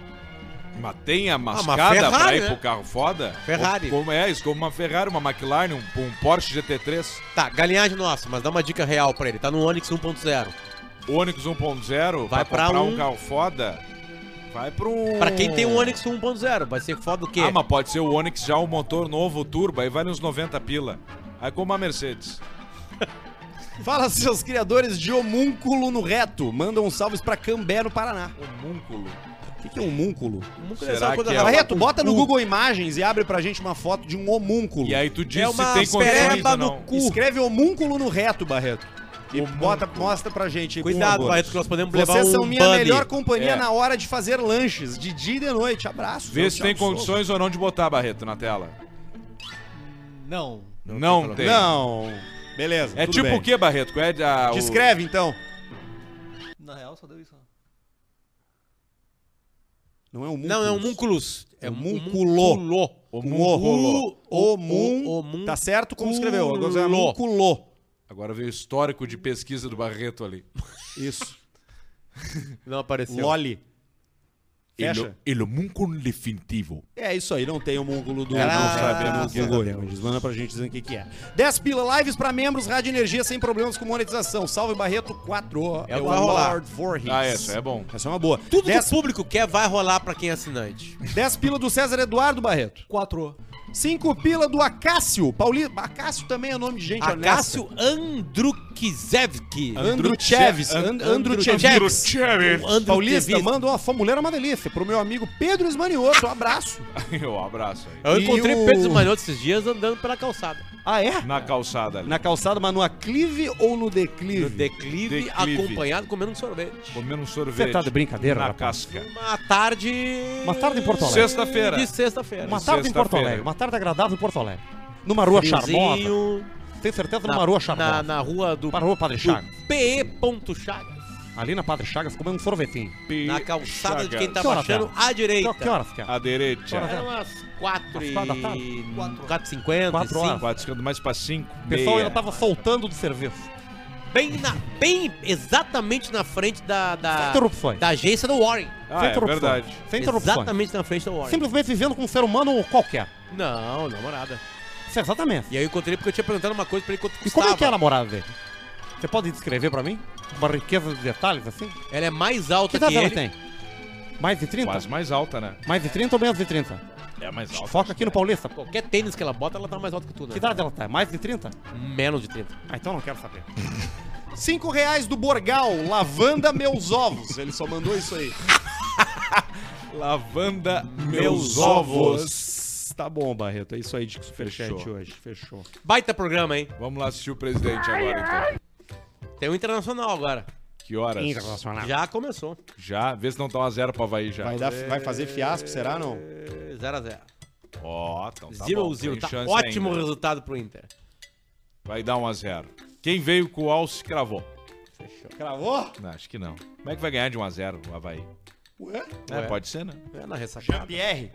[SPEAKER 2] Mas tem a
[SPEAKER 3] Ah, uma
[SPEAKER 2] mascada pra
[SPEAKER 3] Ferrari,
[SPEAKER 2] ir
[SPEAKER 3] né?
[SPEAKER 2] pro carro foda?
[SPEAKER 3] Ferrari.
[SPEAKER 2] Ou- Como é isso? Como uma Ferrari, uma McLaren, um, um Porsche GT3,
[SPEAKER 3] Tá, galinhagem nossa, mas dá uma dica real pra ele. Tá no Onix 1.0.
[SPEAKER 2] Onix 1.0,
[SPEAKER 3] Vai pra
[SPEAKER 2] comprar um...
[SPEAKER 3] um-
[SPEAKER 2] carro foda, vai pra um...
[SPEAKER 3] Pra quem tem um Onix 1.0, vai ser foda o quê?
[SPEAKER 2] Ah, mas pode ser o Onix já um motor novo, turbo, aí vale uns 90 pila. Aí como a Mercedes.
[SPEAKER 1] Fala [laughs] seus criadores de homúnculo no reto. Manda um salves pra Cambé, no Paraná.
[SPEAKER 2] Homúnculo.
[SPEAKER 1] O que, que é um homúnculo?
[SPEAKER 3] Nunca
[SPEAKER 2] será
[SPEAKER 3] sabe quando
[SPEAKER 2] que é
[SPEAKER 3] acaba
[SPEAKER 1] Barreto,
[SPEAKER 3] com
[SPEAKER 1] bota no
[SPEAKER 3] cu.
[SPEAKER 1] Google Imagens e abre pra gente uma foto de um homúnculo.
[SPEAKER 2] E aí tu diz
[SPEAKER 3] É
[SPEAKER 2] se
[SPEAKER 3] uma
[SPEAKER 2] tem condições
[SPEAKER 3] pereba
[SPEAKER 2] ou
[SPEAKER 3] no
[SPEAKER 2] não.
[SPEAKER 3] cu.
[SPEAKER 1] Escreve homúnculo no reto, Barreto. E bota, mostra pra gente. aí, por
[SPEAKER 3] Cuidado,
[SPEAKER 1] favor.
[SPEAKER 3] Barreto, que nós podemos levar
[SPEAKER 1] Vocês
[SPEAKER 3] um
[SPEAKER 1] são minha
[SPEAKER 3] bunny.
[SPEAKER 1] melhor companhia
[SPEAKER 2] É.
[SPEAKER 1] na hora de fazer lanches, de dia e de noite. Abraço.
[SPEAKER 2] Vê se tem
[SPEAKER 1] Thiago Souza.
[SPEAKER 2] condições ou não de botar, Barreto, na tela.
[SPEAKER 3] Não.
[SPEAKER 2] Não tem.
[SPEAKER 1] Não. Beleza.
[SPEAKER 2] É
[SPEAKER 1] tudo
[SPEAKER 2] tipo
[SPEAKER 1] bem.
[SPEAKER 2] o que, Barreto? É a, o-
[SPEAKER 1] Te escreve, então.
[SPEAKER 10] Na real, só deu isso. né? ó.
[SPEAKER 1] Não é um
[SPEAKER 3] Não, é um múnculos. É um
[SPEAKER 1] Homúnculo.
[SPEAKER 3] múnculo.
[SPEAKER 1] Homúnculo. Homúnculo.
[SPEAKER 3] Homúnculo.
[SPEAKER 1] Tá certo como escreveu. Agora é
[SPEAKER 3] Culo.
[SPEAKER 1] homúnculo.
[SPEAKER 2] Agora veio o histórico de pesquisa do Barreto ali.
[SPEAKER 1] Isso.
[SPEAKER 3] Não apareceu.
[SPEAKER 1] Loli. Fecha.
[SPEAKER 2] Ele,
[SPEAKER 3] é
[SPEAKER 2] ele nunca um definitivo.
[SPEAKER 1] É isso aí, não tem o múnculo do
[SPEAKER 3] Graças
[SPEAKER 1] não sabemos
[SPEAKER 3] a
[SPEAKER 1] Google Images. Manda pra gente dizendo o que, que é. 10 pila lives pra membros, rádio energia sem problemas com monetização. Salve Barreto 4.
[SPEAKER 3] É o que vai rolar.
[SPEAKER 1] Lord Voorhees.
[SPEAKER 2] Ah, essa é bom. [laughs]
[SPEAKER 1] Essa é uma boa.
[SPEAKER 3] Tudo que o
[SPEAKER 1] 10,
[SPEAKER 3] público quer vai rolar pra quem é assinante.
[SPEAKER 1] 10 pila do César Eduardo Barreto.
[SPEAKER 10] 4.
[SPEAKER 1] 5 pila do Acácio. Pauli... Acácio também é nome de gente honesta.
[SPEAKER 3] Acácio Andru... Andrukizevski.
[SPEAKER 1] Andruchevs.
[SPEAKER 3] And-
[SPEAKER 1] Andruchevs. Um
[SPEAKER 2] Tchê,
[SPEAKER 3] Andrukevski.
[SPEAKER 1] Paulista, manda uma fa- mulher é uma delícia. Pro meu amigo Pedro Esmanioto, um abraço.
[SPEAKER 2] Um abraço aí.
[SPEAKER 3] Eu
[SPEAKER 1] E
[SPEAKER 3] encontrei
[SPEAKER 1] o-
[SPEAKER 3] Pedro Manioto esses dias andando pela calçada.
[SPEAKER 1] Ah, é?
[SPEAKER 2] Na calçada ali.
[SPEAKER 1] Na calçada, mas no aclive ou no declive?
[SPEAKER 3] No declive,
[SPEAKER 2] Declive.
[SPEAKER 3] acompanhado comendo um sorvete.
[SPEAKER 2] Comendo um sorvete.
[SPEAKER 1] tá de brincadeira,
[SPEAKER 2] Na
[SPEAKER 1] rapaz.
[SPEAKER 2] casca.
[SPEAKER 3] Uma tarde.
[SPEAKER 1] Uma tarde em Porto Alegre.
[SPEAKER 2] Sexta-feira.
[SPEAKER 3] De sexta-feira.
[SPEAKER 1] Uma tarde em Porto
[SPEAKER 2] Sexta-feira.
[SPEAKER 1] Alegre, uma tarde agradável em Porto Alegre. Numa rua charmosa.
[SPEAKER 3] Friozinho,
[SPEAKER 1] Tenho certeza
[SPEAKER 3] na,
[SPEAKER 1] numa rua
[SPEAKER 3] na,
[SPEAKER 1] charmosa.
[SPEAKER 3] na rua do,
[SPEAKER 1] Uma rua Padre
[SPEAKER 3] do
[SPEAKER 1] Chagas.
[SPEAKER 3] PE. Chagas.
[SPEAKER 1] Ali na Padre Chagas, comendo um sorvetinho.
[SPEAKER 3] Na calçada de quem tá
[SPEAKER 1] Que hora,
[SPEAKER 3] baixando à direita.
[SPEAKER 1] Que, que horas que é?
[SPEAKER 2] Aderete.
[SPEAKER 1] Fora da-
[SPEAKER 3] Eram umas 4 e...
[SPEAKER 1] Às quatro da tarde?
[SPEAKER 3] 4h50,
[SPEAKER 1] Quatro horas.
[SPEAKER 2] Quatro ficando mais pra cinco.
[SPEAKER 1] O pessoal
[SPEAKER 2] meia.
[SPEAKER 1] ainda tava soltando do serviço.
[SPEAKER 3] Bem, na, bem exatamente na frente da,
[SPEAKER 4] Tá.
[SPEAKER 1] Sem
[SPEAKER 3] da,
[SPEAKER 1] interrupções.
[SPEAKER 3] da agência do Warren.
[SPEAKER 2] Ah,
[SPEAKER 1] Sem
[SPEAKER 2] é
[SPEAKER 1] interrupções.
[SPEAKER 2] verdade.
[SPEAKER 1] Sem interrupções.
[SPEAKER 3] Exatamente na frente do Warren.
[SPEAKER 1] Simplesmente vivendo com um ser humano qualquer.
[SPEAKER 3] Não, namorada.
[SPEAKER 1] Isso, exatamente.
[SPEAKER 3] E aí eu encontrei porque eu tinha perguntado uma coisa pra ele quanto
[SPEAKER 1] E
[SPEAKER 3] custava.
[SPEAKER 1] como é que é a namorada dele? Você pode descrever pra mim? Uma riqueza de detalhes assim?
[SPEAKER 3] Ela é mais alta
[SPEAKER 1] Que
[SPEAKER 3] que,
[SPEAKER 1] idade ela
[SPEAKER 3] ele.
[SPEAKER 1] tem? Mais de 30?
[SPEAKER 2] Quase mais alta, né?
[SPEAKER 1] Mais de 30 ou menos de 30?
[SPEAKER 2] É mais alta.
[SPEAKER 1] Foca aqui no Paulista. pô.
[SPEAKER 3] Qualquer tênis que ela bota, ela tá mais alta que tu, né?
[SPEAKER 1] Que idade ela tá? Mais de 30?
[SPEAKER 3] Menos de 30.
[SPEAKER 1] Ah, então não quero
[SPEAKER 4] [laughs]
[SPEAKER 1] saber.
[SPEAKER 4] 5 reais do Borgal, lavanda meus ovos. Ele só mandou isso aí.
[SPEAKER 2] Lavanda,
[SPEAKER 4] Meus ovos. Tá bom, Barreto. É isso aí de superchat
[SPEAKER 2] Fechou.
[SPEAKER 4] hoje. Fechou.
[SPEAKER 3] Baita programa, hein?
[SPEAKER 2] Vamos lá assistir o presidente agora, então.
[SPEAKER 3] Tem um internacional agora.
[SPEAKER 2] Que horas?
[SPEAKER 1] Internacional.
[SPEAKER 3] Já começou.
[SPEAKER 2] Já? Vê se não tá 1 a 0 pro Havaí já.
[SPEAKER 4] Vai, dar, vai fazer fiasco, será não?
[SPEAKER 3] 0x0.
[SPEAKER 2] Ó, então tá
[SPEAKER 3] Zero
[SPEAKER 2] bom.
[SPEAKER 3] a zero.
[SPEAKER 2] tem
[SPEAKER 3] Tá
[SPEAKER 2] chance
[SPEAKER 3] ótimo
[SPEAKER 2] ainda.
[SPEAKER 3] resultado pro Inter.
[SPEAKER 2] Vai dar 1 a 0 Quem veio com o Alce cravou.
[SPEAKER 4] Cravou?
[SPEAKER 2] Não, acho que não. Como é que vai ganhar de 1 a 0 o Havaí?
[SPEAKER 4] Ué?
[SPEAKER 2] É,
[SPEAKER 3] Ué.
[SPEAKER 2] pode ser, né?
[SPEAKER 3] É na ressacada.
[SPEAKER 4] Pierre.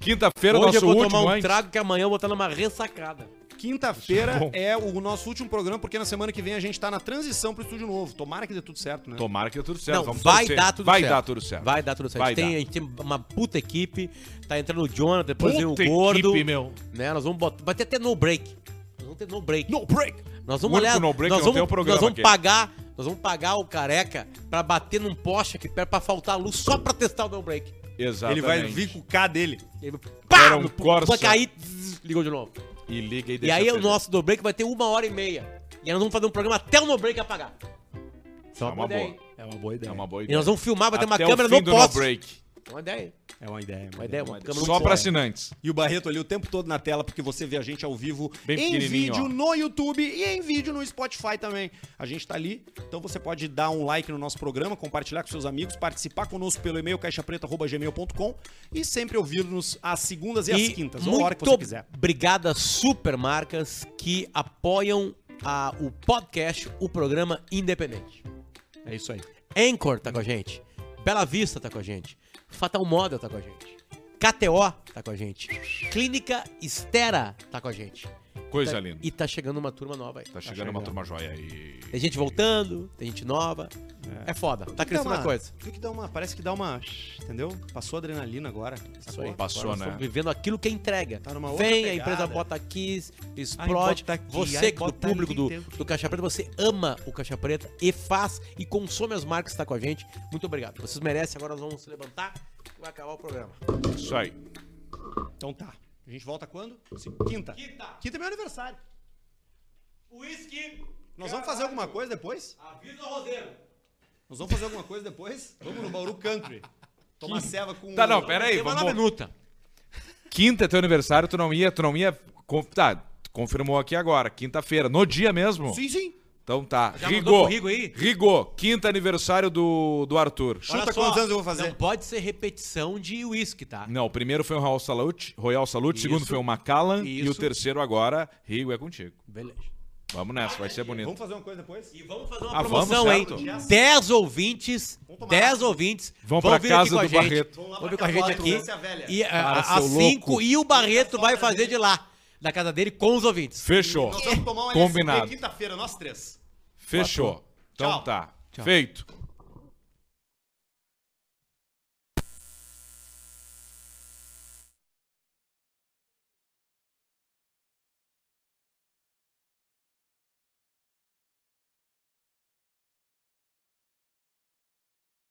[SPEAKER 2] Quinta-feira,
[SPEAKER 3] Hoje
[SPEAKER 2] é nosso
[SPEAKER 3] eu vou
[SPEAKER 2] último,
[SPEAKER 3] tomar um
[SPEAKER 2] hein?
[SPEAKER 3] trago que amanhã eu vou estar numa ressacada.
[SPEAKER 4] Quinta-feira
[SPEAKER 2] Bom.
[SPEAKER 4] é o nosso último programa, porque na semana que vem a gente tá na transição pro estúdio novo. Tomara que dê tudo certo, né?
[SPEAKER 2] Tomara que dê tudo certo.
[SPEAKER 3] Não,
[SPEAKER 2] Vamos
[SPEAKER 3] vai
[SPEAKER 2] torcer.
[SPEAKER 3] dar tudo
[SPEAKER 2] vai
[SPEAKER 3] certo.
[SPEAKER 2] dar tudo certo.
[SPEAKER 3] Vai dar tudo certo.
[SPEAKER 2] Vai
[SPEAKER 3] Tem-
[SPEAKER 2] dar.
[SPEAKER 3] A gente tem uma puta equipe. Tá entrando o Jonathan, depois vem o
[SPEAKER 2] Puta
[SPEAKER 3] Gordo.
[SPEAKER 2] equipe, meu.
[SPEAKER 3] Né? Nós vamos botar. Vai ter até no break. Nós vamos ter no break.
[SPEAKER 2] No break.
[SPEAKER 3] Nós
[SPEAKER 2] O
[SPEAKER 3] vamos olhar.
[SPEAKER 2] único no break
[SPEAKER 3] nós
[SPEAKER 2] não
[SPEAKER 3] vamos,
[SPEAKER 2] tem o programa
[SPEAKER 3] nós vamos
[SPEAKER 2] aqui.
[SPEAKER 3] pagar. Nós vamos pagar o careca pra bater num poste aqui perto pra faltar a luz só pra testar o no break.
[SPEAKER 2] Exatamente.
[SPEAKER 4] com o K dele.
[SPEAKER 3] Ele pá!
[SPEAKER 2] Era um
[SPEAKER 3] no-
[SPEAKER 2] Corsa.
[SPEAKER 3] Vai cair. zzz, Ligou de novo.
[SPEAKER 2] E liga e
[SPEAKER 3] E
[SPEAKER 2] deixa
[SPEAKER 3] aí o
[SPEAKER 2] feliz.
[SPEAKER 3] nosso no break vai ter uma hora e meia. E aí nós vamos fazer um programa até o no break apagar.
[SPEAKER 2] É uma
[SPEAKER 3] ideia,
[SPEAKER 2] boa.
[SPEAKER 3] hein?
[SPEAKER 4] É uma boa
[SPEAKER 2] É
[SPEAKER 4] ideia.
[SPEAKER 2] uma boa
[SPEAKER 3] E
[SPEAKER 2] ideia.
[SPEAKER 3] nós vamos filmar, vai ter uma
[SPEAKER 2] Até o
[SPEAKER 3] câmera
[SPEAKER 2] fim
[SPEAKER 3] no
[SPEAKER 2] do
[SPEAKER 3] poste.
[SPEAKER 2] break.
[SPEAKER 3] Uma ideia, hein?
[SPEAKER 4] É uma ideia.
[SPEAKER 3] uma ideia, uma câmera
[SPEAKER 2] Só
[SPEAKER 3] no
[SPEAKER 2] pra
[SPEAKER 3] poste.
[SPEAKER 2] assinantes.
[SPEAKER 4] E o Barreto ali o tempo todo na tela, porque você vê a gente ao vivo
[SPEAKER 2] Bem
[SPEAKER 4] em
[SPEAKER 2] pequenininho,
[SPEAKER 4] vídeo
[SPEAKER 2] ó.
[SPEAKER 4] no YouTube e em vídeo no Spotify também. A gente tá ali, então você pode dar um like no nosso programa, compartilhar com seus amigos, participar conosco pelo e-mail caixapreta.gmail.com e sempre ouvir-nos às segundas e, às quintas, ou a hora que você quiser.
[SPEAKER 3] Obrigada, supermarcas que apoiam a- o podcast, o programa Independente.
[SPEAKER 4] É isso aí.
[SPEAKER 3] Anchor tá com a gente. Bela Vista tá com a gente. Fatal Model tá com a gente. KTO tá com a gente. Clínica Estera tá com a gente.
[SPEAKER 2] Coisa
[SPEAKER 3] Tá-
[SPEAKER 2] linda.
[SPEAKER 3] E tá chegando uma turma nova aí.
[SPEAKER 2] Tá chegando uma turma joia aí.
[SPEAKER 3] Tem gente voltando, tem gente nova. É, foda,
[SPEAKER 4] Então,
[SPEAKER 3] tá crescendo a coisa.
[SPEAKER 4] Viu que dá uma, parece que dá uma, entendeu? Passou adrenalina agora.
[SPEAKER 3] Isso
[SPEAKER 2] Passou,
[SPEAKER 3] aí. Tá Agora nós
[SPEAKER 2] né?
[SPEAKER 3] estamos vivendo aquilo que é entrega.
[SPEAKER 4] Tá numa outra
[SPEAKER 3] Vem, a
[SPEAKER 4] pegada.
[SPEAKER 3] empresa bota aqui, explode.
[SPEAKER 4] bota aqui,
[SPEAKER 3] você
[SPEAKER 4] aí
[SPEAKER 3] que do
[SPEAKER 4] bota
[SPEAKER 3] público
[SPEAKER 4] ali, um
[SPEAKER 3] do,
[SPEAKER 4] Deus.
[SPEAKER 3] do Caixa Preta, você ama o Caixa Preta e faz e consome as marcas que está com a gente. Muito obrigado. Vocês merecem, agora nós vamos se levantar e vai acabar o programa.
[SPEAKER 2] Isso aí.
[SPEAKER 4] Então tá. A gente volta quando? Se- Quinta. Quinta. Quinta é meu aniversário.
[SPEAKER 3] Whisky,
[SPEAKER 4] Nós vamos fazer alguma coisa depois?
[SPEAKER 3] avisa o rodeiro.
[SPEAKER 4] Nós vamos fazer alguma coisa depois? Vamos no Bauru Country. Tomar ceva com... um
[SPEAKER 2] Tá, não, pera aí.
[SPEAKER 3] Tem uma
[SPEAKER 2] Vamos...
[SPEAKER 3] minuta.
[SPEAKER 2] Quinta é teu aniversário, tu não ia, tu não ia. con- Tá, tu confirmou aqui agora, quinta-feira, no dia mesmo?
[SPEAKER 4] Sim, sim.
[SPEAKER 2] Então tá.
[SPEAKER 3] Já mandou
[SPEAKER 2] Rigô.
[SPEAKER 3] pro Rigo aí?
[SPEAKER 2] Rigô, quinta aniversário do, do Arthur.
[SPEAKER 4] Chuta quantos anos eu vou fazer.
[SPEAKER 3] Tá Não pode ser repetição de whisky, tá?
[SPEAKER 2] Não, o primeiro foi o Royal Salute, Royal Salute, o segundo
[SPEAKER 3] Isso.
[SPEAKER 2] foi o Macallan e o
[SPEAKER 3] Isso.
[SPEAKER 2] terceiro agora, Rigo é contigo.
[SPEAKER 3] Beleza.
[SPEAKER 2] Vamos nessa, vai ser bonito.
[SPEAKER 4] Vamos fazer uma coisa depois?
[SPEAKER 3] E vamos fazer uma
[SPEAKER 2] Ah, vamos,
[SPEAKER 3] promoção, hein?
[SPEAKER 2] certo.
[SPEAKER 3] 10 ouvintes, 10 ouvintes
[SPEAKER 2] Vão pra
[SPEAKER 3] vir
[SPEAKER 2] casa
[SPEAKER 3] com a
[SPEAKER 2] do
[SPEAKER 3] gente,
[SPEAKER 2] Barreto.
[SPEAKER 3] Vão,
[SPEAKER 4] lá
[SPEAKER 3] vir com
[SPEAKER 4] pra
[SPEAKER 3] a gente
[SPEAKER 4] casa do
[SPEAKER 3] aqui.
[SPEAKER 4] Lúcia Velha.
[SPEAKER 3] E
[SPEAKER 2] Para,
[SPEAKER 3] ah, às
[SPEAKER 2] seu
[SPEAKER 3] 5 e o Barreto vai fazer de lá, da casa dele, com os ouvintes.
[SPEAKER 2] Fechou.
[SPEAKER 4] Nós vamos tomar um
[SPEAKER 2] Combinado.
[SPEAKER 4] quinta-feira, nós três.
[SPEAKER 2] Fechou. Então
[SPEAKER 4] Tchau.
[SPEAKER 2] tá. Feito.